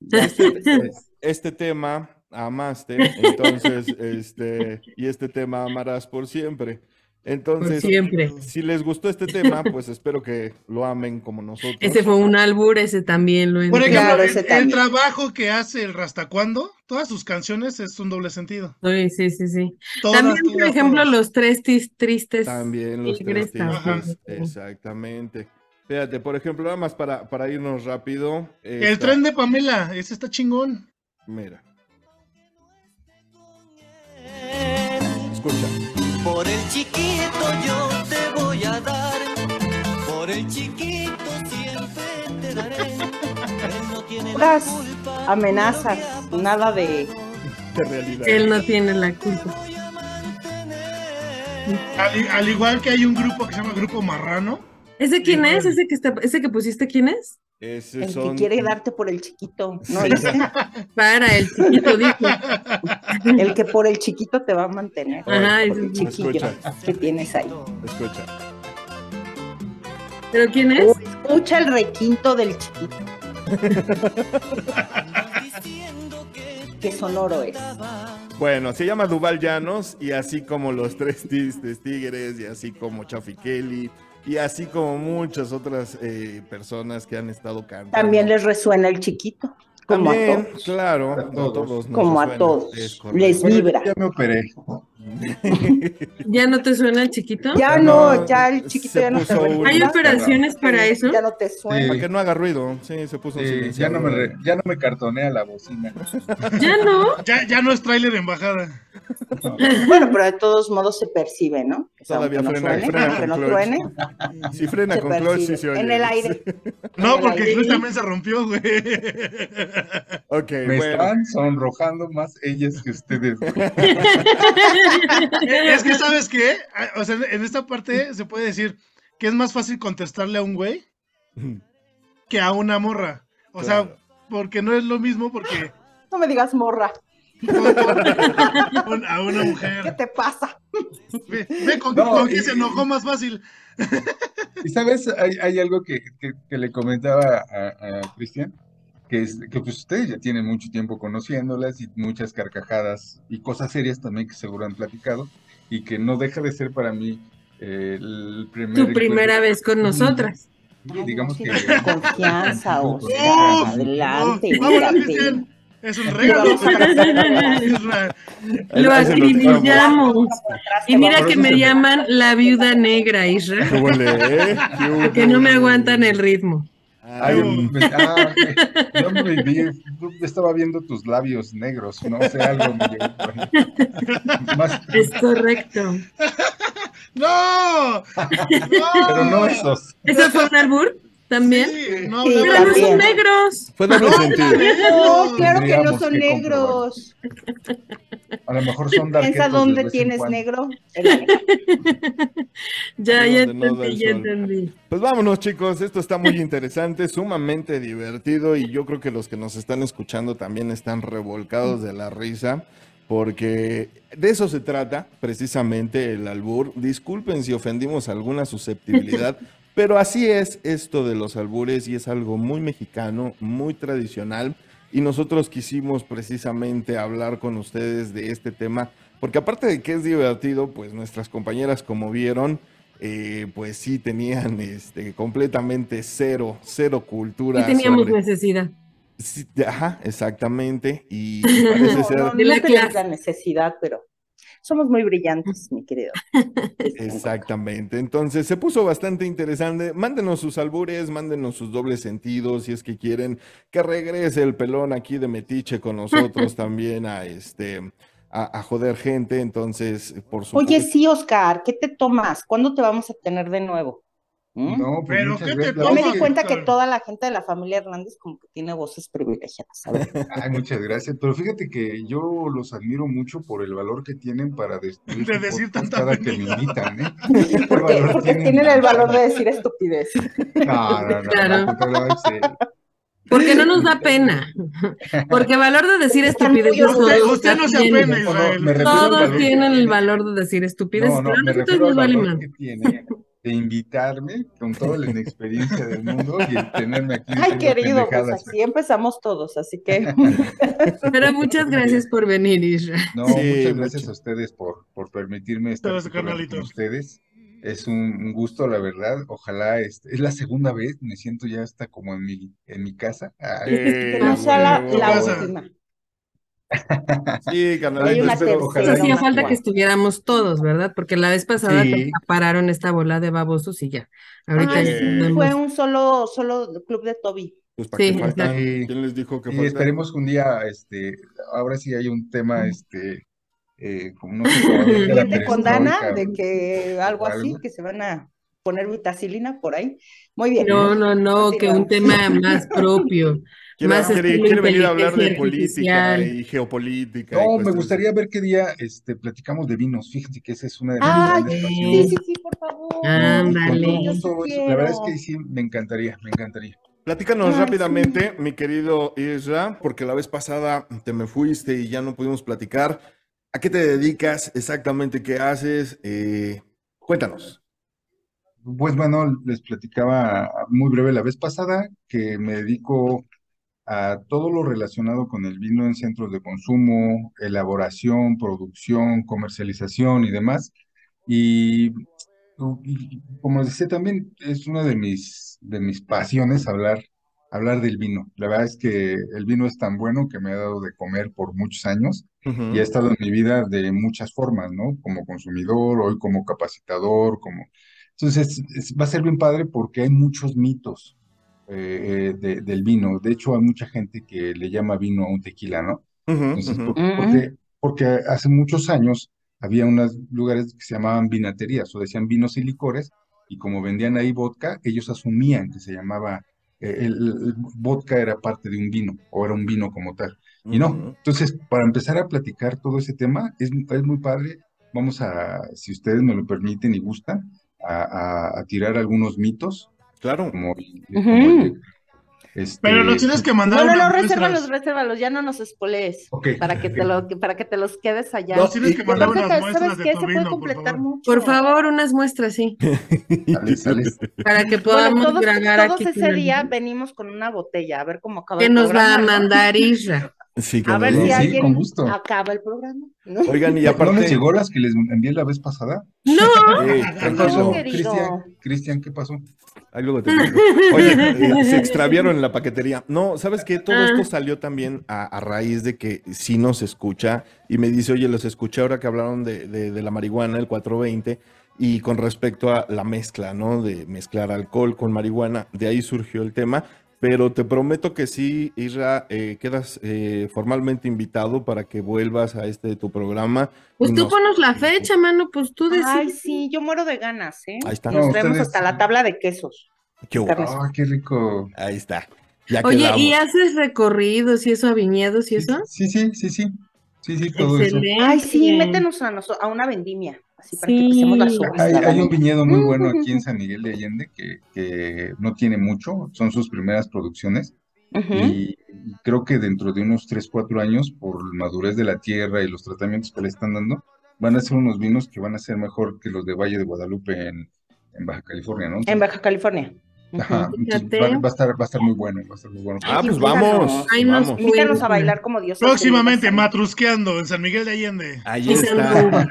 I: ¿verdad?
B: Este tema amaste, entonces, este, y este tema amarás por siempre.
C: Por
B: Entonces,
D: pues,
C: siempre.
B: si les gustó este tema, pues espero que lo amen como nosotros.
C: Ese fue un albur, ese también lo entiendo.
D: Por ejemplo,
I: Claro,
D: el-
I: ese
D: el,
I: también.
D: trabajo que hace el Rastacuando, todas sus canciones es un doble sentido.
C: Sí, sí, sí, sí.
D: Todas,
C: También, por
D: todas,
C: ejemplo,
D: todas.
C: los tres tis- tristes.
B: También los
C: tigres
B: tres tristes,
C: también.
B: exactamente. Fíjate, por ejemplo, nada más para, para irnos rápido.
D: El
B: esta-
D: tren de Pamela, ese está chingón.
B: Mira, escucha.
A: Por el chiquito yo te voy a dar, por el chiquito siempre te daré. Él no tiene la
I: Puras
A: culpa.
I: amenazas, nada de-
B: De realidad.
C: Él no tiene la culpa.
D: Al, al igual que hay un grupo que se llama Grupo Marrano.
C: ¿Ese quién es?
D: Híjole.
C: ¿Ese que, está, ese que pusiste quién es?
B: Ese
I: El
B: son-
I: que quiere darte por el chiquito, ¿no?
B: Sí.
I: ¿Viste?
C: Para el chiquito, dijo.
I: El que por el chiquito te va a mantener.
C: Ajá,
I: por
C: ese
I: el
C: sí.
I: chiquillo
B: Escucha.
I: que tienes ahí.
B: Escucha.
C: ¿Pero quién es?
I: Uy, escucha el requinto del chiquito. Qué sonoro es.
B: Bueno, se llama Duval Llanos y así como los tres tristes tigres y así como Chafi Kelly y así como muchas otras eh, personas que han estado cantando.
I: También les resuena el chiquito, como a
B: También,
I: todos.
B: claro,
E: A
B: a
E: todos.
B: todos nos
I: Como a
B: resuena,
I: todos.
B: es
I: Les
B: correcto.
E: Bueno,
I: vibra.
E: ya me operé.
C: ¿Ya no te suena el chiquito?
I: Ya
B: no,
I: no, ya el chiquito
B: se
I: ya no
B: puso
I: te recuerda.
C: ¿Hay
B: Ya está
C: operaciones para eso?
I: Ya no te suena.
B: Para que no haga ruido, sí, se puso un
E: Sí, ya, no me re- ya no me cartonea la bocina.
C: Ya no.
D: Ya, ya no es tráiler de embajada.
E: No.
I: Bueno, pero de todos modos se percibe, ¿no? O sea,
B: Todavía
I: aunque no
B: frena-
I: suene,
B: frena
I: aunque
B: con
I: no
B: clutch.
I: truene,
B: Si frena
I: se
B: con clutch, sí
I: percibe.
B: se oye.
I: En el aire.
D: No,
I: En el
D: porque
I: aire.
D: el Cruz también se rompió, güey.
B: Ok,
E: Me
B: bueno.
E: están sonrojando más ellas que ustedes. güey.
D: es que, ¿sabes qué? Ah, O sea, en esta parte se puede decir que es más fácil contestarle a un güey que a una morra. O sea, porque no es lo mismo porque
I: No me digas morra,
D: con- con- a una
I: ¿qué
D: mujer.
I: te pasa?
D: Ve, ve con,
E: No,
D: con quién
E: y-
D: se enojó más fácil.
E: Y sabes, hay, hay algo que, que- que le comentaba a, a Cristian, que es que pues ustedes ya tienen mucho tiempo conociéndolas y muchas carcajadas y cosas serias también que seguro han platicado y que no deja de ser para mí eh, el primer
C: Tu
E: encuentro-
C: primera vez con nosotras.
E: Sí, digamos que
I: Confianza, o sea,
D: Uf,
I: adelante,
D: uf, vámonos,
I: adelante.
D: Cristian. Es un regalo. Israel.
C: Lo
B: Ahí se los
C: acribillamos.
B: damos.
C: Y mira que
E: Por eso
C: me
E: se-
C: llaman la viuda negra, Israel,
B: Qué huele, ¿eh? Qué
C: porque
B: huele.
C: no me aguantan el ritmo.
E: Ay,
B: Ay, um,
E: me- ah, ok. yo me vi, yo estaba viendo tus labios negros, no sé, algo me llegó por ahí. Más-
C: Es correcto.
D: ¡No! ¡No!
E: pero no esos.
C: ¿Eso fue un albur también?
D: Sí, no
I: Sí,
C: Pero no
D: hablamos.
C: son
I: también.
C: negros.
B: fue doble sentido.
I: No, claro que no
E: Tendríamos
I: son
E: que
I: negros.
E: A lo mejor son
I: Piensa
E: darketos de
I: dónde
E: vez en
I: tienes
E: cuando.
I: negro. El-
C: Ya,
B: Ahí
C: ya
B: donde no da el
C: entendí, ya
B: sol.
C: entendí.
B: Pues vámonos chicos, esto está muy interesante, sumamente divertido y yo creo que los que nos están escuchando también están revolcados de la risa porque de eso se trata precisamente el albur. Disculpen si ofendimos alguna susceptibilidad, pero así es esto de los albures y es algo muy mexicano, muy tradicional y nosotros quisimos precisamente hablar con ustedes de este tema porque aparte de que es divertido, pues nuestras compañeras como vieron eh, pues sí tenían este, completamente cero, cero
C: Y
B: cultura.
C: teníamos
B: sobre-
C: necesidad.
B: Sí, ajá, exactamente. Y parece
I: No,
B: ser.
I: no, no
C: De la
I: tenemos
C: clase.
I: la necesidad, pero somos muy brillantes, mi querido.
B: Exactamente. Entonces se puso bastante interesante. Mándenos sus albures, mándenos sus dobles sentidos, si es que quieren que regrese el pelón aquí de Metiche con nosotros también a este a, a joder gente. Entonces, por supuesto.
I: Oye, sí, Oscar, ¿qué te tomas? ¿Cuándo te vamos a tener de nuevo? ¿Mm?
E: No, pues
D: Pero
E: muchas
D: ¿qué te
E: gracias. la
I: Ya
E: verdad
I: me
E: es
I: di
D: Toma,
E: que-
I: cuenta que
D: Oscar.
I: toda la gente de la familia Hernández como que tiene voces privilegiadas. A ver,
E: Ay, muchas gracias. Pero fíjate que yo los admiro mucho por el valor que tienen para destruir
D: De
E: su
D: decir
E: podcast
D: tanta
E: cada que me
D: pendejada.
E: invitan, ¿eh? ¿Qué
I: porque,
E: valor
I: porque
E: tienen?
I: tienen el valor de decir estupidez.
E: No, no, no,
C: Claro.
E: al contrario, excel-
C: Porque no nos da pena. Porque valor de decir
I: Están muy
C: estupideces
I: orgullosos.
C: todos
D: Usted no se
C: tienen.
D: apena,
E: No, no,
D: Israel.
E: me refiero al
C: Todos
E: valor que
C: tienen el
E: tienen.
C: valor de decir estupideces.
E: No, no,
C: Claro,
E: me
C: a nosotros
E: refiero al
C: nos vale
E: valor
C: más.
E: que tiene de invitarme con toda la inexperiencia del mundo y el tenerme aquí
I: Ay,
E: diciendo
I: querido, pues
E: pendejadas.
I: así empezamos todos, así que
C: Pero muchas gracias por venir, Isra.
E: No,
B: Sí,
E: muchas gracias
B: mucho.
E: a ustedes por, por permitirme estar
D: Gracias,
E: aquí con
D: carnalito.
E: ustedes. Es un un gusto, la verdad. Ojalá, este, es la segunda vez, me siento ya hasta como en mi, en mi casa. Ay,
I: que
B: Eh,
I: no
B: a
I: sea la,
B: huevo.
I: la
D: ¿Qué pasa?
I: última.
B: Sí,
I: Hay
B: canalito,
I: una
B: espero.
I: tercera.
E: ojalá.
C: Hacía
I: más
C: falta que
I: guay.
C: estuviéramos todos, ¿verdad? Porque la vez pasada te
E: Sí.
C: pararon esta bola de babosos y ya. Ahorita
I: Ay,
C: ya
I: sí,
B: Eh,
I: fue
C: tenemos-
I: un solo, solo club de Toby.
B: Pues para que
C: Sí,
B: faltan.
E: exacto.
B: ¿Quién les dijo que
E: Y
B: faltan?
E: esperemos que un día, este, ahora sí hay un tema, este, eh, como no sé, como hablar de la
I: Siguiente con Dana,
E: perestroika.
I: de que algo
E: o
I: así,
E: algo.
I: que se van a poner vitacilina por ahí. Muy bien.
C: No, no, no, que un tema más propio,
B: Quiere,
C: más
B: quiere-
C: estilo
B: quiere venir a hablar de
C: inteligencia
B: política
C: artificial.
B: y geopolítica. y
E: No, me
B: cuestiones
E: gustaría ver qué día, este, platicamos de vinos. Fíjate que esa es una de mis
I: Ay,
E: grandes
I: sí,
E: pasiones.
I: sí, sí, por favor.
E: Y con todo
C: Ándale.
E: gusto, eso- la verdad es que sí, me encantaría, me encantaría.
B: Platícanos
I: Ay,
B: rápidamente, mi querido Isra, porque la vez pasada te me fuiste y ya no pudimos platicar. ¿A qué te dedicas? Exactamente qué haces. Eh, cuéntanos.
E: Pues bueno, les platicaba muy breve la vez pasada que me dedico a todo lo relacionado con el vino en centros de consumo, elaboración, producción, comercialización y demás. Y, y como les decía también, es una de mis, de mis pasiones hablar, hablar del vino. La verdad es que el vino es tan bueno que me ha dado de comer por muchos años y ha
B: Ujú.
E: estado en mi vida de muchas formas, ¿no? Como consumidor, hoy como capacitador, como... Entonces, es- va a ser bien padre porque hay muchos mitos eh, eh, de- del vino. De hecho, hay mucha gente que le llama vino a un tequila, ¿no?
B: Ujú,
E: Entonces,
B: ujú.
E: por-
I: Ujú.
E: porque, porque hace muchos años había unos lugares que se llamaban vinaterías o decían vinos y licores, y como vendían ahí vodka, ellos asumían que se llamaba, eh, el, el vodka era parte de un vino o era un vino como tal. Y no,
B: Ujú.
E: entonces, para empezar a platicar todo ese tema, es, es muy padre. Vamos a, si ustedes me lo permiten y gustan, a, a- a tirar algunos mitos,
B: Claro.
E: como, el-
I: Ujú.
E: como el de Este,
D: Pero nos tienes que mandar
I: No, no,
D: unas
I: no, resérvalos,
D: muestras.
I: resérvalos, ya no nos spoilees.
E: Ok,
I: Para que te
E: ok.
I: lo, que- para que te los quedes allá.
D: Nos tienes que
I: Porque
D: mandar
I: aparte,
D: unas
I: ¿sabes
D: muestras de
I: qué?
D: tu
I: Se puede
D: vino, por
I: completar
D: favor.
I: mucho.
C: Por favor, unas muestras, sí,
E: sale, sale.
C: para que
I: Bueno,
C: podamos
I: todos,
C: grabar
I: todos
C: aquí con
I: ese
C: el-
I: día venimos con una botella, a ver cómo acaba
C: que
I: el
C: nos va a
I: programa, ¿no?
C: mandar Isra.
B: Sí,
I: A
B: cuando
I: ver
B: no.
I: si
E: Sí,
I: alguien
E: con gusto.
I: acaba el programa, ¿no?
B: Oigan, y
E: ¿No- ¿No les
B: aparte. eh,
E: llegó las que les envié la vez pasada?
C: No,
B: Ey,
E: ¿Qué
I: No,
E: pasó?
I: querido.
E: Cristian, Cristian, ¿qué pasó?
B: Ahí luego te digo. Oye, eh, se extraviaron en la paquetería. No, ¿sabes qué? Todo
C: Ah.
B: esto salió también a, a raíz de que sí nos escucha y me dice, oye, los escuché ahora que hablaron de, de- de la marihuana, el 420, y con respecto a la mezcla, ¿no? De mezclar alcohol con marihuana, de ahí surgió el tema. Pero te prometo que sí, Isra, eh, quedas eh, formalmente invitado para que vuelvas a este tu programa.
C: pues tú
B: Nos-
C: ponos la fecha, mano, pues tú
I: Ay,
C: decides.
I: sí, yo muero de ganas, ¿eh?
B: Ahí está.
I: Nos
E: No,
I: traemos
E: ustedes-
I: hasta la tabla de quesos.
B: Qué guay.
I: Carlos.
E: Ah, qué rico.
B: Ahí está. Ya
C: Oye,
B: quedamos.
C: ¿y haces recorridos y eso a viñedos y eso?
E: Sí, sí, sí, sí. Sí, sí, todo eso.
C: Excelente.
I: Ay, sí, métenos a, noso- a una vendimia, así para que
C: Sí.
I: pisemos las uvas.
E: Hay,
I: la
E: hay un
I: vendimia.
E: viñedo muy bueno aquí en San Miguel de Allende que, que no tiene mucho, son sus primeras producciones
I: Ujú.
E: y creo que dentro de unos 3, 4 años, por madurez de la tierra y los tratamientos que le están dando, van a ser unos vinos que van a ser mejor que los de Valle de Guadalupe en, en Baja California, ¿no?
I: En Baja California. Ujú.
E: Ajá, entonces
C: Fíjate.
E: va, va a estar, va a estar muy bueno, va a estar muy bueno.
B: Ah, pues
I: Invítanos.
B: vamos.
C: Ay, nos
B: vamos.
I: Invítanos
C: Buenísimo.
I: a bailar como Dios.
D: Próximamente, matrusqueando en San Miguel de Allende.
B: Ahí
C: Y San
B: está.
C: Rubén.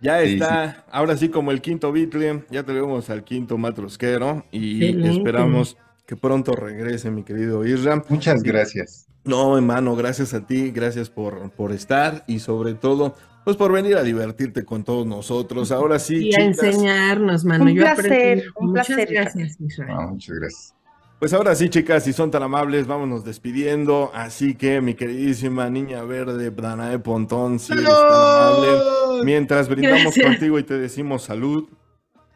B: Ya
E: Sí,
B: está. Ahora sí, como el quinto Beatle, ya tenemos al quinto matrosquero y
C: Excelente.
B: esperamos que pronto regrese, mi querido Isra.
E: Muchas gracias.
B: No, hermano, gracias a ti, gracias por, por estar y sobre todo, pues por venir a divertirte con todos nosotros. Ahora sí,
C: Y a
B: chicas,
C: enseñarnos, mano.
I: Un
C: Yo aprendí.
I: placer, un
C: Muchas
I: placer, hija.
C: gracias, Israel.
E: Ah, muchas gracias.
B: pues ahora sí, chicas, si son tan amables, vámonos despidiendo. Así que, mi queridísima niña verde, Danae Pontón, si eres tan amable.
D: ¡Salud!
B: Mientras brindamos
C: Gracias.
B: contigo y te decimos salud,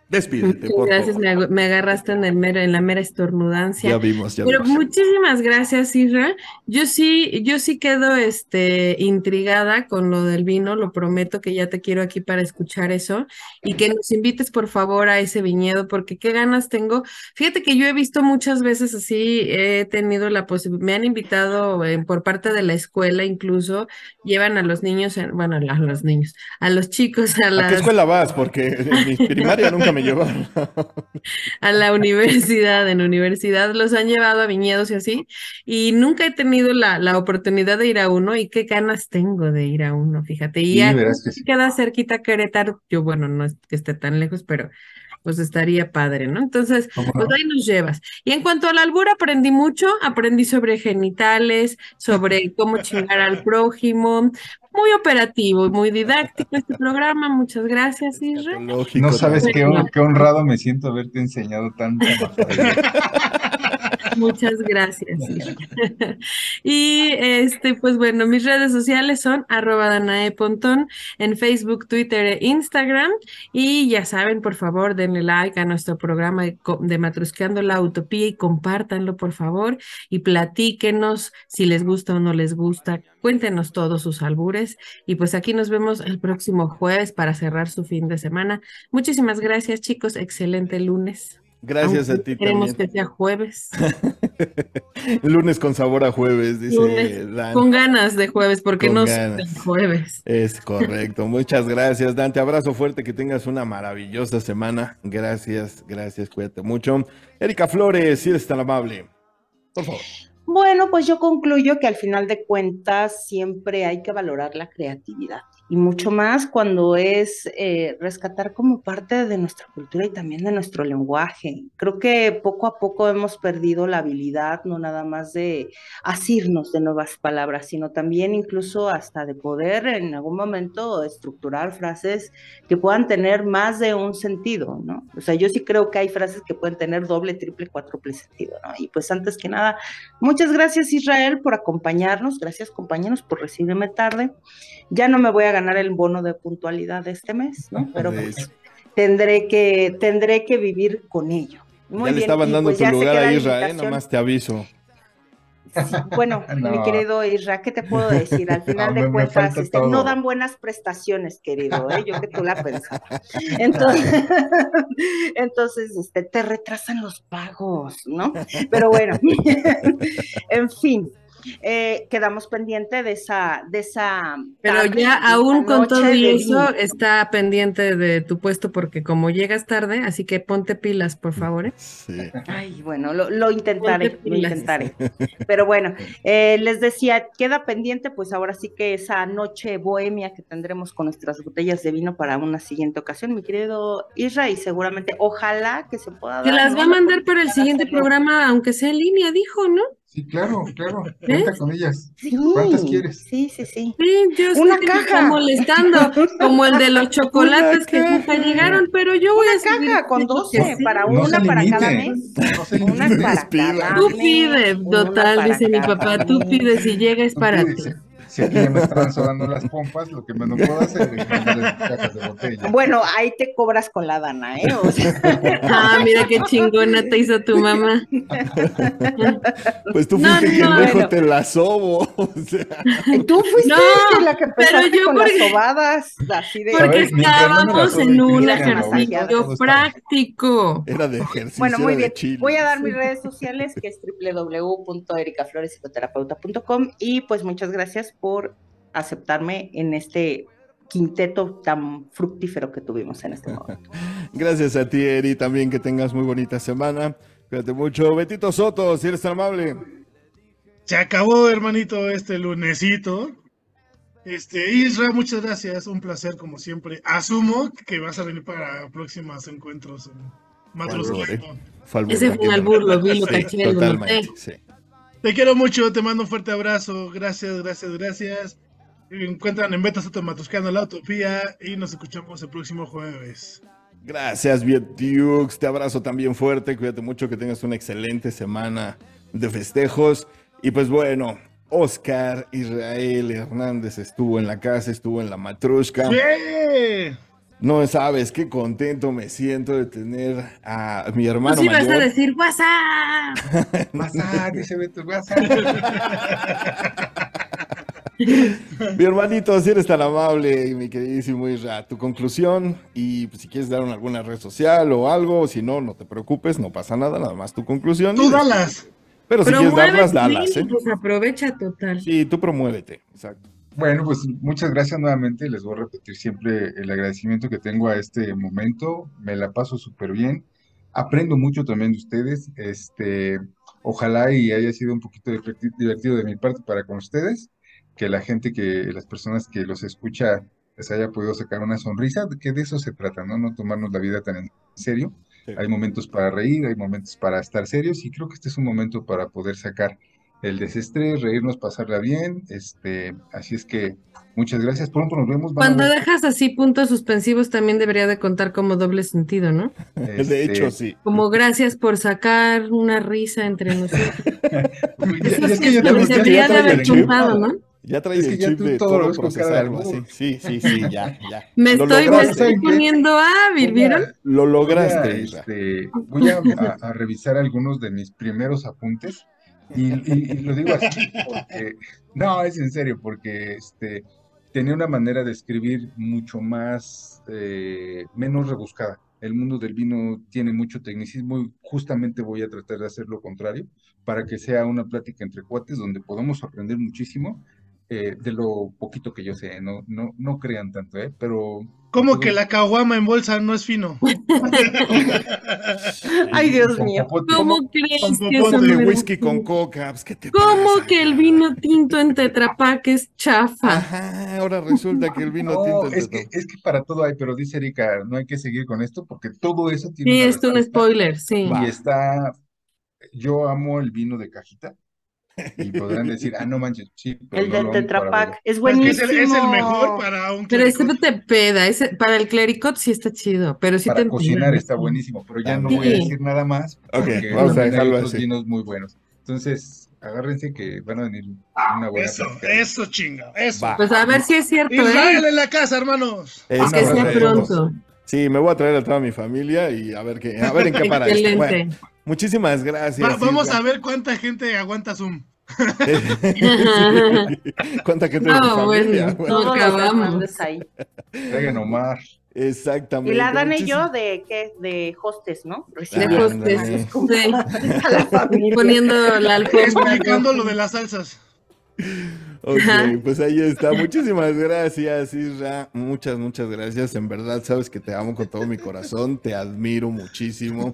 B: despídete,
C: Muchas
B: por
C: gracias,
B: favor.
C: me, ag- me agarraste en, el mero- en la mera estornudancia.
B: Ya vimos, ya
C: Pero
B: vimos.
C: muchísimas gracias, Isra. Yo sí, yo sí quedo este, intrigada con lo del vino, lo prometo que ya te quiero aquí para escuchar eso y que nos invites por favor a ese viñedo porque qué ganas tengo. Fíjate que yo he visto muchas veces así, he tenido la posibilidad, me han invitado eh, por parte de la escuela incluso, llevan a los niños, en- bueno, a los niños, a los chicos, a
B: ¿A qué
C: las...
B: escuela vas? Porque en mi primaria nunca me llevaron.
C: a la universidad, en universidad los han llevado a viñedos y así, y nunca he tenido la, la oportunidad de ir a uno, y qué ganas tengo de ir a uno, fíjate, y
E: Sí,
C: aquí
E: verás que sí.
C: queda cerquita Querétaro, yo bueno, no es que esté tan lejos, pero pues estaría padre, ¿no? Entonces,
E: ¿Cómo
C: pues
E: no?
C: ahí nos llevas. Y en cuanto al albur, aprendí mucho, aprendí sobre genitales, sobre cómo chingar al prójimo, muy operativo, muy didáctico este programa, muchas gracias, Isra.
B: Escatológico,
E: No sabes
B: ¿no?
E: qué, hon- qué honrado me siento haberte enseñado tanta majadería.
C: Muchas gracias. Isra. Y este, pues bueno, mis redes sociales son arroba Danae Pontón en Facebook, Twitter e Instagram. Y ya saben, por favor, denle like a nuestro programa de, co- de Matrusqueando la Utopía y compártanlo, por favor, y platíquenos si les gusta o no les gusta. Cuéntenos todos sus albures. Y pues aquí nos vemos el próximo jueves para cerrar su fin de semana. Muchísimas gracias, chicos. Excelente lunes.
B: Gracias a
C: Aunque
B: ti
C: Queremos
B: también.
C: que sea jueves.
B: Lunes con sabor a jueves, dice
C: Lunes
B: Dan.
C: Con ganas de jueves, porque
B: Con
C: no
B: ganas.
C: es jueves.
B: Es correcto. Muchas gracias, Dante. Abrazo fuerte, que tengas una maravillosa semana. Gracias, gracias, cuídate mucho. Erika Flores, si eres tan amable. Por favor.
I: Bueno, pues yo concluyo que al final de cuentas siempre hay que valorar la creatividad y mucho más cuando es eh, rescatar como parte de nuestra cultura y también de nuestro lenguaje. Creo que poco a poco hemos perdido la habilidad, no nada más de asirnos de nuevas palabras, sino también incluso hasta de poder en algún momento estructurar frases que puedan tener más de un sentido, ¿no? O sea, yo sí creo que hay frases que pueden tener doble, triple, cuádruple sentido, ¿no? Y pues antes que nada, Muchas gracias Israel por acompañarnos, gracias compañeros por recibirme tarde. Ya no me voy a ganar el bono de puntualidad de este mes, ¿no? Pero
B: De
I: pues,
B: hecho.
I: tendré que tendré que vivir con ello. Muy
B: ya le
I: bien,
B: estaban
I: y
B: dando
I: pues
B: tu
I: ya se
B: lugar
I: queda
B: a
I: la
B: Israel,
I: invitación.
B: nomás te aviso.
I: Sí, bueno,
E: No.
I: mi querido Isra, ¿qué te puedo decir? Al final
E: Me-
I: de
E: me
I: cuentas,
E: falta
I: este,
E: todo.
I: no dan buenas prestaciones, querido, ¿eh? yo que tú la pensaba. Entonces, entonces este, te retrasan los pagos, ¿no? Pero bueno, en fin. eh, quedamos pendiente de esa, de esa.
C: Pero
I: tarde,
C: ya
I: de esa
C: aún con todo
I: noche
C: y
I: de
C: eso
I: vino.
C: está pendiente de tu puesto porque como llegas tarde, así que ponte pilas, por favor, ¿eh?
B: Sí.
I: Ay, bueno, lo, lo intentaré, lo
C: pilas.
I: intentaré. Pero bueno, eh, les decía, queda pendiente, pues ahora sí que esa noche bohemia que tendremos con nuestras botellas de vino para una siguiente ocasión, mi querido Isra, y seguramente, ojalá que se pueda
C: Te
I: dar,
C: las
I: ¿no?
C: va a
I: La
C: mandar para el
I: oportunidad de
C: siguiente
I: hacerlo.
C: programa, aunque sea en línea, dijo, ¿no?
E: Sí, claro, claro. Cuenta con ellas.
I: Sí,
E: ¿Cuántas quieres?
I: Sí, sí, sí.
C: Sí, yo sé
I: Una
C: que me está
I: caja.
C: molestando, como el de los chocolates que nunca
B: caja.
C: llegaron, pero yo voy a
I: Una
C: seguir
I: caja con
C: diciendo que
I: 12,
C: sí.
I: para
E: No
I: una
E: se
I: para cada
E: limite.
I: mes.
E: No se
I: Una
E: limite.
I: para
B: pida.
I: cada
C: Tú
I: mes,
C: pide,
I: una
C: total,
I: para
C: dice mi
I: cada
C: papá, tú
I: mes.
C: pides y llega es para
E: Porque
C: ti.
E: si, si aquí ya me estaban sonando las pompas, lo que menos puedo hacer es mandarles cajas de botella.
I: Bueno, ahí te cobras con la dana, ¿eh? O sea,
C: Ah, mira qué chingona te hizo tu mamá.
B: Pues tú
C: No,
B: fuiste quien
C: no,
B: dijo
I: bueno.
B: te la sobo. O sea,
I: y tú fuiste
C: No,
I: Este, la que
C: pero
I: empezaste
C: yo
I: con
C: porque-
I: las sobadas, así de...
E: A
C: Porque
E: ver, mientras no me la
C: estábamos
E: sobe
C: en un
E: Cristian, lo voy a
I: masajeada,
E: todo
C: ejercicio
E: está bien.
C: práctico.
B: era de ejercicio.
I: Bueno, muy
B: era de
I: bien.
B: chill.
I: Voy a dar mis redes sociales, que es www.ericaflorespsicoterapeuta.com. Y pues muchas gracias por aceptarme en este quinteto tan fructífero que tuvimos en este momento.
B: Gracias a ti, Eri. También que tengas muy bonita semana. Cuídate mucho. Betito Soto, si eres tan amable.
D: Se acabó, hermanito, este lunesito. Este, Isra, muchas gracias, un placer como siempre. Asumo que vas a venir para próximos encuentros en Matrosqueto.
B: Fue albur,
C: Ese fue un
B: entiéndeme.
C: albur, lo vi, lo
B: Sí,
C: caché, lo noté.
B: totalmente, sí.
D: Te quiero mucho, te mando un fuerte abrazo, gracias, gracias, gracias. Me Encuentran en Beta Soto Matuscano la Utopía y nos escuchamos el próximo jueves.
B: Gracias, Vietiux. Te abrazo también fuerte. Cuídate mucho, que tengas una excelente semana de festejos. Y pues bueno, Oscar Israel Hernández estuvo en la casa, estuvo en la matrusca.
D: ¡Bien!
B: No sabes qué contento me siento de tener a mi
C: Tú
B: hermano
C: Pues sí vas a
B: mayor.
C: decir WhatsApp.
E: WhatsApp, dice Beto, WhatsApp.
B: Mi hermanito, si eres tan amable y mi queridísimo Isra, tu conclusión y pues, si quieres dar una- alguna red social o algo, si no, no te preocupes, no pasa nada, nada más tu conclusión.
D: ¡Tú dalas!
B: Pero Pues si quieres
C: Promueve
B: darlas,
C: tu
B: dalas,
C: línea,
B: ¿eh?
C: pues aprovecha total.
B: Sí, tú promuévete, exacto.
E: Bueno, pues muchas gracias nuevamente. Les voy a repetir siempre el agradecimiento que tengo a este momento. Me la paso súper bien. Aprendo mucho también de ustedes. Este, ojalá y haya sido un poquito diverti- divertido de mi parte para con ustedes, que la gente que, las personas que los escucha les haya podido sacar una sonrisa, que de eso se trata, ¿no? No tomarnos la vida tan en serio.
B: Sí.
E: Hay momentos para reír, hay momentos para estar serios y creo que este es un momento para poder sacar el desestrés, reírnos, pasarla bien. Este, así es que muchas gracias. Pronto nos vemos. van a
C: Cuando
E: ver,
C: dejas así puntos suspensivos también debería de contar como doble sentido, ¿no?
B: De hecho,
E: este,
B: sí.
C: Como gracias por sacar una risa entre nosotros.
E: ya- ya
C: Eso
E: es que
C: se
E: ya
B: te
E: te-
C: se debería de
E: ya- ya te ¿eh?
B: trae
C: haber
E: había
B: el chip.
C: chupado,
E: encontrado.
C: ¿no?
B: Ya traes
E: Es que
B: el
E: ya
B: chip
E: tú
B: de
E: todo lo
B: todo
E: ves con cara de
B: procesarlo así.
E: albur.
B: Sí, sí, sí, ya, ya.
C: Me
B: Lo
C: estoy, me
E: No,
B: lograste,
C: estoy
E: ¿saben qué?
C: poniendo hábil,
E: Voy
C: ¿vieron?
E: a,
B: lo
E: voy a,
B: lograste, Isra.
E: este, voy a, a- a revisar algunos de mis primeros apuntes y, y- y lo digo así porque, no, es en serio, porque este, tenía una manera de escribir mucho más, eh, menos rebuscada. El mundo del vino tiene mucho tecnicismo y justamente voy a tratar de hacer lo contrario para que sea una plática entre cuates donde podamos aprender muchísimo eh, de lo poquito que yo sé. No, no, no crean tanto, ¿eh? Pero...
D: Como
E: todo-
D: que la caguama en bolsa no es fino.
I: Ay, Dios
E: con
I: mío.
E: popote.
C: ¿Cómo crees que eso
D: popote
B: De
C: no era
B: whisky con
C: así?
B: coca, pues, ¿qué te
C: ¿Cómo
B: pasa?
C: que el vino tinto en Tetrapac es
B: Ah,
C: chafa?
B: Ajá, ahora resulta que el vino tinto
E: No,
B: entre
E: Oh, es que, es que para todo hay, pero dice Erika, no hay que seguir con esto porque todo eso tiene
C: Sí,
E: una
C: es un
E: respuesta
C: spoiler, sí.
E: y
B: Va.
E: está, yo amo el vino de cajita y podrán decir, ah, no manches, sí, pero
I: El
E: no lo
I: de
E: amo para
I: Tetra
E: beber.
I: Pak es
D: Es que
I: buenísimo.
D: es el, es el mejor para un
C: Pero este ese
D: clericot.
C: te peda, ese, para el clericot sí está chido, pero sí te
E: Para cocinar
C: empeda.
E: está buenísimo, pero ya no
B: También.
E: voy a
C: Sí.
E: decir nada más
B: Ok,
E: porque
B: vamos a
E: también hay
B: dejarlo
E: otros
B: así.
E: vinos muy buenos. Entonces, agárrense que van a venir una buena
D: Eso,
E: plática. de
D: eso, chinga, eso.
B: Va.
C: Pues a ver si es cierto,
D: Israel
C: ¿eh?
D: en la casa, hermanos.
B: Eso,
C: Que
E: abrazo
C: sea
E: a
B: eso.
E: todos.
C: pronto.
B: Sí, me voy a traer a toda mi familia y a ver qué, a ver en qué para esto. Bueno,
C: Excelente.
B: muchísimas
D: Va-
B: gracias.
D: vamos
B: Isra.
D: a ver cuánta gente aguanta Zoom.
B: Sí. ¿Cuánta gente de mi
C: No,
B: familia?
C: bueno, no.
I: Todos los
C: acabamos.
I: Hernández ahí.
E: Traigan Omar.
B: Exactamente.
I: Y la Dana y
B: Muchísimo-
I: yo de, ¿qué? De hostes, ¿no?
C: De
I: Recibiendo
B: Ah,
C: hostes,
B: ándale.
C: sí,
I: a la familia.
C: poniendo la alfombra.
D: Explicando lo de las salsas.
B: Ok, pues ahí está. Muchísimas gracias, Isra. Muchas, muchas gracias. En verdad, sabes que te amo con todo mi corazón. Te admiro muchísimo.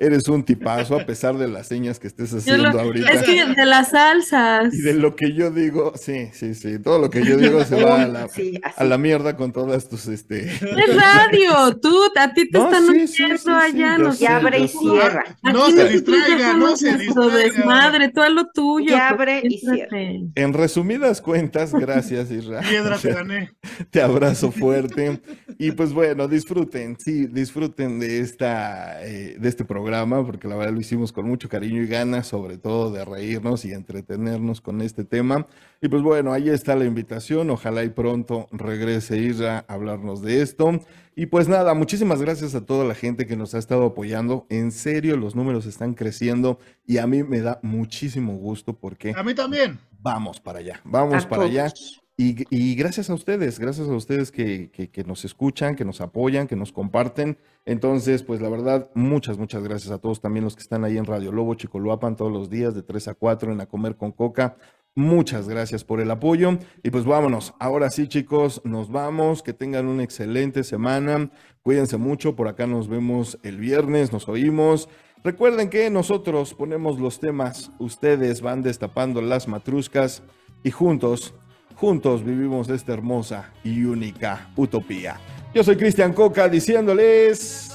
B: Eres un tipazo, a pesar de las señas que estés
C: Yo
B: haciendo
C: lo-
B: ahorita.
C: es que de las salsas.
B: Y de lo que yo digo, sí, sí, sí. Todo lo que yo digo se va a la,
I: Sí, así.
B: a la mierda con todas tus, este.
C: Es radio, tú, a ti te
B: No,
C: están
B: sí,
C: oyendo
B: sí, sí, sí,
C: allá.
B: yo
C: no-
B: sé,
I: Y abre
B: yo
I: y
B: sé.
I: cierra.
C: Aquí
D: No se
C: nosotros
D: distraiga, no
C: dejamos
D: se
C: nuestro
D: distraiga.
C: desmadre, tú a lo tuyo. pues,
I: Que abre y
C: concéntrate.
B: En resumidas cuentas, gracias, Isra.
D: Piedra
B: O sea,
D: te gané.
B: Te abrazo fuerte. Y pues bueno, disfruten, sí, disfruten de, esta, eh, de este programa, porque la verdad lo hicimos con mucho cariño y ganas, sobre todo de reírnos y entretenernos con este tema. Y pues bueno, ahí está la invitación. Ojalá y pronto regrese Isra a hablarnos de esto. Y pues nada, muchísimas gracias a toda la gente que nos ha estado apoyando. En serio, los números están creciendo y a mí me da muchísimo gusto porque
D: A mí también.
B: vamos para allá, vamos
I: A
B: para allá.
I: todos.
B: Y, y gracias a ustedes, gracias a ustedes que, que- que nos escuchan, que nos apoyan, que nos comparten. Entonces, pues la verdad, muchas, muchas gracias a todos también los que están ahí en Radio Lobo, Chicoloapan, todos los días de 3 a 4 en A Comer con Coca. Muchas gracias por el apoyo. Y pues vámonos. Ahora sí, chicos, nos vamos. Que tengan una excelente semana. Cuídense mucho. Por acá nos vemos el viernes, nos oímos. Recuerden que nosotros ponemos los temas, ustedes van destapando las matruscas y juntos Juntos vivimos esta hermosa y única utopía. Yo soy Cristian Coca diciéndoles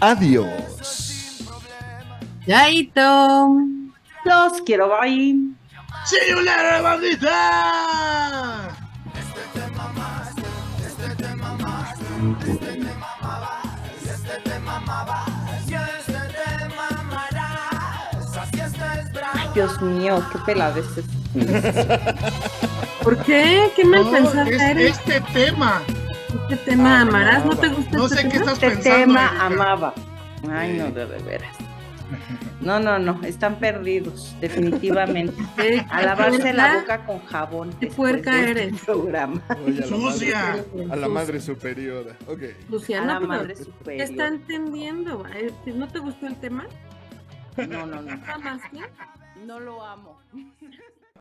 B: adiós.
C: Chaito.
I: Los quiero, bye.
D: ¡Sí, una bandita!
I: Ay, Dios mío, qué este peladeces.
C: ¿Por qué? ¿Qué mal
D: No,
C: pensada
D: es
C: eres?
D: este tema.
C: Este tema amarás, ¿no te gusta
D: No
C: este
D: sé qué
C: tema?
D: estás
I: Este
D: pensando.
I: tema
D: Erika.
I: amaba. Ay, no, de, de veras. No, no, no, están perdidos, definitivamente.
C: Eh,
I: A lavarse la
C: ¿verdad?
I: boca con jabón.
C: Qué
I: después
C: puerca
I: de este
C: eres.
I: Programa.
B: Oye, a la madre-
D: Sucia.
B: A la madre superior. Ok.
I: A
C: Luciana,
I: la
C: pero
I: madre
C: ¿qué
I: superior.
C: está entendiendo? Eh, ¿No te gustó el tema?
I: No, no, no.
C: ¿Amaste?
I: No lo amo.